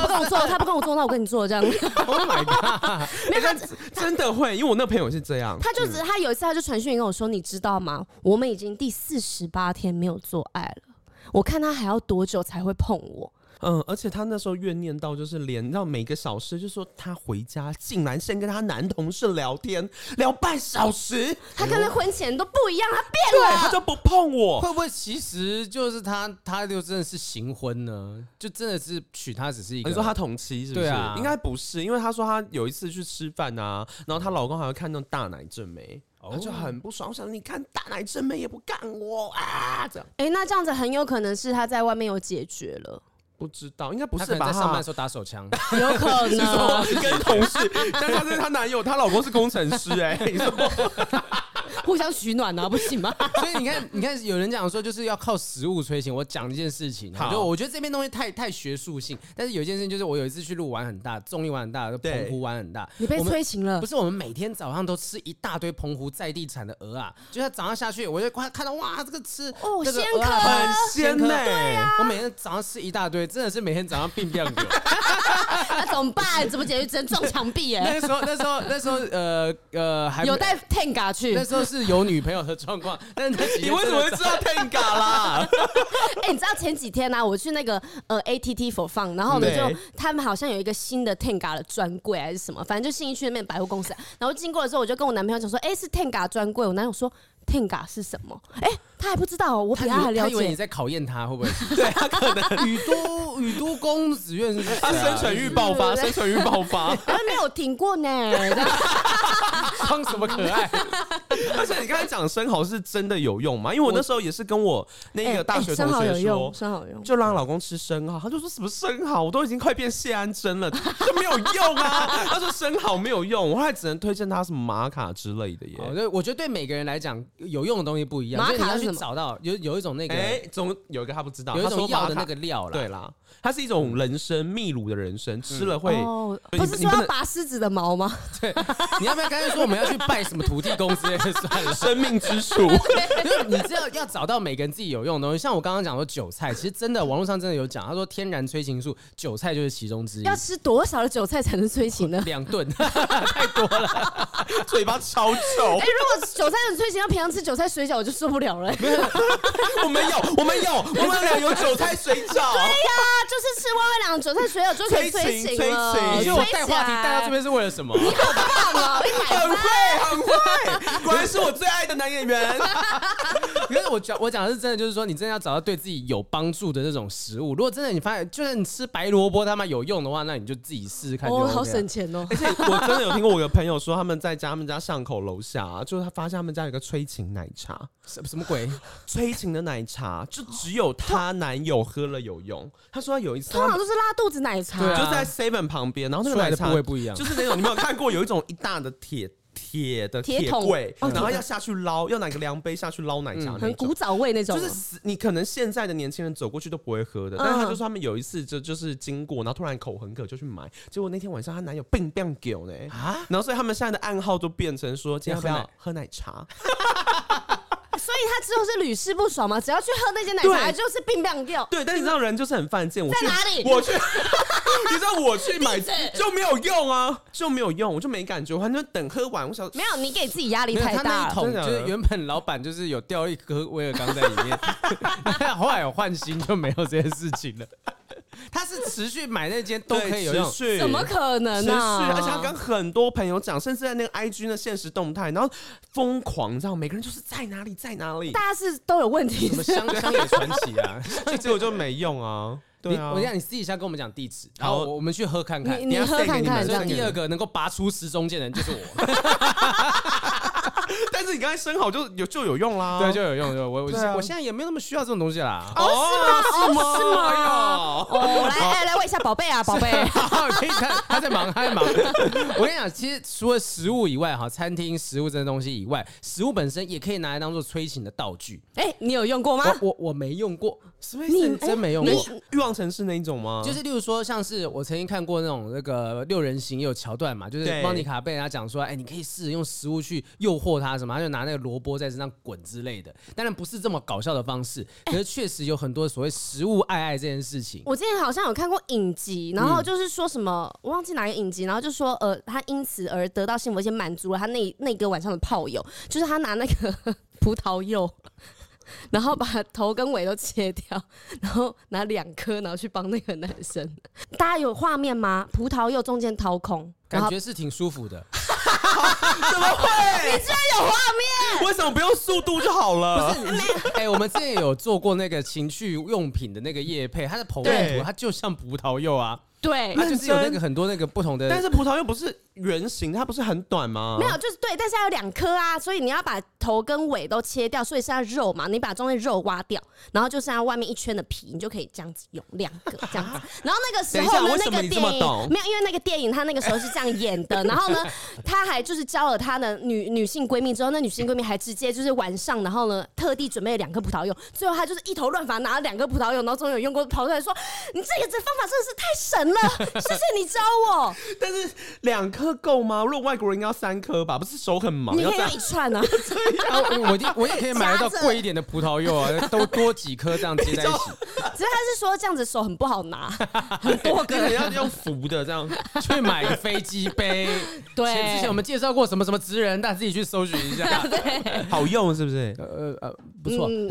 Speaker 1: 不跟我 [LAUGHS] 做，他不跟我做，那我跟你做这样。 [LAUGHS]
Speaker 2: Oh my god！
Speaker 1: 没有他，
Speaker 3: 哎真的会，因为我那朋友也是这样，嗯
Speaker 1: 他就只他有一次他就传讯跟我说，你知道吗？我们已经第四十八天没有做爱了，我看他还要多久才会碰我？
Speaker 3: 嗯，而且他那时候怨念到，就是连到每个小时，就说他回家竟然先跟他男同事聊天，聊半小时，
Speaker 1: 他跟他婚前都不一样，他变
Speaker 3: 对，
Speaker 1: 了。
Speaker 3: 他就不碰我。
Speaker 2: 会不会其实就是他，他就真的是行婚呢？就真的是娶她只是一个。
Speaker 3: 你说他同妻是不是？
Speaker 2: 对啊
Speaker 3: 应该不是，因为他说他有一次去吃饭啊，然后她老公还会看那种大奶正妹，
Speaker 2: 哦
Speaker 3: 他就很不爽，我想你看大奶正妹也不干我啊，这样
Speaker 1: 哎、那这样子很有可能是他在外面有解决 [LAUGHS] 了，
Speaker 3: 不知道，应该不
Speaker 2: 他
Speaker 3: 是
Speaker 2: 可能在
Speaker 3: 吧？
Speaker 2: 上班的
Speaker 3: 哈
Speaker 2: 时候打手枪，
Speaker 1: 有可
Speaker 3: 你说
Speaker 1: 能
Speaker 3: 跟同事，但她是她男友，她老公是工程师、哎，你说
Speaker 1: 互相取暖啊，不行 [LAUGHS] 吗？
Speaker 3: [LAUGHS]
Speaker 2: 所以你看，你看，有人讲说就是要靠食物催情。我讲一件事情，
Speaker 3: 好
Speaker 2: 就我觉得这边东西太太学术性，但是有一件事情就是我有一次去鹿玩很大，中立玩很大，
Speaker 3: 对
Speaker 2: 澎湖玩很大，
Speaker 1: 你被
Speaker 2: 我们
Speaker 1: 催情了
Speaker 2: 不，是我们每天早上都吃一大堆澎湖在地产的鹅啊，就是早上下去，我就看看到哇，这个吃
Speaker 1: 哦
Speaker 2: 这个啊
Speaker 1: 鲜
Speaker 2: 蚵仔
Speaker 1: 壳啊
Speaker 2: 饭
Speaker 3: 很鲜呢、
Speaker 2: 我每天早上吃一大堆，真的是每天早上病变
Speaker 1: [LAUGHS]
Speaker 2: 流。
Speaker 1: 那怎么办？怎么解决？只能撞墙壁耶、
Speaker 2: 那时候，那时候，那时候，呃呃，还没
Speaker 1: 有带 Tenga 去，
Speaker 2: 那
Speaker 1: 哎、
Speaker 2: 时候是有女朋友的状况，但是那几天
Speaker 3: 你为什么
Speaker 2: 真
Speaker 3: 会
Speaker 2: 的
Speaker 3: 知道 Tenga 啦？
Speaker 1: 哎你知道前几天呢、啊，我去那个呃 ATT for fun，然后呢
Speaker 3: 对
Speaker 1: 就他们好像有一个新的 Tenga 的专柜还是什么，反正就信义区那边百货公司啊、然后经过的时候，我就跟我男朋友讲说，哎、是 Tenga 专柜，我男友说 Tenga 是什么？哎、他还不知道哦，我比他还
Speaker 2: 他
Speaker 1: 了
Speaker 2: 以为你
Speaker 1: 解。
Speaker 2: 在考验他，会不会？ [LAUGHS]
Speaker 3: 对他可能
Speaker 2: 宇都宇都公子院是谁啊
Speaker 3: 他生存欲爆发，生存欲爆
Speaker 1: [LAUGHS]
Speaker 3: 发。
Speaker 1: 他哎没有停过呢，
Speaker 2: 装什么可 [LAUGHS] 爱？
Speaker 3: 而且你刚才讲生蚝是真的有用吗？因为我那时候也是跟我那
Speaker 1: 哎
Speaker 3: 个大学同
Speaker 1: 哎生蚝有
Speaker 3: 学说
Speaker 1: 用，。生蚝有用。
Speaker 3: 就让老公吃生蚝，他就说什么生蚝，我都已经快变谢安珍了， [LAUGHS] 就没有用啊。 [LAUGHS] 他说生蚝没有用，我后来只能推荐他什么玛卡之类的耶。
Speaker 2: 哦对，我觉得对每个人来讲有用的东西不一样，
Speaker 1: 玛卡
Speaker 2: 所以你要
Speaker 1: 是
Speaker 2: 去
Speaker 1: 什么
Speaker 2: 找到有有一种那个
Speaker 3: 哎、总有一个他不知道，
Speaker 2: 有一
Speaker 3: 他说
Speaker 2: 种药
Speaker 3: 玛
Speaker 2: 的
Speaker 3: 卡
Speaker 2: 那个嗯料啦。
Speaker 3: 对啦，它是一种人参秘鲁的人参，吃了会。
Speaker 1: 哦，
Speaker 3: 你
Speaker 1: 不是
Speaker 3: 你
Speaker 1: 说
Speaker 3: 不
Speaker 1: 要
Speaker 3: 能
Speaker 1: 拔狮子的毛吗？
Speaker 2: 对，你要不要刚才说我们要去拜什么土地公之类
Speaker 1: [LAUGHS]
Speaker 2: 的算了？
Speaker 3: [LAUGHS] 生命之
Speaker 2: [LAUGHS]
Speaker 3: 树，
Speaker 2: 因为你知道要找到每个人自己有用的东西，像我刚刚讲说韭菜，其实真的网络上真的有讲，他说天然催情素，韭菜就是其中之一
Speaker 1: 要。吃多少的韭菜才能催情呢？[LAUGHS]
Speaker 2: 两顿，
Speaker 3: 嘴巴超臭
Speaker 1: 哎、。如果韭菜很催情，要平常吃韭菜水饺，我就受不了了、对呀、
Speaker 3: 我们有，我们有，
Speaker 2: [LAUGHS]
Speaker 3: 我们俩有韭菜水饺。
Speaker 1: 哎就是吃微微两韭菜水饺就可以催
Speaker 3: 催情
Speaker 1: 情了。
Speaker 3: 催情
Speaker 2: 你觉得我带话题带到
Speaker 1: 边，
Speaker 2: 这边是为了什么？
Speaker 1: 好棒哦！一百
Speaker 3: 很会，很
Speaker 2: [LAUGHS]
Speaker 3: 会，果然是我最爱的男演员。
Speaker 2: 可是我讲我讲的是真的，就是说你真的要找到对自己有帮助的那种食物。如果真的你发现，就算你吃白萝卜他妈有用的话，那你就自己试试看就 OK
Speaker 1: 哦，
Speaker 2: 了。
Speaker 1: 好省钱哦！
Speaker 3: 而且我真的有听过我有朋友说，他们在家他们家巷口楼下、就是他发现他们家有个催情奶茶，
Speaker 2: 什什么鬼？
Speaker 3: 催情的奶茶就只有她男友喝了有用。他说他有一次
Speaker 1: 通
Speaker 3: 他
Speaker 1: 常都是拉肚子奶茶，
Speaker 2: 对啊
Speaker 3: 就在 Seven 旁边，然后那
Speaker 2: 出
Speaker 3: 个
Speaker 2: 来的
Speaker 3: 奶
Speaker 2: 部
Speaker 3: 茶
Speaker 2: 位不一样
Speaker 3: 就。是那种你没有看过有一种一大的铁。铁的
Speaker 1: 铁
Speaker 3: 铁
Speaker 1: 桶
Speaker 3: 柜，
Speaker 1: 哦
Speaker 3: 然后要下去捞，要拿个量杯下去捞奶茶那种，
Speaker 1: 很古早味那种
Speaker 3: 就
Speaker 1: 啊。
Speaker 3: 是死你可能现在的年轻人走过去都不会喝的，
Speaker 1: 嗯
Speaker 3: 但是他就说他们有一次就就是经过，然后突然口很渴就去买，结果那天晚上她男友病病狗呢，
Speaker 2: 啊，
Speaker 3: 然后所以他们现在的暗号都变成说今天要不
Speaker 2: 要喝
Speaker 3: 要
Speaker 2: 奶
Speaker 3: 喝奶茶？
Speaker 1: 哦所以他之后是屡试不爽嘛，只要去喝那些奶
Speaker 3: 对
Speaker 1: 茶，就是病病掉。
Speaker 3: 对，但是你知道人就是很犯贱，我去
Speaker 1: 在哪里
Speaker 3: 我去， [LAUGHS] 你知道我去买
Speaker 1: 闭嘴
Speaker 3: 就没有用啊，就没有用，我就没感觉，我反正等喝完，我想
Speaker 1: 没有，你给自己压力
Speaker 2: 没有，
Speaker 1: 太
Speaker 2: 他那
Speaker 1: 大
Speaker 2: 一
Speaker 1: 了。
Speaker 2: 桶
Speaker 3: 真的
Speaker 2: 就
Speaker 3: 假的
Speaker 2: 是原本老板就是有掉 [LAUGHS] 一颗威尔刚在里面，后来有换新就没有这件事情了。他是持续买那间都可以有用
Speaker 3: 持。续
Speaker 1: 怎么可
Speaker 3: 持
Speaker 1: 能啊
Speaker 3: 续，
Speaker 1: 呢、
Speaker 3: 而且他跟很多朋友讲，甚至在那个 IG 的现实动态，然后疯狂，你知道，每个人就是在哪里在哪里，
Speaker 1: 大家是都有问题
Speaker 2: 什么香香野传奇
Speaker 1: [LAUGHS]
Speaker 2: 啊？
Speaker 3: 就 [LAUGHS] 结果就没用啊。对
Speaker 2: 你
Speaker 3: 啊，
Speaker 2: 我让你私底下跟我们讲地址，然
Speaker 3: 好
Speaker 2: 后我我们去喝看看。
Speaker 1: 你你喝看看
Speaker 2: 所
Speaker 1: 这
Speaker 2: 以
Speaker 1: 样
Speaker 2: 第
Speaker 1: 子。
Speaker 2: 二个能够拔出时中间的人就是我，
Speaker 3: 但是你刚才生蚝就有就有用啦。
Speaker 2: 对，就有用。对，我我
Speaker 3: 啊对啊
Speaker 2: 我现在也没有那么需要这种东西啦。
Speaker 3: 哦，
Speaker 1: 哦，是吗？
Speaker 3: 哎
Speaker 1: 哦，来哎来问一下宝贝啊，宝贝，
Speaker 2: [LAUGHS] 可以看他在忙，他在忙。我跟你讲，其实除了食物以外，哈，餐厅食物这些东西以外，食物本身也可以拿来当做催情的道具。
Speaker 1: 哎，你有用过吗？
Speaker 2: 我我我没用过，
Speaker 3: 什么意
Speaker 2: 真
Speaker 3: 思？
Speaker 2: 真没用过。
Speaker 3: 你欲望城市那一种吗？
Speaker 2: 就是例如说，像是我曾经看过那种那个六人行也有桥段嘛，就是
Speaker 3: 对
Speaker 2: 莫妮卡被人家讲说，哎、你可以试着用食物去诱惑他什么，他就拿那个萝卜在身上滚之类的。当然不是这么搞笑的方式，可是确实有很多所谓食物爱爱这件事情。
Speaker 1: 我之前好像有看过影集，然
Speaker 2: 嗯
Speaker 1: 后就是说什么，我忘记哪个影集，然后就说呃，他因此而得到幸福，而且满足了他那那个晚上的炮友，就是他拿那个 [LAUGHS] 葡萄柚，然后把头跟尾都切掉，然后拿两颗，然后去帮那个男生。大家有画面吗？葡萄柚中间掏空，然
Speaker 2: 感
Speaker 1: 后
Speaker 2: 觉是挺舒服的，
Speaker 3: 为什么不用速度就好了？
Speaker 2: 哎、我们之前有做过那个情趣用品的那个叶配，它的膨
Speaker 3: 对
Speaker 2: 胀图它就像葡萄柚啊，
Speaker 1: 对。
Speaker 2: 它就是有那个很多那个不同的，
Speaker 3: 但是葡萄柚不是圆形，它不是很短吗？
Speaker 1: 没有，就是对，但是它有两颗啊，所以你要把头跟尾都切掉，所以剩下肉嘛，你把中间肉挖掉，然后就剩下外面一圈的皮，你就可以这样子用两个这样子。然后那个时
Speaker 3: [LAUGHS] 等一下
Speaker 1: 候呢
Speaker 3: 为，什
Speaker 1: 那
Speaker 3: 么
Speaker 1: 个
Speaker 3: 你
Speaker 1: 电
Speaker 3: 这
Speaker 1: 影
Speaker 3: 么
Speaker 1: 没有，
Speaker 3: 懂
Speaker 1: 因为那个电影他那个时候是这样演的，然后呢，他还就是交了他的女女性闺蜜之后，那女性闺蜜还直接就是晚上，然后呢特地准备了两颗葡萄柚，最后他就是一头乱发拿了两颗葡萄柚，然后终于有用过跑出来说：“你这个这方法真的是太神了，谢谢你教
Speaker 3: [LAUGHS]
Speaker 1: 我，
Speaker 3: 但是两颗够吗？如果外国人应该要三颗吧，不是手很忙，
Speaker 1: 你
Speaker 3: 要
Speaker 1: 可以
Speaker 3: 这
Speaker 1: 用
Speaker 3: 样
Speaker 1: 一串啊。”
Speaker 2: 啊我我一定我也可以买得到贵一点的葡萄柚啊，都多几颗这样接在一起。
Speaker 1: 只是他是说这样子手很不好拿，很多
Speaker 3: 多个
Speaker 1: 个。
Speaker 3: 要用扶的这样。
Speaker 2: 去买个飞机杯。
Speaker 1: [LAUGHS] 对
Speaker 2: 前之前我们介绍过什么什么职人，大家自己去搜寻
Speaker 1: [LAUGHS]
Speaker 2: 一下。
Speaker 3: [LAUGHS] 好用是不是？
Speaker 2: 呃呃，不错。
Speaker 1: 嗯，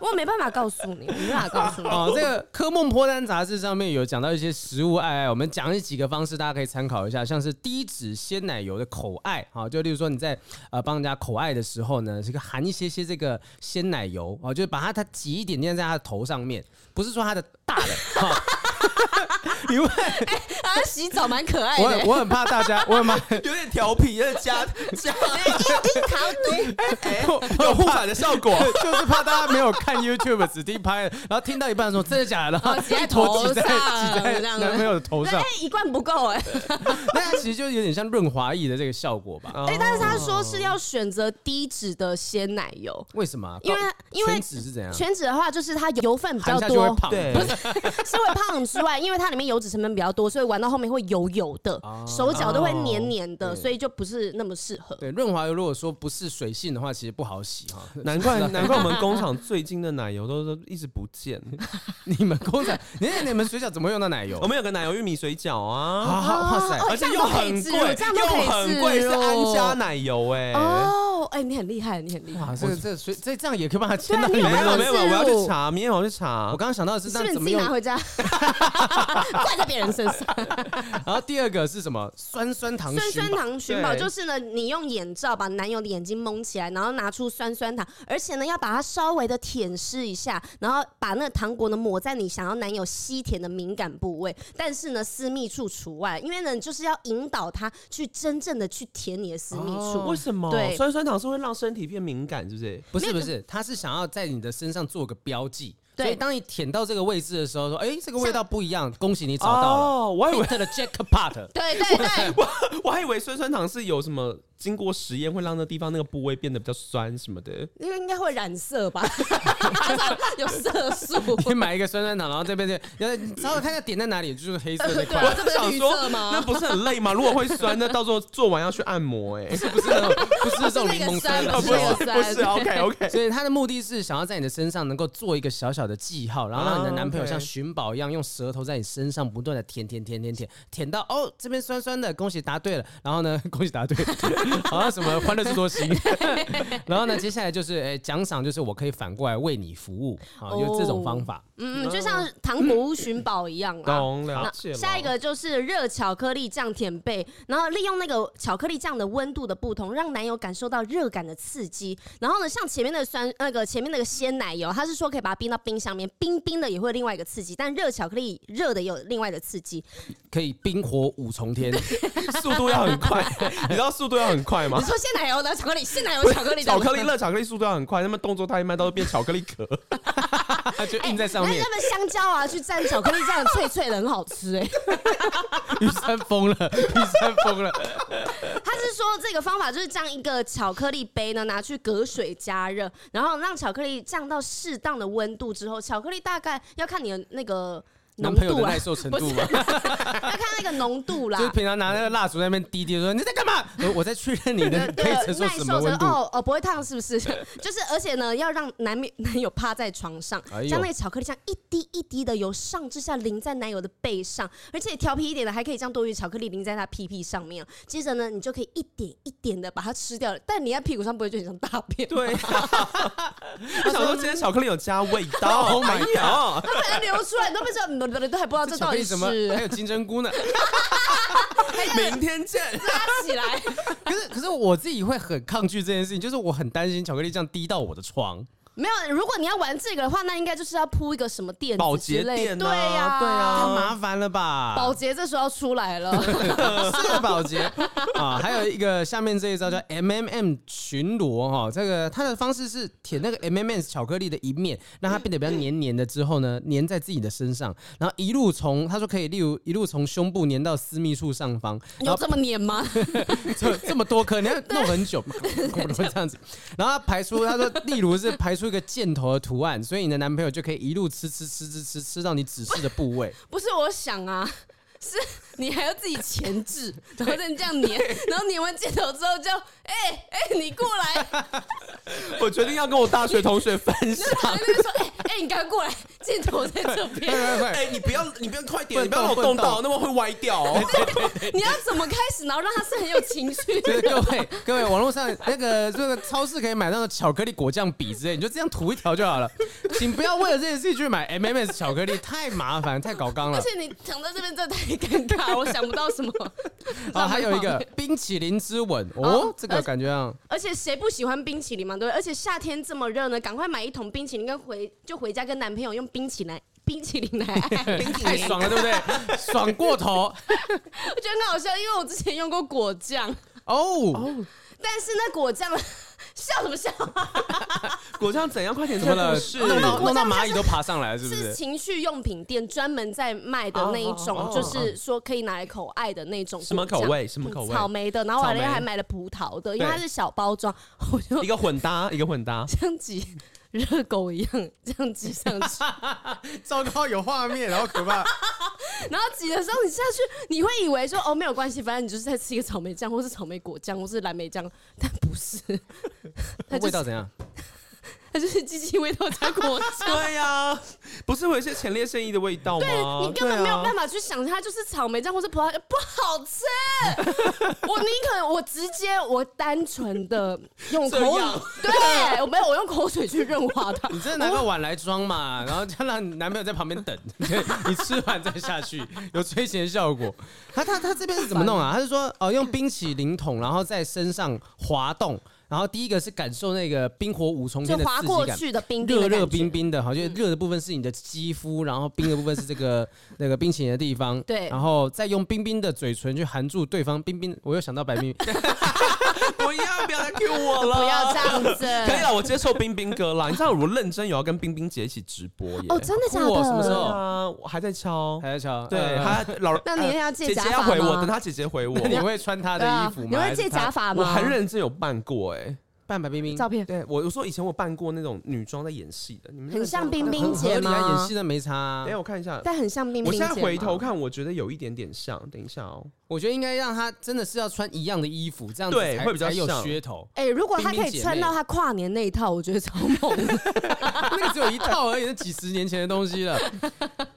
Speaker 1: 我没办法告诉你，我没办法告诉你。
Speaker 2: 哦，这个《科梦破单》杂志上面有讲到一些食物爱爱，我们讲了几个方式，大家可以参考一下，像是低脂鲜奶油的口爱，好、就例如说你在呃帮人家口爱的时候呢，这个含一些些这个鲜奶油，哦，就是把它它挤一点点在它的头上面，不是说它的大的，哈、因为
Speaker 1: 他洗澡蛮可爱
Speaker 2: 我
Speaker 1: 的
Speaker 2: 很，我很怕大家，我很怕 [LAUGHS]
Speaker 3: 有点调皮， [LAUGHS] 有点加加
Speaker 1: 樱桃毒。
Speaker 3: [LAUGHS] 有护法的效果。
Speaker 2: [LAUGHS] 就是怕大家没有看 YouTube 指定拍，然后听到一半说真的假的，然后
Speaker 1: 哦挤在
Speaker 2: 一坨
Speaker 1: 头
Speaker 2: 挤在
Speaker 1: 上
Speaker 2: 挤在
Speaker 1: 这样子
Speaker 2: 男朋友的头
Speaker 1: 对，[LAUGHS]
Speaker 2: 上
Speaker 1: 哎，，一罐不够哎，
Speaker 2: 那它其实就有点像润滑液的这个效果吧？
Speaker 1: 哎，但是他说是要选择低脂的鲜奶油，
Speaker 2: 为什么啊？
Speaker 1: 因为因为
Speaker 2: 全脂是怎 [LAUGHS] 样？
Speaker 1: 全脂的话就是它油分比
Speaker 2: 含
Speaker 1: 较
Speaker 2: 下就会
Speaker 1: 多，
Speaker 2: 胖，
Speaker 3: 对，
Speaker 1: 是会胖之外，因为它里面油脂成分比较多，所以玩到后面会油油的
Speaker 2: 哦，
Speaker 1: 手脚都会黏黏的，
Speaker 2: 对
Speaker 1: 所以就不是那么适合。
Speaker 2: 对润滑油如果说不是水性的话，其实不好洗
Speaker 1: [LAUGHS]
Speaker 2: 哈。
Speaker 3: 难怪难怪我们工厂最近的奶油都都一直不 [LAUGHS] 见。
Speaker 2: 你们工厂，你你们水饺怎么会用到奶油
Speaker 3: 我？们有个奶油玉米水饺啊，
Speaker 2: 啊，哇塞！
Speaker 3: 而且又很贵，
Speaker 1: 哦这样都可以
Speaker 3: 又很贵，
Speaker 1: 吃
Speaker 3: 是
Speaker 1: 哦
Speaker 3: 安家奶油哎。
Speaker 1: 哦，哎，你很厉害，你很厉害。
Speaker 2: 哇，这啊个这个水这这样也可以把它牵到
Speaker 1: 对啊你有
Speaker 3: 没
Speaker 1: 办法
Speaker 3: 有
Speaker 2: 油。
Speaker 3: 没有，我要去查，明天我要去查
Speaker 2: 我。刚刚想到的是，
Speaker 1: 是不
Speaker 2: 那
Speaker 1: 是你自
Speaker 2: 怎么
Speaker 1: 己
Speaker 2: 用
Speaker 1: 拿回家， [LAUGHS] 怪在别人身上？
Speaker 2: 然后第二个是什么？酸酸糖
Speaker 1: 酸
Speaker 2: 熏
Speaker 1: 酸
Speaker 2: 吧
Speaker 1: 糖寻宝
Speaker 3: 对
Speaker 1: 就是呢，你用眼罩把男友的眼睛蒙起来，然后拿出酸酸糖，而且呢要把它稍微的舔舐一下，然后把那个糖果呢抹在你想要男友吸舔的敏感部位，但是呢私密处除外，因为呢你就是要引导他去真正的去舔你的私密处。
Speaker 3: 为什么
Speaker 1: 对
Speaker 3: 酸酸糖是会让身体变敏感？是不是？
Speaker 2: 不是不是，他是想要在你的身上做个标记。
Speaker 1: 对
Speaker 2: 所以当你舔到这个位置的时候，说：“哎、这个味道不一样，恭喜你找到了。
Speaker 3: 哦，我还以为 [LAUGHS]
Speaker 2: hit 了 jackpot，
Speaker 1: 对对对，
Speaker 3: 我还以为酸酸糖是有什么经过实验会让那地方那个部位变得比较酸什么的。
Speaker 1: 因为应该会染色 [LAUGHS] 吧，有色素。
Speaker 2: 你买一个酸酸糖，然后这边就，然后你稍微看一下点在哪里，就是黑色那
Speaker 3: 啊
Speaker 2: 块，
Speaker 1: 这不是绿色吗
Speaker 3: 那不是很累吗？如果会酸，那到时候做完要去按
Speaker 1: [LAUGHS]
Speaker 3: 摩哎、
Speaker 2: 不是那种，不是这种柠檬酸
Speaker 1: 不
Speaker 2: 的
Speaker 1: 是那个酸有。
Speaker 2: 酸
Speaker 3: 不是
Speaker 1: [LAUGHS]
Speaker 3: OK OK。
Speaker 2: 所以他的目的是想要在你的身上能够做一个小小的记号，然后让你的男朋友
Speaker 3: 哦，OK
Speaker 2: 像寻宝一样用舌头在你身上
Speaker 1: [LAUGHS]
Speaker 2: 不 [LAUGHS] 断的舔舔舔舔舔，舔到哦这边酸酸的，恭喜答对了，然后呢恭喜答对，好像什么欢乐智多星。 [LAUGHS] 然后呢，接下来就是诶奖赏，就是我可以反过来为你服务啊，
Speaker 1: 哦
Speaker 2: 就这种方法。
Speaker 1: 嗯，就像糖果屋寻宝一样啦。
Speaker 3: 懂了解
Speaker 1: 那
Speaker 3: 了。
Speaker 1: 下一个就是热巧克力酱舔背，然后利用那个巧克力酱的温度的不同，让男友感受到热感的刺激。然后呢，像前面的酸那个前面那个鲜奶油，它是说可以把它冰到冰箱里面，冰冰的也会有另外一个刺激，但热巧克力热的也有另外的刺激。
Speaker 2: 可以冰火五重天， [LAUGHS]
Speaker 3: 速度要
Speaker 1: [LAUGHS]
Speaker 3: 很快，你知道速度要很快吗
Speaker 1: 你？说鲜奶油的巧克力，鲜奶油巧克力的
Speaker 3: 啊巧克力热巧克力速度要很快，他们动作太慢，到时候变巧克力
Speaker 1: [LAUGHS]
Speaker 3: 壳。
Speaker 2: 就
Speaker 3: 啊
Speaker 2: 印在上
Speaker 1: 那
Speaker 2: 面
Speaker 1: 哎那。个香蕉啊，去蘸巧克力酱，脆脆的，很好吃哎、
Speaker 2: 玉山疯了，玉山疯了。
Speaker 1: 他是说这个方法就是将一个巧克力杯呢拿去隔水加热，然后让巧克力降到适当的温度之后，巧克力大概要看你的那个
Speaker 2: 男
Speaker 1: 浓
Speaker 2: 朋友
Speaker 1: 度
Speaker 2: 的
Speaker 1: 啊
Speaker 2: 耐，受程
Speaker 1: 不
Speaker 2: 度
Speaker 1: 是
Speaker 2: 嘛，
Speaker 1: [LAUGHS] 要看那个浓度啦
Speaker 2: [LAUGHS] 就是。平常拿那个蜡烛在那边滴滴说你在干嘛？呃我在确认你的
Speaker 1: 对
Speaker 2: 可以承受
Speaker 1: 耐
Speaker 2: 什
Speaker 1: 受
Speaker 2: 么
Speaker 1: 着
Speaker 2: 温度。
Speaker 1: 哦哦，不会烫是不是？就是而且呢，要让男 [LAUGHS] 面男友趴在床上，
Speaker 2: 哎呦
Speaker 1: 将那个巧克力酱一滴一滴的由上至下淋在男友的背上，而且调皮一点的还可以将多余巧克力淋在他屁屁上面。哦接着呢，你就可以一点一点的把它吃掉了，但你在屁股上不会就很像大便吗？
Speaker 3: 对、我想说今天巧克力有加味
Speaker 1: [LAUGHS]
Speaker 3: 道。
Speaker 2: Oh my
Speaker 3: 哎呀
Speaker 1: 它本来流出来，你都不 [LAUGHS] 知道，你都都还不知道哦这
Speaker 2: 巧
Speaker 1: 到
Speaker 2: 克
Speaker 1: 底
Speaker 2: 力
Speaker 1: 是
Speaker 3: [LAUGHS]
Speaker 2: 什么？还有金针菇呢？ [LAUGHS]
Speaker 3: 明天见。
Speaker 1: 拉起来。 [LAUGHS]
Speaker 2: 可是可是我自己会很抗拒这件事情，就是我很担心巧克力酱滴到我的床。
Speaker 1: 没有，如果你要玩这个的话，那应该就是要铺一个什么垫
Speaker 3: 保
Speaker 1: 子
Speaker 3: 洁
Speaker 1: 之类的。
Speaker 3: 垫啊
Speaker 1: 对呀、
Speaker 3: 对啊
Speaker 2: 太麻烦了吧？
Speaker 1: 保洁这时候要出来
Speaker 3: [LAUGHS]
Speaker 1: 了，
Speaker 2: [LAUGHS] 是个保洁啊，还有一个下面这一招叫 M M M 巡逻哈、这个它的方式是舔那个 M M M 巧克力的一面，让它变得比较黏黏的之后呢，粘在自己的身上，然后一路从他说可以，例如一路从胸部粘到私密处上方，然
Speaker 1: 有
Speaker 2: 后
Speaker 1: 这么黏吗？ [LAUGHS]
Speaker 2: 这这么多颗，你要弄很久， [LAUGHS] 这样子。然后他排出，他说，例如是排出一个箭头的图案，所以你的男朋友就可以一路吃吃吃吃吃吃到你指示的部位。
Speaker 1: 不是，我想啊，是你还要自己前
Speaker 3: [LAUGHS]
Speaker 1: 置，然后再这样黏，然后黏完箭头之后就，哎、哎、你过来， [LAUGHS]
Speaker 3: 我决定要跟我大学同学分
Speaker 1: [LAUGHS]
Speaker 3: 享。
Speaker 1: 然后那边说，哎、哎、你赶快过来，箭头在这
Speaker 3: [LAUGHS]
Speaker 2: 会
Speaker 1: 边，
Speaker 2: 会会，
Speaker 3: 哎、你不要，你不要快点，
Speaker 2: 不能
Speaker 3: 你不要让我
Speaker 2: 动
Speaker 3: 动
Speaker 2: 不能
Speaker 3: 到，那么会歪掉、哦。
Speaker 1: 你要怎么开始，然后让他是很有情绪的
Speaker 2: 就是各位各位，网络上那个这个超市可以买那种巧克力果酱笔之类，你就这样涂一条就好了。请不要为了这件事情去买 M M S 巧克力，太麻烦，太搞纲了
Speaker 1: 而。且你躺在这边，这太尴
Speaker 2: [LAUGHS]
Speaker 1: 尬，我想不到什么。
Speaker 2: 啊，还有一个，冰淇淋之吻哦
Speaker 1: 哦，
Speaker 2: 这个感觉啊上
Speaker 1: 而且谁不喜欢冰淇淋嘛？对不对，而且夏天这么热呢，赶快买一桶冰淇淋，跟回就回家跟男朋友用冰淇淋来。冰淇淋来爱，冰淇
Speaker 3: 嗯
Speaker 2: 太
Speaker 1: 淋，
Speaker 2: 爽了，对不对？爽过头
Speaker 1: 我觉得很好笑，因为我之前用过果酱，
Speaker 2: 哦，
Speaker 1: 但是那果酱 [LAUGHS] 笑什么笑啊？
Speaker 3: 果酱怎样？快点，
Speaker 2: 怎么了？
Speaker 3: 是
Speaker 2: 弄到
Speaker 1: 果
Speaker 2: 弄到
Speaker 1: 酱
Speaker 2: 蚂蚁
Speaker 1: 是
Speaker 2: 都爬上来了，是不
Speaker 1: 是
Speaker 2: 是？
Speaker 1: 情趣用品店专门在卖的那一
Speaker 3: 哦哦
Speaker 1: 种
Speaker 3: 哦，
Speaker 1: 就是说可以拿来口爱的那种
Speaker 3: 什么
Speaker 1: 果酱嗯
Speaker 3: 口味什么口味
Speaker 1: 草莓的，然后我
Speaker 3: 草莓
Speaker 1: 还买了葡萄的，因为
Speaker 3: 对
Speaker 1: 它是小包装， [LAUGHS] 我就
Speaker 3: 一个混搭，一个混搭。
Speaker 1: 像挤热狗一样这样挤上
Speaker 2: [LAUGHS]
Speaker 1: 去，
Speaker 2: 糟糕，有画面，然后可怕。
Speaker 1: 然后挤的时候你下去，你会以为说哦没有关系，反正你就是在吃一个草莓酱，或是草莓果酱，或是蓝莓酱，但不
Speaker 2: [LAUGHS]
Speaker 1: 是，它就
Speaker 2: 味道
Speaker 1: 是
Speaker 2: 怎样？
Speaker 1: 它就是鸡鸡味道加果
Speaker 2: [LAUGHS]
Speaker 1: 酱。
Speaker 3: 对呀、不是会有一些前列腺液的味道吗？
Speaker 2: 哦
Speaker 1: 对你根本没有办
Speaker 3: 法。
Speaker 1: 法去想，它就是草莓酱或是葡萄酱不好吃。我宁可我直接我单纯的用口
Speaker 3: 这
Speaker 1: 语
Speaker 3: 样，
Speaker 1: 对我没有我用口水去润滑
Speaker 2: [LAUGHS]
Speaker 1: 它。
Speaker 2: 你真的拿个碗来装嘛，然后就让你男朋友在旁边等， [LAUGHS] 对你吃完再下去，有催情效果。他他他这边是怎么弄啊？他是说哦，用冰淇淋桶，然后在身上滑动，然后第一个是感受那个冰火五重
Speaker 1: 就
Speaker 2: 天的
Speaker 1: 滑
Speaker 2: 刺激
Speaker 1: 过
Speaker 2: 感。
Speaker 1: 去的冰冰
Speaker 2: 热
Speaker 1: 的
Speaker 2: 热
Speaker 1: 感觉嗯
Speaker 2: 冰，冰的，好，就热的部分是你的肌肤，然后冰的部分是这个那个冰淇淋的地方，
Speaker 1: 对
Speaker 2: 然后再用冰冰的嘴唇去含住对方冰冰，我又想到白冰冰，
Speaker 1: [LAUGHS]
Speaker 3: 不要，不要再 Q 我了。
Speaker 1: 不要这。样子。
Speaker 3: 可以了，我接受冰冰哥啦。你知道我认真有要跟冰冰姐一起直播耶。
Speaker 1: 哦，真的假
Speaker 2: 酷哦
Speaker 1: 的？
Speaker 2: 什么时
Speaker 3: 对
Speaker 2: 候
Speaker 3: 啊，我还在敲。
Speaker 2: 还有巧，
Speaker 3: 对，
Speaker 2: 呃
Speaker 3: 他老
Speaker 1: [LAUGHS] 那你一定要借
Speaker 3: 姐
Speaker 1: 假
Speaker 3: 姐
Speaker 1: 发
Speaker 3: 要回我，
Speaker 1: 吗
Speaker 3: 等她姐姐
Speaker 1: [LAUGHS]
Speaker 3: 回我。
Speaker 2: [LAUGHS] 你会穿他的
Speaker 1: 对啊
Speaker 2: 衣服吗？
Speaker 1: 你会
Speaker 2: 还是
Speaker 1: 借
Speaker 2: 他
Speaker 1: 假发吗？
Speaker 3: 我很认真有扮过哎。
Speaker 2: 扮白冰冰
Speaker 1: 照片，
Speaker 3: 对我，我说以前我扮过那种女装在演戏的，你们
Speaker 1: 很像冰冰
Speaker 2: 很合
Speaker 1: 姐
Speaker 2: 理啊，演
Speaker 1: 吗
Speaker 2: 戏？的没差、啊
Speaker 3: 等一。下我看一下，
Speaker 1: 但很像冰冰
Speaker 3: 我
Speaker 1: 姐
Speaker 3: 现
Speaker 1: 吗。。
Speaker 3: 在回头看，我觉得有一点点像。等一下哦，
Speaker 2: 我觉得应该让她真的是要穿一样的衣服，这样子
Speaker 3: 对
Speaker 2: 才
Speaker 3: 会比较
Speaker 2: 才有
Speaker 3: 像
Speaker 2: 噱头 [LAUGHS]
Speaker 1: 哎、如果她可
Speaker 2: 冰
Speaker 1: 以
Speaker 2: 冰姐
Speaker 1: 穿
Speaker 2: 妹
Speaker 1: 到她跨年那一
Speaker 2: [LAUGHS]
Speaker 1: 套，我觉得超猛的。
Speaker 2: 那个只有一套而已，是几十年前的东西了。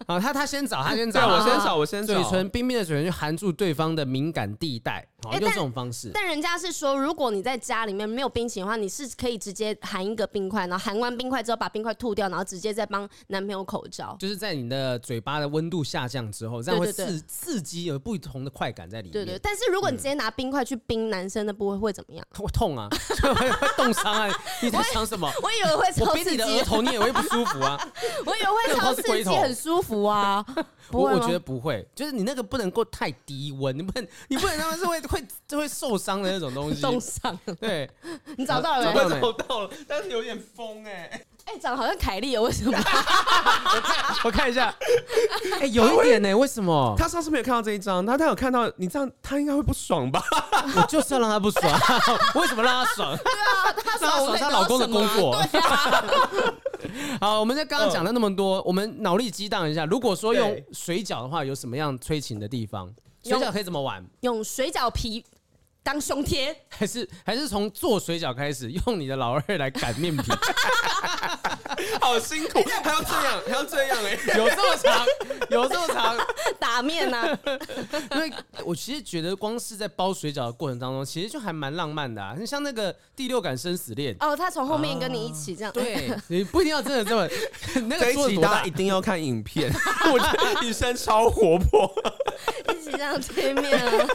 Speaker 2: 啊，他他先找，他先
Speaker 3: 对，啊
Speaker 2: 找，
Speaker 3: 我
Speaker 2: 他
Speaker 3: 先找，我先找
Speaker 2: 嘴唇冰冰的嘴唇去含住对方的敏感地带，好，
Speaker 1: 哎
Speaker 2: 用这种方式。
Speaker 1: 但人家是说，如果你在家里面没有冰淇淋的话，你是可以直接含一个冰块，然后含完冰块之后把冰块吐掉，然后直接再帮男朋友口罩。
Speaker 2: 就是在你的嘴巴的温度下降之后，这样会
Speaker 1: 对对对
Speaker 2: 刺刺激有不同的快感在里面，
Speaker 1: 对对，但是如
Speaker 2: 嗯
Speaker 1: 果你直接拿冰块去冰男生的部位会怎么样？ [LAUGHS]
Speaker 2: 会痛啊， [LAUGHS] 会会冻伤啊！你在想什么？
Speaker 1: 我以为会
Speaker 2: 我
Speaker 1: 超
Speaker 2: 冰
Speaker 1: 刺
Speaker 2: 你
Speaker 1: 激
Speaker 2: 的额
Speaker 1: 的，
Speaker 2: 头，你也会不舒服啊！
Speaker 1: 我以为
Speaker 2: [LAUGHS]
Speaker 1: 会超
Speaker 2: 那
Speaker 1: 刺
Speaker 2: 个头
Speaker 1: 激，
Speaker 2: 是龟头
Speaker 1: 很舒服啊。不
Speaker 2: [LAUGHS] 我
Speaker 1: 会
Speaker 2: 我
Speaker 1: 吗
Speaker 2: 觉得不会，就是你那个不能够太低温，你不能 [LAUGHS] 你不能他们是会会就会受伤的那种东西。
Speaker 1: 冻伤，
Speaker 2: 对，
Speaker 1: 你找到了
Speaker 2: 找 [LAUGHS]
Speaker 1: 没
Speaker 2: 到？
Speaker 3: 我找到了，但是有点疯哎、
Speaker 1: 哎，长得好像凯莉哦，为什么？
Speaker 2: [LAUGHS] 我看一下，哎、有一点呢、为什么？
Speaker 3: [LAUGHS] 他上次没有看到这一张，他他有看到你这样，他应该会不爽吧？ [LAUGHS]
Speaker 2: 我就是要让他不爽， [LAUGHS] 为什么让他爽？
Speaker 1: [LAUGHS] 他
Speaker 2: 那
Speaker 1: 手
Speaker 2: 手
Speaker 1: 会
Speaker 2: 是她
Speaker 1: 得
Speaker 2: 老
Speaker 1: 到
Speaker 2: 公的
Speaker 1: 什么啊
Speaker 2: 工作
Speaker 1: 对啊，
Speaker 2: 好，我们在刚刚讲了那么多，我们脑力激荡一下。如果说用
Speaker 3: 对
Speaker 2: 水饺的话，有什么样催情的地方？水
Speaker 1: 用
Speaker 2: 饺可以怎么玩？
Speaker 1: [LAUGHS] 用水饺皮当胸贴，
Speaker 2: 还是还是从做水饺开始，用你的老二来擀面皮， [LAUGHS]
Speaker 3: 好辛苦，还要这样，还要这样哎、
Speaker 2: 有这么长，有这么长。
Speaker 1: 打面呐、啊，
Speaker 2: [LAUGHS] 因为我其实觉得，光是在包水饺的过程当中，其实就还蛮浪漫的、啊。像那个第六感生死恋，
Speaker 1: [LAUGHS] 哦，他从后面跟你一起这样，
Speaker 2: 啊对 [LAUGHS] 你不一定要真的这么，你那
Speaker 3: [LAUGHS] 这
Speaker 2: 个
Speaker 3: 一
Speaker 2: 桌子
Speaker 3: 集
Speaker 2: 多
Speaker 3: 大家
Speaker 2: 大
Speaker 3: 一？定要看影片， [LAUGHS] 我觉得女生超活泼，
Speaker 1: [LAUGHS] 一起这样推面
Speaker 2: [LAUGHS]
Speaker 1: 啊，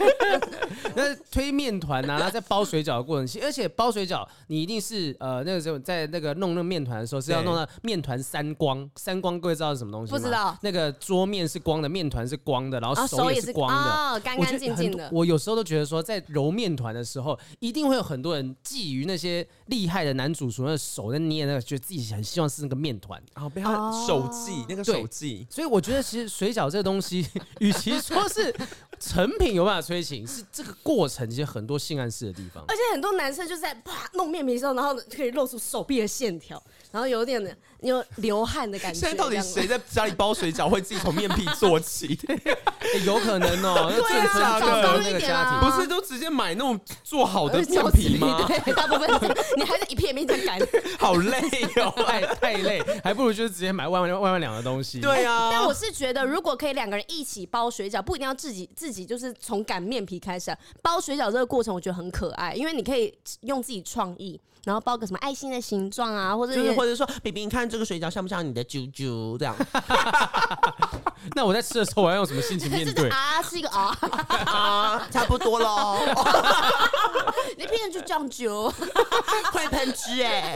Speaker 2: 那推面团啊，然后在包水饺的过程，其实而且包水饺，你一定是呃那个时候在那个弄那个面团的时候，是要
Speaker 3: 对
Speaker 2: 弄到面团三光，三光各位知道是什么东西吗？
Speaker 1: 不知道
Speaker 2: 那个桌面是光的，面团是光的，然后
Speaker 1: 啊
Speaker 2: 手
Speaker 1: 手
Speaker 2: 也
Speaker 1: 也
Speaker 2: 是
Speaker 1: 是
Speaker 2: 光的。
Speaker 1: 哦，干
Speaker 2: 我觉
Speaker 1: 干
Speaker 2: 得
Speaker 1: 净
Speaker 2: 很
Speaker 1: 净
Speaker 2: 多
Speaker 1: 的。
Speaker 2: 我有时候都觉得说，在揉面团的时候，一定会有很多人觊觎那些厉害的男主厨的手在捏那个，觉得自己很希望是那个面团。
Speaker 3: 然后哦被他手
Speaker 1: 哦
Speaker 3: 记那个
Speaker 2: 对
Speaker 3: 手记，
Speaker 2: 所以我觉得，其实水饺这个东西， [LAUGHS] 与其说是成品有办法催情，是这个过程其实很多性暗示的地方。
Speaker 1: 而且很多男生就是在啪弄面皮的时候，然后可以露出手臂的线条，然后有点的有流汗的感觉。
Speaker 3: 现在到
Speaker 1: 这
Speaker 3: 底
Speaker 1: 样啊子 [LAUGHS]
Speaker 3: 谁在家里包水饺会自己从面皮做起？
Speaker 2: 欸有可能
Speaker 1: [LAUGHS]
Speaker 2: 哦、那
Speaker 3: 对啊
Speaker 2: 眷村
Speaker 3: 找
Speaker 2: 的
Speaker 3: 到
Speaker 2: 那
Speaker 1: 一
Speaker 2: 个
Speaker 1: 点
Speaker 2: 家庭
Speaker 1: 啊。
Speaker 3: 不是都直接买那种做好的
Speaker 1: 呃
Speaker 3: 面皮吗？
Speaker 1: 对，大部分是 [LAUGHS] 这样你还是一片一片这样擀。
Speaker 3: 好累
Speaker 1: [LAUGHS]
Speaker 3: 哦、
Speaker 2: 太太累，还不如就是直接买万万万万两的东西。，
Speaker 3: 对啊，
Speaker 1: 但我是觉得，如果可以两个人一起包水饺，不一定要自己自己就是从擀面皮开始啊、包水饺这个过程，我觉得很可爱，因为你可以用自己创意，然后包个什么爱心的形状啊，或者
Speaker 3: 就是
Speaker 1: 也
Speaker 3: 或者说，比比，你看这个水饺像不像你的啾啾？这样，
Speaker 2: 那我在吃的时候，我要用什么心情面
Speaker 1: 这
Speaker 2: 对
Speaker 1: 个？啊 [LAUGHS] 是一个啊，
Speaker 3: [LAUGHS] 啊，差不多 [LAUGHS] 喽，
Speaker 1: 你变成就酱酒，
Speaker 3: 会喷汁哎、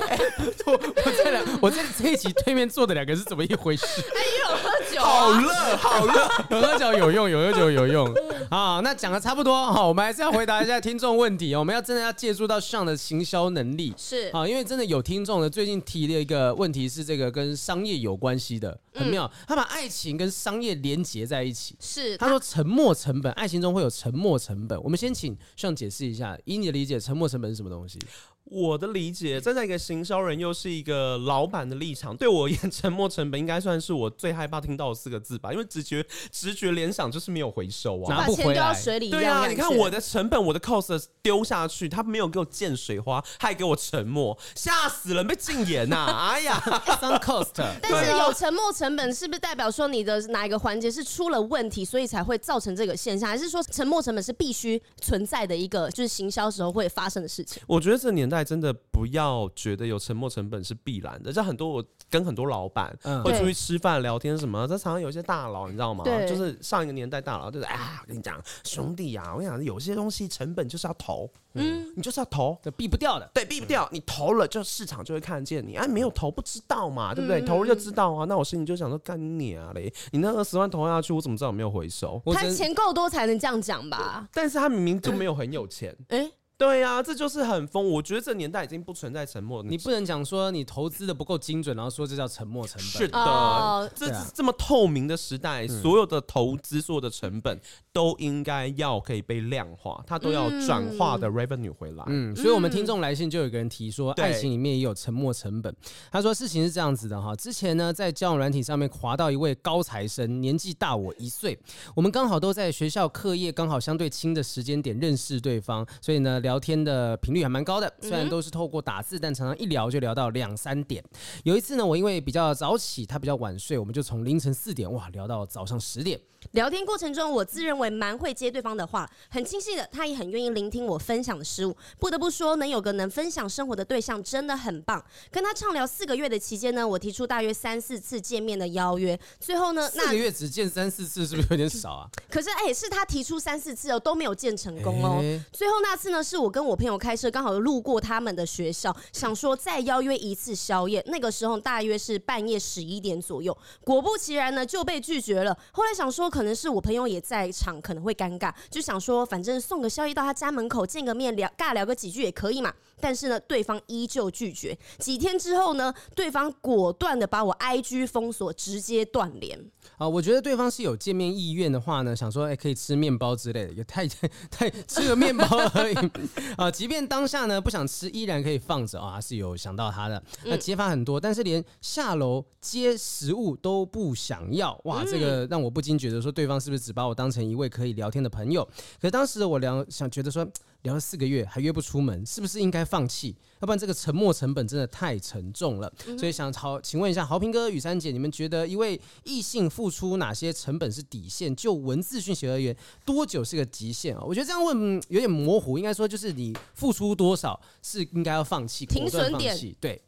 Speaker 2: 我我在两，我在这一集对面坐的两个是怎么一回事？
Speaker 1: 因为我喝酒
Speaker 3: [LAUGHS] 好
Speaker 1: 啊。
Speaker 3: 热，好热，
Speaker 2: 有喝酒有用，有喝酒
Speaker 1: [LAUGHS]
Speaker 2: 有用。好，那讲的差不多，好，我们还是要回答一下听众问题哦。我们要真的要借助到上的行销能力。
Speaker 1: 是
Speaker 2: 啊，因为真的有听众呢，最近提了一个问题，是这个跟商业有关系的，
Speaker 1: 嗯
Speaker 2: 很妙。他把爱情跟商业连结在一起。
Speaker 1: 是，
Speaker 2: 他说沉没成本，爱情中会有沉没成本。我们先请上解释一下，以你的理解，沉没成本是什
Speaker 1: [LAUGHS]
Speaker 2: 么东西？
Speaker 3: 我的理解，站在一个行销人又是一个老板的立场，对我而言，沉没成本应该算是我最害怕听到的四个字吧，因为直觉直觉联想就是没有回收啊。
Speaker 2: 拿
Speaker 1: 把
Speaker 2: 不
Speaker 1: 钱
Speaker 2: 回
Speaker 1: 丢到
Speaker 2: 来
Speaker 1: 水里一样。
Speaker 3: 对啊，你
Speaker 1: 感觉
Speaker 3: 看我的成本，我的 cost 丢下去，他没有给我溅水花，还给我沉默，吓死人，被禁言呐、哎呀，
Speaker 2: Sun Cost
Speaker 1: 但
Speaker 3: 对
Speaker 1: 是
Speaker 3: 啊
Speaker 1: 有沉没成本，是不是代表说你的哪一个环节是出了问题，所以才会造成这个现象？还是说沉没成本是必须存在的一个，就是行销时候会发生的事情？
Speaker 3: 我觉得这年代真的不要觉得有沉没成本是必然的，像很多我跟很多老板
Speaker 2: 嗯
Speaker 3: 会出去吃饭聊天什么，这常常有一些大佬，你知道吗？
Speaker 1: 对
Speaker 3: 就是上一个年代大佬，就是啊，我跟你讲，兄弟啊，我跟你讲，有些东西成本就是要投，嗯，你就是要投。
Speaker 2: 这避不掉的。
Speaker 3: 对，避不掉。你投了，就市场就会看见你。哎，没有投不知道嘛，对不对？投了就知道啊。那我心里就想说，干你啊嘞！你那二十万投下去，我怎么知道有没有回收？
Speaker 2: 我
Speaker 1: 他
Speaker 2: 真
Speaker 1: 钱够多才能这样讲吧？
Speaker 3: 但是他明明就没有很有钱。
Speaker 1: 哎、
Speaker 3: 对啊，这就是很疯。我觉得这年代已经不存在沉默。
Speaker 2: 你不能讲说你投资的不够精准，然后说这叫沉没成本。
Speaker 3: 是的，
Speaker 1: 哦
Speaker 3: 这
Speaker 2: 对啊嗯
Speaker 3: 这这么透明的时代，所有的投资、所有的成本都应该要可以被量化，它都要转化的 revenue 回来。
Speaker 2: 嗯，所以我们听众来信就有一个人提说，
Speaker 3: 对
Speaker 2: 爱情里面也有沉没成本。他说事情是这样子的哈，之前呢在交友软体上面滑到一位高材生，年纪大我一岁，我们刚好都在学校课业刚好相对轻的时间点认识对方，所以呢聊天的频率还蛮高的，虽然都是透过打字，但常常一聊就聊到两三点。有一次呢，我因为比较早起，他比较晚睡，我们就从凌晨四点哇聊到早上十点。
Speaker 1: 聊天过程中，我自认为蛮会接对方的话，很清晰的，他也很愿意聆听我分享的事物。不得不说，能有个能分享生活的对象真的很棒。跟他畅聊四个月的期间呢，我提出大约三四次见面的邀约，最后呢，
Speaker 2: 四
Speaker 1: 那
Speaker 2: 个月只见三四次，是不是有点少啊？
Speaker 1: 可是哎、是他提出三四次哦，都没有见成功哦。
Speaker 2: 哎
Speaker 1: 最后那次呢，是我跟我朋友开车，刚好路过他们的学校，想说再邀约一次宵夜。那个时候大约是半夜十一点左右，果不其然呢就被拒绝了。后来想说，可能是我朋友也在场，可能会尴尬，就想说反正送个宵夜到他家门口见个面聊尬聊个几句也可以嘛。但是呢，对方依旧拒绝。几天之后呢，对方果断的把我 IG 封锁，直接断联。
Speaker 2: 啊，我觉得对方是有见面意愿的话呢，想说哎、可以吃面包之类的，也太太吃个面包而已 [LAUGHS] 啊。即便当下呢不想吃，依然可以放着啊，还是有想到他的。那解法很多，但是连下楼接食物都不想要，哇，这个让我不禁觉得说对方是不是只把我当成一位可以聊天的朋友？可是当时的我聊想觉得说。聊了四个月还约不出门，是不是应该放弃？要不然这个沉没成本真的太沉重了。所以想好，请问一下豪平哥、雨珊姐，你们觉得一位异性付出哪些成本是底线？就文字讯息而言，多久是个极限啊、我觉得这样问、嗯有点模糊，应该说就是你付出多少是应该要放弃，
Speaker 1: 停
Speaker 2: 果断
Speaker 1: 损
Speaker 2: 放
Speaker 1: 点
Speaker 2: 弃，对。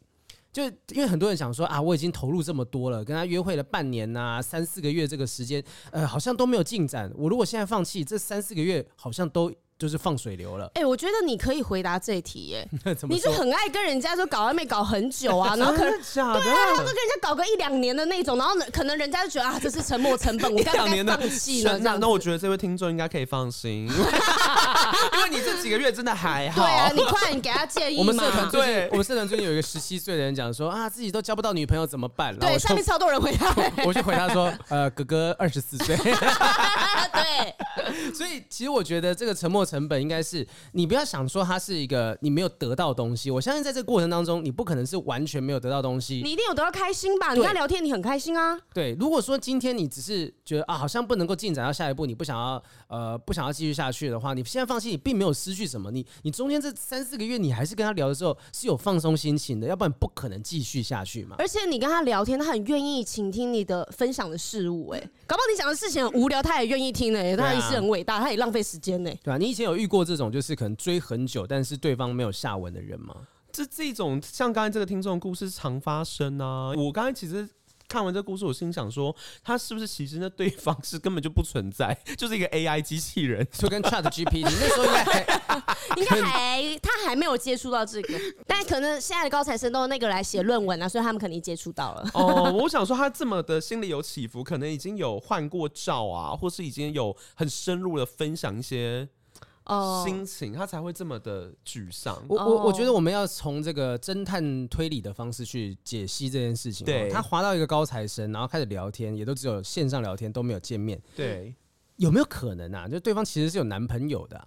Speaker 2: 就因为很多人想说啊，我已经投入这么多了，跟他约会了半年呐、三四个月这个时间，呃，好像都没有进展。我如果现在放弃，这三四个月好像都就是放水流了。 [LAUGHS]
Speaker 1: 哎、我觉得你可以回答这一题耶、 [LAUGHS]
Speaker 2: 怎么
Speaker 1: 你就
Speaker 2: 说？
Speaker 1: 很爱跟人家说搞暧昧搞很久 [LAUGHS] 啊，然后可能。
Speaker 2: 假的？
Speaker 1: 他就跟人家搞个一两年的那种，然后呢可能人家就觉得啊，这是沉没成本，我
Speaker 3: [LAUGHS]
Speaker 1: 该
Speaker 3: 两
Speaker 1: 不该
Speaker 3: 年的
Speaker 1: 放弃呢？这
Speaker 3: 那
Speaker 1: 样子
Speaker 3: 那我觉得这位听众应该可以放
Speaker 1: [LAUGHS]
Speaker 3: 心，因为你这几个月真的还好。
Speaker 1: 对啊，你快点给他建议
Speaker 2: 我们社团
Speaker 1: 嘛。
Speaker 2: 最近
Speaker 3: 对，
Speaker 2: 我们社团最近有一个十七岁的人讲说啊，自己都交不到女朋友怎么办？然后
Speaker 1: 对，
Speaker 2: 我
Speaker 1: 下面
Speaker 2: [LAUGHS] 就
Speaker 1: 超多人回
Speaker 3: [LAUGHS]
Speaker 1: 答。
Speaker 2: 我就回答说，呃，哥哥二十四岁， [LAUGHS]
Speaker 1: 对，
Speaker 2: 所以其实我觉得这个沉没成本应该是你不要想说它是一个你没有得到东西，我相信在这个过程当中，你不可能是完全没有得到东西，
Speaker 1: 你一定有得到开心吧？你
Speaker 2: 对
Speaker 1: 跟他聊天，你很开心啊。
Speaker 2: 对，如果说今天你只是觉得啊，好像不能够进展到下一步，你不想要呃不想要继续下去的话，你现在放弃，你并没有失去什么，你你中间这三四个月，你还是跟他聊的时候是有放松心情的，要不然不可能继续下去嘛。
Speaker 1: 而且你跟他聊天，他很愿意倾听你的分享的事物。哎，搞不好你讲的事情很无聊，他也愿意听呢。
Speaker 3: 啊
Speaker 1: 他也是很伟大，他也浪费时
Speaker 3: [LAUGHS]
Speaker 1: 间呢。
Speaker 2: 对啊，你以前有遇过这种就是可能追很久，但是对方没有下文的人吗？
Speaker 3: 这这种像刚才这个听众的故事常发生啊。我刚才其实。看完这个故事，我心想说，他是不是其实那对方是根本就不存在，就是一个 AI 机器人？
Speaker 2: 就跟 Chat GPT 那时候应该还
Speaker 1: 应该还他还没有接触到这个，但可能现在的高材生都那个来写论文啊，所以他们肯定接触到 [LAUGHS] 了。
Speaker 3: 哦，我想说他这么的心里有起伏，可能已经有换过照啊，或是已经有很深入的分享一些
Speaker 1: 哦，
Speaker 3: 心情，他才会这么的沮丧。
Speaker 2: 我我我
Speaker 1: 哦
Speaker 2: 觉得我们要从这个侦探推理的方式去解析这件事情哦。
Speaker 3: 对
Speaker 2: 他滑到一个高材生，然后开始聊天，也都只有线上聊天，都没有见面。
Speaker 3: 对，
Speaker 2: 有没有可能啊？就对方其实是有男朋友的啊、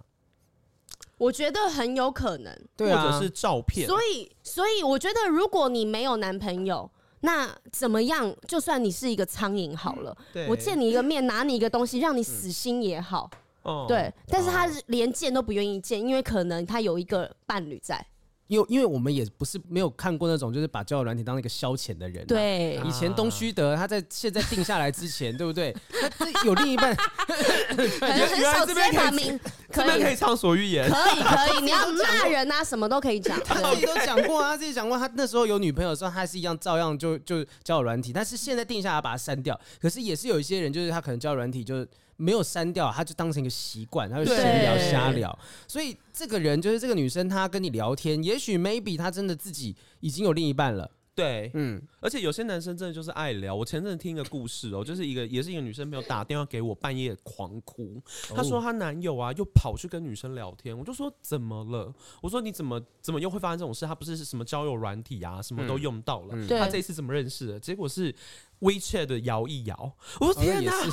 Speaker 1: 我觉得很有可能。
Speaker 2: 对啊，
Speaker 3: 或者是照片，
Speaker 1: 所以，所以我觉得，如果你没有男朋友，那怎么样？就算你是一个苍蝇好了，
Speaker 3: 嗯对
Speaker 1: 我见你一个面，拿你一个东西，让你死心也好，
Speaker 3: 哦
Speaker 1: 对。但是他是连见都不愿意见，因为可能他有一个伴侣在。
Speaker 2: 因为因为我们也不是没有看过那种就是把交友软体当一个消遣的
Speaker 3: 嗯
Speaker 2: 人、。啊
Speaker 1: 对，
Speaker 3: 啊
Speaker 2: 以前东区德他在现在定下来之前，对不对？他这有另一半，
Speaker 1: 可能很
Speaker 3: 原来
Speaker 1: 少直
Speaker 3: 这边
Speaker 1: 接把
Speaker 3: 可以
Speaker 1: 名，
Speaker 3: 这
Speaker 1: 可
Speaker 3: 边
Speaker 1: 以，
Speaker 3: 可
Speaker 1: 可
Speaker 3: 以畅所欲言。
Speaker 1: 以，可以，你要骂人啊，什么都可以讲。
Speaker 2: 他
Speaker 1: 对
Speaker 2: 自己都讲过啊，他自己讲过，他那时候有女朋友的时候，他还是一样照样就就交友软体，但是现在定下来把它删掉。可是也是有一些人，就是他可能交友软体就是没有删掉，他就当成一个习惯，他就
Speaker 3: 对
Speaker 2: 闲聊瞎聊。所以这个人就是这个女生，她跟你聊天，也许 maybe 她真的自己已经有另一半了。
Speaker 3: 对，
Speaker 2: 嗯
Speaker 3: 嗯，而且有些男生真的就是爱聊。我前阵子听一个故事哦、就是一个也是一个女生朋友打电话给我，半夜狂哭。她
Speaker 2: 哦
Speaker 3: 说她男友啊，又跑去跟女生聊天。我就说怎么了？我说你怎么怎么又会
Speaker 2: 嗯
Speaker 3: 发生这种事？他不是什么交友软体啊，什么都用到了。
Speaker 1: 对
Speaker 3: 他这一次怎么认识的？结果是 WeChat 的摇一摇，我说
Speaker 2: 哦那
Speaker 3: 天
Speaker 2: 也
Speaker 3: 哪、
Speaker 2: 是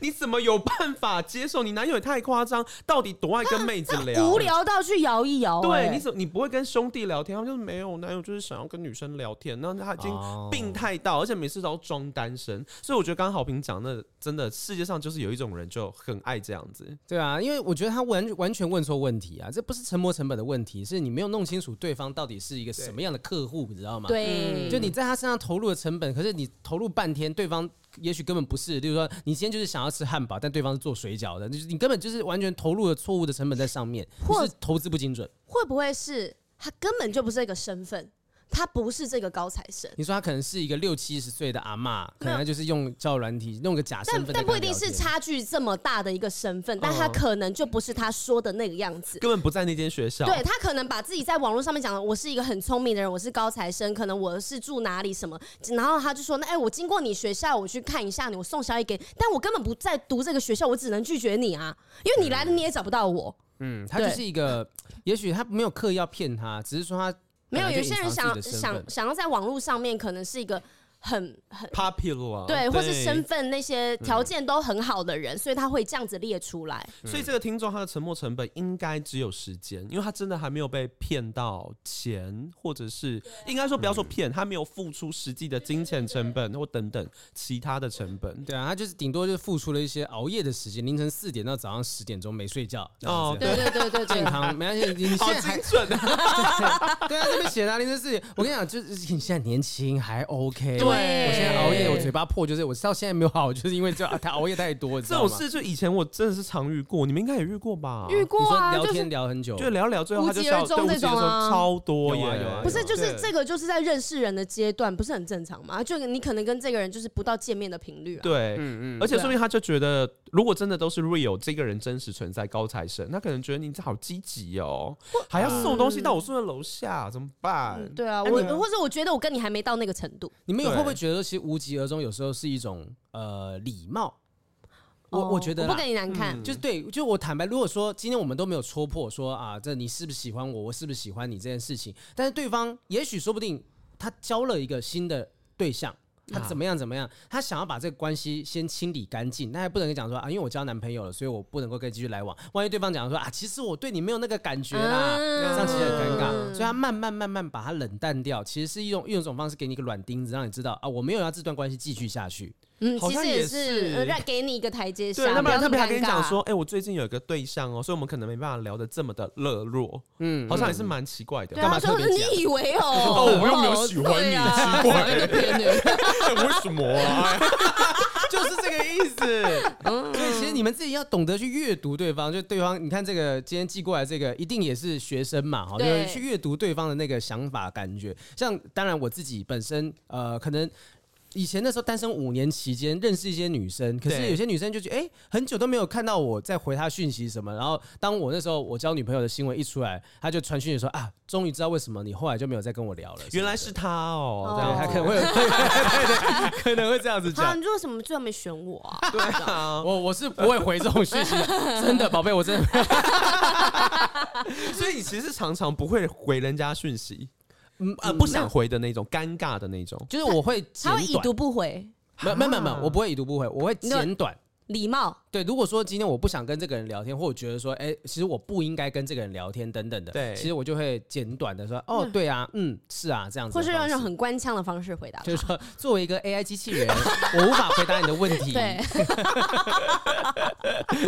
Speaker 3: 你怎么有办法接受？你男友也太夸张，到底多爱跟妹子聊？
Speaker 1: [LAUGHS] 无。聊欸到去摇一摇、
Speaker 3: 对，
Speaker 1: 哎
Speaker 3: 你怎么你不会跟兄弟聊天？他们就是没有我男友，就是想要跟女生聊天。那他已经
Speaker 2: 哦
Speaker 3: 病态到，而且每次都要装单身。所以我觉得刚刚好评讲，那真的世界上就是有一种人就很爱这样子。
Speaker 2: 对啊，因为我觉得他完完全问错问题啊，这不是沉没成本的问题，是你没有弄清楚对方到底是一个什么样的客户，你知道吗？，
Speaker 3: 嗯
Speaker 1: 对，
Speaker 2: 就你在他身上投入的成本，可是你投入半天，对方也许根本不是，例如说你今天就是想要吃汉堡，但对方是做水饺的，就是你根本就是完全投入了错误的成本在上面，
Speaker 1: 或
Speaker 2: 就是投资不精准。
Speaker 1: 会不会是他根本就不是这个身份，他不是这个高材生，
Speaker 2: 你说他可能是一个六七十岁的阿嬷，可
Speaker 1: 没有
Speaker 2: 能他就是用叫软体弄个假身
Speaker 1: 但
Speaker 2: 份在
Speaker 1: 但
Speaker 2: 跟
Speaker 1: 不
Speaker 2: 他聊天，
Speaker 1: 一定是差距这么大的一个身份，但他
Speaker 3: 嗯
Speaker 1: 可能就不是他说的那个样子。
Speaker 3: 根本不在那间学校。
Speaker 1: 对他可能把自己在网络上面讲，我是一个很聪明的人，我是高材生，可能我是住哪里什么，然后他就说，那哎、我经过你学校，我去看一下你，我送消息给你，但我根本不在读这个学校，我只能拒绝你啊，因为你来了你也找不到我。
Speaker 2: 嗯，他就是一个，也许他没有刻意要骗他，只是说他
Speaker 1: 没有，
Speaker 2: 本来
Speaker 1: 有
Speaker 2: 就
Speaker 1: 些人
Speaker 2: 隐藏
Speaker 1: 想
Speaker 2: 自己的身份
Speaker 1: 想想要在网络上面，可能是一个很很
Speaker 3: popular
Speaker 2: 哦
Speaker 3: 啊
Speaker 1: 对，或是身份那些
Speaker 2: 嗯
Speaker 1: 条件都很好的人，所以他会这样子列出来。
Speaker 3: 所以这个听众他的沉没成本应该只有时间，因为他真的还没有被骗到钱，或者是
Speaker 1: 啊
Speaker 3: 应该说不要说骗，他没有付出实际的金钱成本或等等其他的成本。
Speaker 1: 嗯
Speaker 2: 对啊，他就是顶多就是付出了一些熬夜的时间，凌晨四点到早上十点钟没睡觉。
Speaker 3: 哦
Speaker 2: 哦，
Speaker 1: 对哦对对对
Speaker 2: [LAUGHS]
Speaker 1: 对，
Speaker 2: 健康没关系，你现
Speaker 3: 好
Speaker 2: 在还
Speaker 3: 精准啊！
Speaker 2: 对啊，这边写的啊凌晨四点。我跟你讲，就是你现在年轻还 OK。
Speaker 1: 对
Speaker 2: 我现在熬夜，我嘴巴破，就是我到现在没有好，就是因为这他熬夜太多，你知
Speaker 3: 这
Speaker 2: 道
Speaker 3: 种
Speaker 2: 吗？
Speaker 3: 事就以前我真的是常遇过，你们应该也遇过吧？
Speaker 1: 遇过
Speaker 2: 你说
Speaker 1: 啊，
Speaker 2: 聊
Speaker 1: 就是
Speaker 2: 天聊很久，
Speaker 3: 就聊聊，最后他就消
Speaker 1: 无疾而
Speaker 3: 对
Speaker 1: 终
Speaker 3: 无疾
Speaker 1: 这
Speaker 3: 而
Speaker 1: 种
Speaker 3: 终
Speaker 1: 啊
Speaker 3: 超多耶
Speaker 2: 有啊有啊！
Speaker 1: 不是，就是
Speaker 2: 对
Speaker 1: 这个，就是在认识人的阶段，不是很正常嘛？就你可能跟这个人就是不到见面的频率啊。
Speaker 3: 对，而且说明他就觉得，如果真的都是 real 这个人真实存在高材生，他可能觉得你好积极哦，还要送东西到我宿舍楼下，怎么办？
Speaker 1: 对啊，
Speaker 3: 哎
Speaker 1: 我
Speaker 3: 你
Speaker 1: 或者我觉得我跟你还没到那个程度，
Speaker 2: 你们有
Speaker 3: 对
Speaker 2: 会不会觉得，其实无疾而终有时候是一种呃礼貌？我、
Speaker 1: 哦
Speaker 2: 我觉得
Speaker 1: 我
Speaker 2: 啦嗯
Speaker 1: 不跟你难看，
Speaker 2: 就是对，就我坦白，如果说今天我们都没有戳破说啊，这你是不是喜欢我，我是不是喜欢你这件事情，但是对方也许说不定他交了一个新的对象。他
Speaker 1: 啊
Speaker 2: 怎么样怎么样？他想要把这个关系先清理干净，那还不能讲说啊，因为我交男朋友了，所以我不能够跟你继续来往。万一对方讲说啊，其实我对你没有那个感觉啦，
Speaker 1: 嗯
Speaker 2: 这样其实很尴尬。所以他慢慢慢慢把它冷淡掉，其实是一种用一种方式给你一个软钉子，让你知道啊，我没有要这段关系继续下去。
Speaker 1: 嗯，
Speaker 3: 好
Speaker 1: 其
Speaker 3: 像
Speaker 1: 实
Speaker 3: 也
Speaker 1: 是
Speaker 3: 是
Speaker 1: 呃让给你一个台阶
Speaker 3: 对，
Speaker 1: 下，
Speaker 3: 那不然
Speaker 1: 要
Speaker 3: 特别还跟
Speaker 1: 那么
Speaker 3: 你
Speaker 1: 尴
Speaker 3: 讲
Speaker 1: 尬
Speaker 3: 说，，哎、我最近有一个对象哦，所以我们可能没办法聊得这么的热络，嗯，好像也是蛮奇怪的。
Speaker 1: 对
Speaker 2: 干
Speaker 1: 啊，
Speaker 2: 嘛
Speaker 1: 说
Speaker 2: 特别讲
Speaker 1: 你以为哦，
Speaker 3: 哦我又没有喜欢你
Speaker 1: 对啊
Speaker 3: 奇怪
Speaker 1: 那个骗
Speaker 2: [LAUGHS]
Speaker 1: 人
Speaker 3: [LAUGHS] 为什么啊？
Speaker 2: 就是这个意
Speaker 3: 嗯
Speaker 2: 思。所以其实你们自己要懂得去阅读对方，就对方，你看这个今天寄过来这个，一定也是学生嘛，哈，就
Speaker 1: 对
Speaker 2: 是去阅读对方的那个想法感觉。像当然我自己本身呃，可能。以前那时候单身五年期间，认识一些女生，可是
Speaker 3: 对
Speaker 2: 有些女生就觉得，哎、很久都没有看到我在回她讯息什么。然后当我那时候我交女朋友的新闻一出来，她就传讯息说啊，终于知道为什么你后来就没有再跟我聊了。
Speaker 3: [LAUGHS] 原来是他哦，
Speaker 1: 哦
Speaker 3: 这
Speaker 2: 对，
Speaker 3: 样
Speaker 2: 她可能
Speaker 1: [LAUGHS]
Speaker 2: 会 [LAUGHS] 有，对对对，可能会这样子
Speaker 1: 好，
Speaker 2: 讲
Speaker 1: 你。为什么最后没选我啊？
Speaker 2: [LAUGHS]
Speaker 3: 对啊，
Speaker 2: 我我是不会回这种讯息的，真的，宝贝，我真的
Speaker 3: [LAUGHS] 所以你其实常常不会回人家讯息，
Speaker 2: 嗯
Speaker 3: 呃，不想，回的那种，尴尬的那种。
Speaker 2: [LAUGHS] 就是我 [LAUGHS] 会啊简
Speaker 1: 他会已
Speaker 2: 短
Speaker 1: 读，不回，
Speaker 2: 没有没有没有没有，我不会已读不回，我会简短。
Speaker 1: 礼貌。
Speaker 2: 对，如果说今天我不想跟这个人聊天，或我觉得说，哎、其实我不应该跟这个人聊天等等的，
Speaker 3: 对
Speaker 2: 其实我就会简短的说，哦，对啊，嗯，是啊，这样子
Speaker 1: 或
Speaker 2: 的方
Speaker 1: 是
Speaker 2: 式，
Speaker 1: 用一种很官腔的方式回答他，
Speaker 2: 就是说，作为一个 AI 机器人，我无法回答你的问题，
Speaker 1: 对，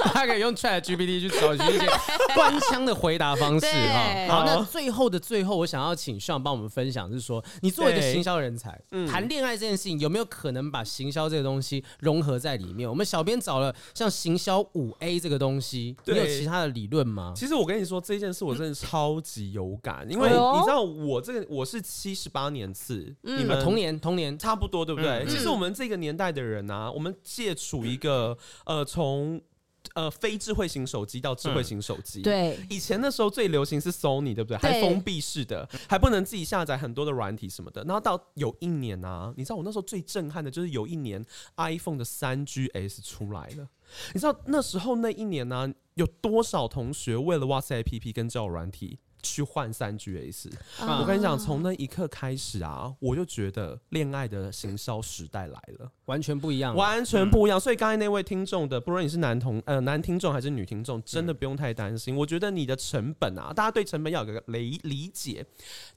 Speaker 2: 他可以用 Chat GPT 去找寻一些官腔的回答方式哈
Speaker 1: 对。
Speaker 2: 好，那
Speaker 3: 好
Speaker 2: 最后的最后，我想要请上帮我们分享，是说你作为一个
Speaker 3: 对嗯
Speaker 2: 行销人才，谈恋爱这件事情有没有可能把行销这个东西融合在里面？我们小编找了像行销五 A 这个东西，你
Speaker 3: 对
Speaker 2: 有其他的理论吗？
Speaker 3: 其实我跟你说这件事，我真的超级有感，因为
Speaker 1: 哎呦嗯
Speaker 3: 你知道我这个我是七十八年次，你们
Speaker 2: 啊童年，童年，
Speaker 3: 差不多，对不对？其实我们这个年代的人啊，我们借处一个呃，从呃非智慧型手机到智慧型手机，。
Speaker 1: 对，
Speaker 3: 以前那时候最流行是 Sony，对不对？还
Speaker 1: 对
Speaker 3: 封闭式的，还不能自己下载很多的软体什么的。然后到有一年啊，你知道我那时候最震撼的就是有一年 iPhone 的三 GS 出来了。啊你知道那时候那一年呢、有多少同学为了 WhatsApp APP 跟交友软体去换三 GS。
Speaker 2: 啊
Speaker 1: 嗯
Speaker 3: 我跟你讲，从那一刻开始啊，我就觉得恋爱的行销时代来了，
Speaker 2: 完全不一样了。啊
Speaker 3: 完全不一样。所以刚才那位听众的，不论你是男同呃男听众还是女听众，真的不用太担心。我觉得你的成本啊，大家对成本要有个理理解，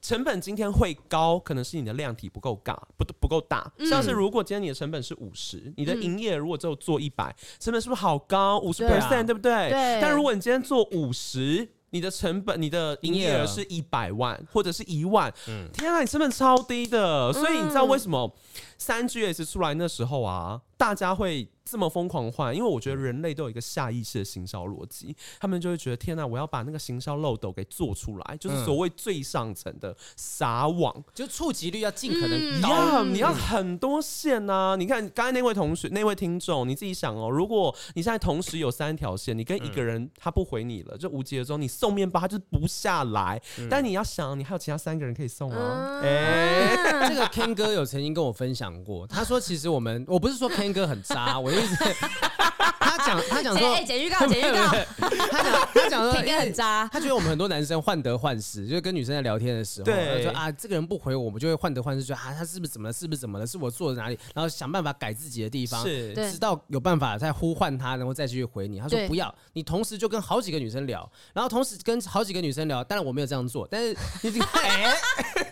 Speaker 3: 成本今天会高，可能是你的量体不够大，不不够大。像是如果今天你的成本是五十，你的营业额如果只有做一百，成本是不是好高？五十
Speaker 1: 对
Speaker 3: percent
Speaker 2: 啊
Speaker 3: 对不对？
Speaker 1: 对
Speaker 3: 但如果你今天做五十。你的成本，你的营业额是一百万或者是一万，天啊，你成本超低的，所以你知道为什么三 GS 出来那时候啊，大家会这么疯狂换？因为我觉得人类都有一个下意识的行销逻辑，他们就会觉得天呐、我要把那个行销漏斗给做出来，
Speaker 1: 嗯
Speaker 3: 就是所谓最上层的撒网。
Speaker 2: 就触及率要尽可
Speaker 1: 嗯
Speaker 2: 能
Speaker 3: 一
Speaker 2: 高。
Speaker 3: 样，你要很多线呐、你看刚才那位同学、那位听众，你自己想哦，如果你现在同时有三条线，你跟一个人他不回你了，就无疾而终，你送面包他就是不下来，
Speaker 1: 嗯
Speaker 3: 但你要想，你还有其他三个人可以送啊，哎、
Speaker 1: 嗯
Speaker 2: 这个 Ken 哥有曾经跟我分享过，他说其实我们，我不是说 Ken 哥很渣，我的意思是，他讲他讲
Speaker 1: 哎
Speaker 2: 说
Speaker 1: 哎，剪预
Speaker 3: [LAUGHS]
Speaker 1: 告，剪预告，
Speaker 2: 他讲他讲说
Speaker 1: 听歌
Speaker 3: 哎
Speaker 1: 很渣。
Speaker 2: 他觉得我们很多男生患得患失，就是跟女生在聊天的时候，
Speaker 3: 对
Speaker 2: 然后说啊，这个人不回我，我们就会患得患失，说啊，他是不是怎么了？是不是怎么了？是我做的哪里？然后想办法改自己的地方，
Speaker 3: 是
Speaker 1: 嗯对
Speaker 2: 直到有办法再呼唤他，然后再继续回你。他说
Speaker 1: 对
Speaker 2: 不要，你同时就跟好几个女生聊，然后同时跟好几个女生聊，当然我没有这样做，但是你 [LAUGHS] 哎，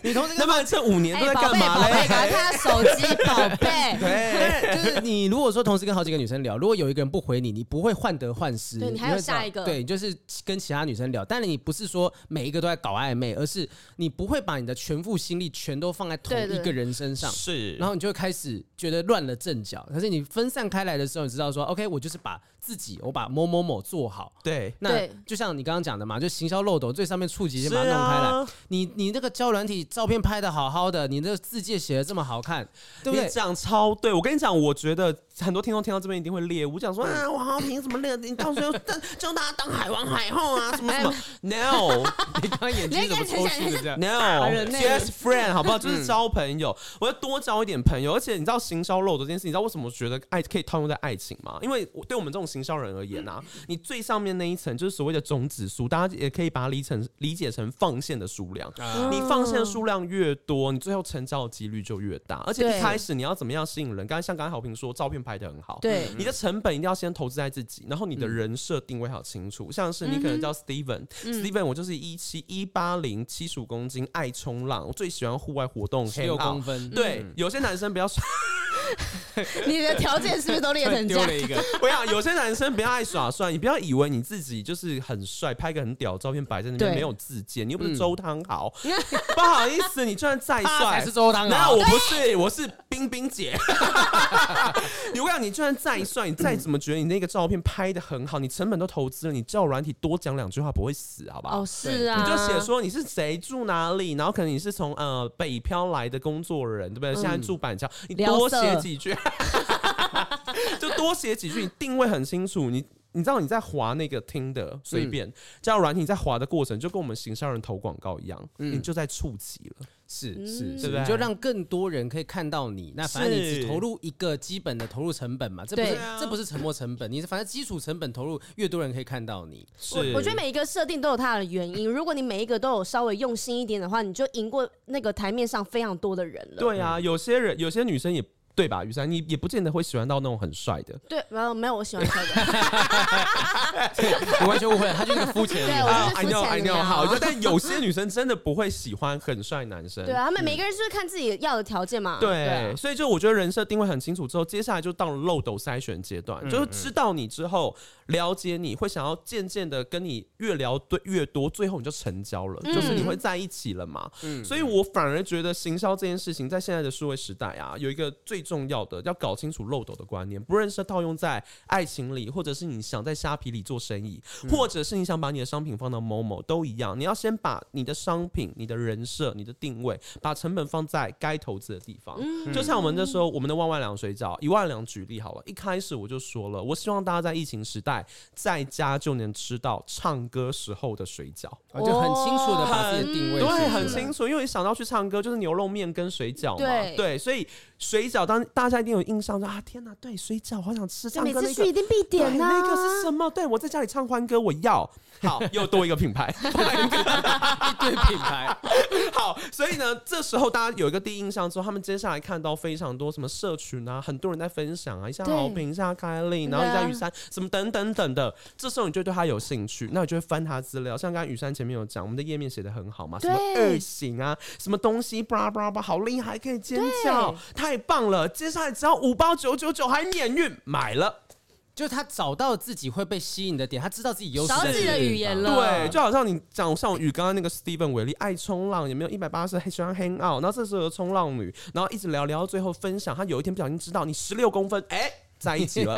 Speaker 2: 你同时
Speaker 3: 那
Speaker 2: 跟
Speaker 3: 不然这五年都在
Speaker 1: 哎，宝
Speaker 3: 干
Speaker 1: 贝，
Speaker 3: 嘛
Speaker 1: 宝贝，
Speaker 3: 嘞？
Speaker 1: 赶快看下手机，宝
Speaker 3: [LAUGHS]
Speaker 1: 贝。
Speaker 2: 对，就是你如果说同时跟好几个女生聊，如果有一个人不回你，你不会患得患失，
Speaker 1: 对你还有
Speaker 2: 会知道
Speaker 1: 下一个
Speaker 2: 对，就是跟其他女生聊，但是你不是说每一个都在搞暧昧，而是你不会把你的全副心力全都放在同
Speaker 1: 对对
Speaker 2: 一个人身上。
Speaker 3: 是
Speaker 2: 然后你就会开始觉得乱了阵脚，可是你分散开来的时候，你知道说，OK，我就是把自己，我把某某某做好。
Speaker 3: 对，
Speaker 2: 那
Speaker 1: 对
Speaker 2: 就像你刚刚讲的嘛，就行销漏斗最上面触及先把它
Speaker 3: 是
Speaker 2: 弄开来。
Speaker 3: 啊
Speaker 2: 你你那个胶软体照片拍的好好的，你那个字界写的这么好看，对不对
Speaker 3: 你？讲超对，我跟你讲，我觉得很多听众听到这边一定会猎物，讲
Speaker 2: 嗯
Speaker 3: 说啊，王浩凭什么猎？你到时候当叫大家当海王海后啊，什么
Speaker 2: 哎
Speaker 3: 什么？No
Speaker 2: [LAUGHS] 你刚刚眼睛怎么抽搐的这样？
Speaker 3: No，
Speaker 1: 人呢
Speaker 3: just friend 好不好？
Speaker 2: 嗯
Speaker 3: 就是交朋友，我要多交一点朋友。而且你知道行销漏斗这件事，你知道为什么我觉得爱可以套用在爱情吗？因为我对我们这种行销人而言啊，你最上面那一层就是所谓的种子数，大家也可以把它理成理解成放线的数
Speaker 2: 嗯
Speaker 3: 量。
Speaker 2: 啊
Speaker 3: 你放线数量越多，你最后成交的几率就越大。而且
Speaker 1: 对
Speaker 3: 一开始你要怎么样吸引人？刚才像刚才好评说，照片拍的很好，
Speaker 1: 对
Speaker 3: 你的成本一定要先投资在自己，然后你的
Speaker 2: 嗯
Speaker 3: 人设定位好清楚。像是你可能叫 Steven，Steven 我就是一七一八零七十五公斤，爱冲浪，我最喜欢户外活动，
Speaker 2: 十六
Speaker 3: hang out
Speaker 2: 公。嗯分，
Speaker 3: 对，有些男生比较耍， [LAUGHS]
Speaker 1: 你的条件是不是都列成这样？
Speaker 2: 一个。
Speaker 3: 我想有些男生比较爱耍帅，你不要以为你自己就是很帅，拍个很屌的照片摆在那边
Speaker 1: 对
Speaker 3: 没有自荐，你又不是周汤豪， [LAUGHS] 不好意思，你就算再
Speaker 2: 嗯他
Speaker 3: 帅
Speaker 2: 啊才是
Speaker 3: [LAUGHS]
Speaker 2: 周汤豪
Speaker 3: 那
Speaker 1: 哦
Speaker 3: 我不是，我是冰
Speaker 1: [LAUGHS]
Speaker 3: 冰姐。你我想，你就算再帅，你再怎么觉得你那个照片拍的很好，你成本都投资了，你叫软体多讲两句话不会死，好不好？
Speaker 1: 哦，是啊，
Speaker 3: 你就写说你是谁住哪里，然后可能你是从呃北漂来的工作人，对不
Speaker 1: 嗯
Speaker 3: 对？现在住板桥，你多写几句， [LAUGHS] 就多写几句，你定位很清楚，你。你知道你在划那个听的随
Speaker 1: 嗯
Speaker 3: 便，这样软体在划的过程，就跟我们行销人投广告一样，你就在触及了。
Speaker 2: 是
Speaker 1: 嗯
Speaker 2: 是
Speaker 3: 对
Speaker 2: 是，
Speaker 3: 不对
Speaker 2: 你就让更多人可以看到你。那反正你
Speaker 3: 是
Speaker 2: 只投入一个基本的投入成本嘛，这不是
Speaker 1: 对
Speaker 3: 啊
Speaker 2: 这不是沉没成本，你是反正基础成本投入越多人可以看到你。
Speaker 3: 是
Speaker 1: 我我觉得每一个设定都有它的原因。如果你每一个都有稍微用心一点的话，你就赢过那个台面上非常多的人了。
Speaker 3: 对啊，有些人有些女生也对吧？雨珊，你也不见得会喜欢到那种很帅的，
Speaker 1: 对，没有没有，我喜欢帅
Speaker 3: [LAUGHS]
Speaker 1: 的。
Speaker 2: 你完全误会了，他就是个肤浅的
Speaker 1: 对
Speaker 2: 人。
Speaker 1: 我就是
Speaker 3: ，I
Speaker 1: 肤浅
Speaker 3: know
Speaker 1: 的
Speaker 3: I know，
Speaker 1: 啊
Speaker 3: 好，就但有些女生真的不会喜欢很帅男生。
Speaker 1: 对啊，他们每个人就是看自己要的条件嘛。
Speaker 3: 对，
Speaker 1: 啊
Speaker 3: 所以就我觉得人设定位很清楚之后，接下来就到了漏斗筛选阶段，就是知道你之后，了解你会想要渐渐的跟你越聊对越多，最后你就成交了，
Speaker 1: 嗯
Speaker 3: 就是你会在一起了嘛。所以我反而觉得行销这件事情在现在的数位时代啊，有一个最重要的要搞清楚漏斗的观念，不论是套用在爱情里，或者是你想在虾皮里做生意，或者是你想把你的商品放到某某都一样，你要先把你的商品、你的人设、你的定位，把成本放在该投资的地方。就像我们那时候我们的万万两水饺，一万两举例好了，一开始我就说了，我希望大家在疫情时代在家就能吃到唱歌时候的水饺。
Speaker 2: 啊就很清楚的把自己的定位写出
Speaker 3: 对，
Speaker 2: 来，
Speaker 3: 很清楚，因为一想到去唱歌就是牛肉面跟水饺嘛，
Speaker 1: 对
Speaker 3: 所以水饺当大家一定有印象说啊，天哪，对，水饺好想吃，
Speaker 1: 就
Speaker 3: 唱
Speaker 1: 每
Speaker 3: 歌
Speaker 1: 次
Speaker 3: 那
Speaker 1: 去一
Speaker 3: 个。
Speaker 1: 定必点
Speaker 3: 对
Speaker 1: 呐、啊。
Speaker 3: 那个是什么？对我在家里唱欢歌，我要好，又多一个品
Speaker 1: [LAUGHS]
Speaker 3: 牌 [LAUGHS] 欢歌。
Speaker 2: 一堆品牌，
Speaker 3: [LAUGHS] 好，所以呢，这时候大家有一个第一印象之后，他们接下来看到非常多什么社群啊，很多人在分享啊，一下
Speaker 1: 对
Speaker 3: 好评，一下凯莉，然后
Speaker 1: 对
Speaker 3: 一
Speaker 1: 啊
Speaker 3: 下雨山，什么等等等的。这时候你就对他有兴趣，那你就会翻他资料。像刚刚雨山前面有讲，我们的页面写的很好嘛，什么
Speaker 1: 对
Speaker 3: 二型啊，什么东西，巴拉巴拉巴拉，好厉害，可以尖叫
Speaker 1: 对，
Speaker 3: 太棒了。接下来只要五包九九九，还免运，买了。
Speaker 2: [LAUGHS] 就他找到自己会被吸引的点，他知道自己优势在
Speaker 1: 少
Speaker 2: 哪里。
Speaker 1: 自己的语言
Speaker 2: 啊
Speaker 1: 了，
Speaker 3: 对，就好像你讲像宇刚刚那个 Steven 为例，爱冲浪，也没有一百八十，喜欢 hang out，然后这时候有冲浪女，然后一直聊聊到最后分享，她有一天不小心知道你十六公分，哎、在一起了，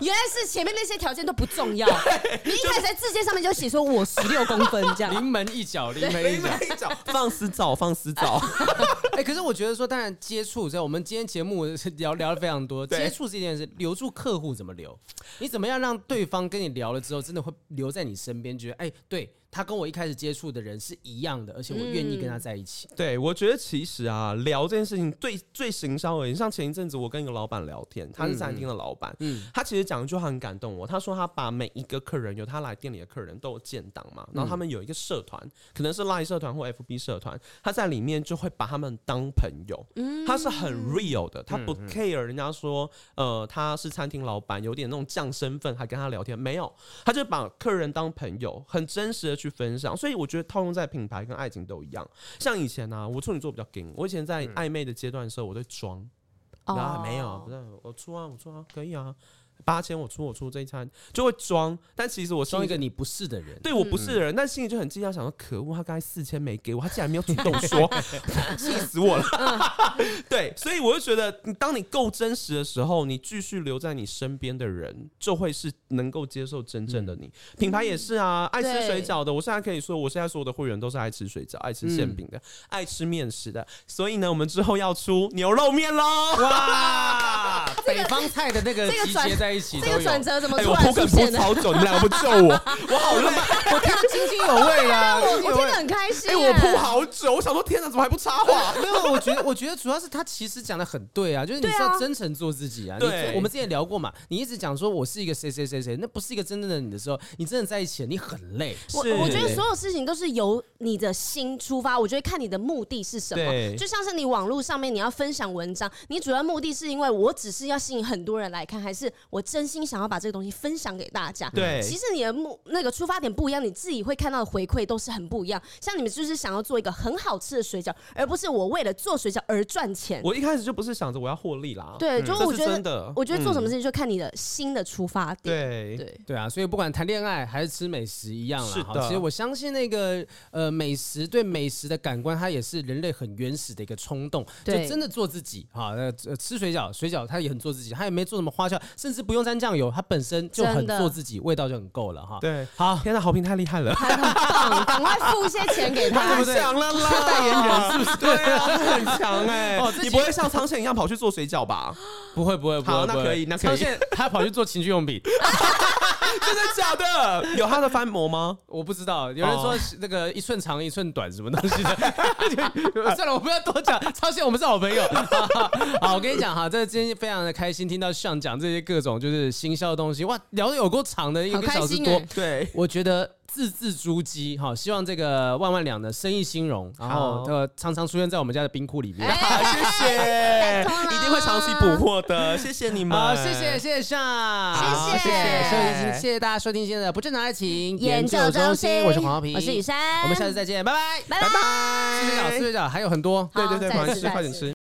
Speaker 1: 原来是前面那些条件都不重要，你一开始在字界上面就写说我十六公分这样，
Speaker 2: 临门一脚，临门
Speaker 3: 没
Speaker 2: 一脚。
Speaker 3: 没讲，放私照，放私照，
Speaker 2: [LAUGHS] 哎、可是我觉得说，当然接触在我们今天节目是聊聊了非常多，
Speaker 3: 对
Speaker 2: 接触这件事，留住客户怎么留？你怎么样让对方跟你聊了之后，真的会留在你身边，觉得哎、对他跟我一开始接触的人是一样的，而且我愿意跟
Speaker 1: 嗯
Speaker 2: 他在一起。
Speaker 3: 对，我觉得其实啊，聊这件事情最最行销而已。像前一阵子我跟一个老板聊天，他是餐厅的老板，
Speaker 2: 嗯
Speaker 3: 他其实讲一句话很感动我，他说他把每一个客人，有他来店里的客人都有建档嘛，然
Speaker 2: 嗯
Speaker 3: 后他们有一个社团，可能是 Line 社团或 FB 社团，他在里面就会把他们当朋友，
Speaker 2: 嗯
Speaker 3: 他是很 real 的，他不 care 人家说，呃，他是餐厅老板，有点那种降身份，还跟他聊天，没有，他就把客人当朋友，很真实的去分享，所以我觉得套用在品牌跟爱情都一样。像以前啊，我处女座比较硬，我以前在暧昧的阶段的时候，我都装，
Speaker 1: 哦
Speaker 3: 然后啊没有，
Speaker 2: 哦
Speaker 3: 不是我出啊，我出啊，可以啊，八千我出，我出这一餐就会装，但其实我心
Speaker 2: 装
Speaker 3: 里
Speaker 2: 一个
Speaker 3: 就。
Speaker 2: 你不是的人，
Speaker 3: 对我不
Speaker 1: 嗯
Speaker 3: 是的人，但心里就很惊讶，想说可恶，他刚才四千没给我，他竟然没有主动
Speaker 1: [LAUGHS]
Speaker 3: 说，气死我了。
Speaker 1: 嗯
Speaker 3: [LAUGHS] 对，所以我就觉得，你当你够真实的时候，你继续留在你身边的人，就会是能够接受真正的你。
Speaker 1: 嗯
Speaker 3: 品牌也是啊，爱吃水饺的，我现在可以说，我现在所有的会员都是爱吃水饺、爱吃
Speaker 1: 嗯
Speaker 3: 馅饼的、爱吃面食的。所以呢，我们之后要出牛肉面喽！哇！
Speaker 2: 北方菜的那个
Speaker 1: 啊这个
Speaker 2: 集
Speaker 1: 转
Speaker 2: 结在一起都
Speaker 1: 这
Speaker 2: 有。
Speaker 1: 个转折怎么
Speaker 3: 哎、
Speaker 1: 突
Speaker 3: 我
Speaker 1: 然
Speaker 3: 铺
Speaker 1: 出
Speaker 3: 梗铺
Speaker 1: 现的？
Speaker 3: 超久，你们两个不救我，我好累。
Speaker 2: 我听得津津有味啦，
Speaker 1: [LAUGHS] 我
Speaker 2: 津
Speaker 1: 我
Speaker 2: 津有
Speaker 1: 听
Speaker 2: 味
Speaker 1: 得。很开心啊
Speaker 3: 哎、
Speaker 1: 耶，
Speaker 3: 我铺好久，我想说，天哪，怎么还不插话？
Speaker 2: 没有，我觉得，我觉得主要是他其实讲的很对啊，就是你
Speaker 1: 对啊
Speaker 2: 是要真诚做自己啊。你
Speaker 3: 对
Speaker 2: 我们之前聊过嘛，你一直讲说我是一个谁谁谁谁，那不是一个真正的你的时候，你真的在一起了，你很累。
Speaker 1: 我
Speaker 3: 是
Speaker 1: 我觉得所有事情都是由你的心出发，我觉得看你的目的是什
Speaker 3: 对
Speaker 1: 么。就像是你网络上面你要分享文章，你主要目的是因为我只是要吸引很多人来看，还是我真心想要把这个东西分享给大家？
Speaker 3: 对
Speaker 1: 其实你的目那个出发点不一样，你自己会看到的回馈都是很不一样。像你们就是想要做一个很好吃的水饺，而不是我为了做水饺而赚钱。
Speaker 3: 我一嗯开始就不是想着我要获利啦，
Speaker 1: 对，就
Speaker 3: 这
Speaker 1: 我
Speaker 3: 是
Speaker 1: 觉
Speaker 3: 真
Speaker 1: 得，
Speaker 3: 的。
Speaker 1: 我觉得做什么事情就看你的新的出发点。
Speaker 3: 对
Speaker 1: 对。
Speaker 2: 对啊，所以不管谈恋爱还是吃美食一样啦。
Speaker 3: 是
Speaker 2: 哈
Speaker 3: 的
Speaker 2: 其实我相信那个呃，美食对美食的感官，它也是人类很原始的一个冲动，就
Speaker 1: 对
Speaker 2: 真的做自己哈。呃，呃吃水饺，水饺它也很做自己，它也没做什么花俏，甚至不用沾酱油，它本身就很
Speaker 1: 真的
Speaker 2: 做自己，味道就很够了哈。，
Speaker 3: 对，
Speaker 2: 好，
Speaker 3: 天呐，好评太厉
Speaker 1: [LAUGHS]
Speaker 3: 害了！
Speaker 1: 很棒，赶快付一些钱给
Speaker 3: [LAUGHS]
Speaker 1: 他。
Speaker 3: 太强
Speaker 1: [LAUGHS]
Speaker 3: 了啦！代言人是不是？对啊，很强哎、
Speaker 2: 哦自己
Speaker 3: 你不会像苍显一样跑去做水饺
Speaker 1: [LAUGHS]
Speaker 3: 吧？
Speaker 2: 不会不会不
Speaker 3: 好
Speaker 2: 会，
Speaker 3: 那
Speaker 2: 不会
Speaker 3: 可以那可以
Speaker 2: 像现在他跑去做情趣用品，
Speaker 3: 真的假的？有他的翻模吗？
Speaker 2: 我不知道，有人说是那个一寸长一寸短什么东西的， [LAUGHS] 算了，我不要多讲。超谢，我们是好朋友。 [LAUGHS] 好，我跟你讲哈，真的今天非常的开心，听到上讲这些各种就是新销的东西，哇，聊的有够长的，一个
Speaker 1: 好开
Speaker 2: 小时
Speaker 1: 心
Speaker 2: 多
Speaker 1: 欸。
Speaker 3: 对，
Speaker 1: [LAUGHS]
Speaker 2: 我觉得字字珠玑，哈，希望这个万万两的生意兴隆，然后
Speaker 3: 好
Speaker 2: 呃常常出现在我们家的冰库里面。
Speaker 1: 哎
Speaker 3: 好， [LAUGHS] 谢谢
Speaker 1: 拜托，啦
Speaker 3: 一定会长期补货的，谢谢你们，
Speaker 2: 好，啊谢谢谢谢上，
Speaker 1: 谢谢
Speaker 2: 谢谢收听，谢谢大家收听今天的不正常爱情
Speaker 1: 研究中
Speaker 2: 中
Speaker 1: 心，
Speaker 2: 我是黄浩平，
Speaker 1: 我是雨，山，
Speaker 2: 我们下次再见，拜拜，
Speaker 1: 拜
Speaker 3: 拜
Speaker 1: 拜。
Speaker 3: 拜
Speaker 2: 四只脚，四只脚还有很多，
Speaker 1: 好
Speaker 3: 对对对，
Speaker 1: 再
Speaker 3: 赶快
Speaker 1: 次
Speaker 3: 吃，
Speaker 1: 再
Speaker 3: 快点
Speaker 1: 次
Speaker 3: 吃。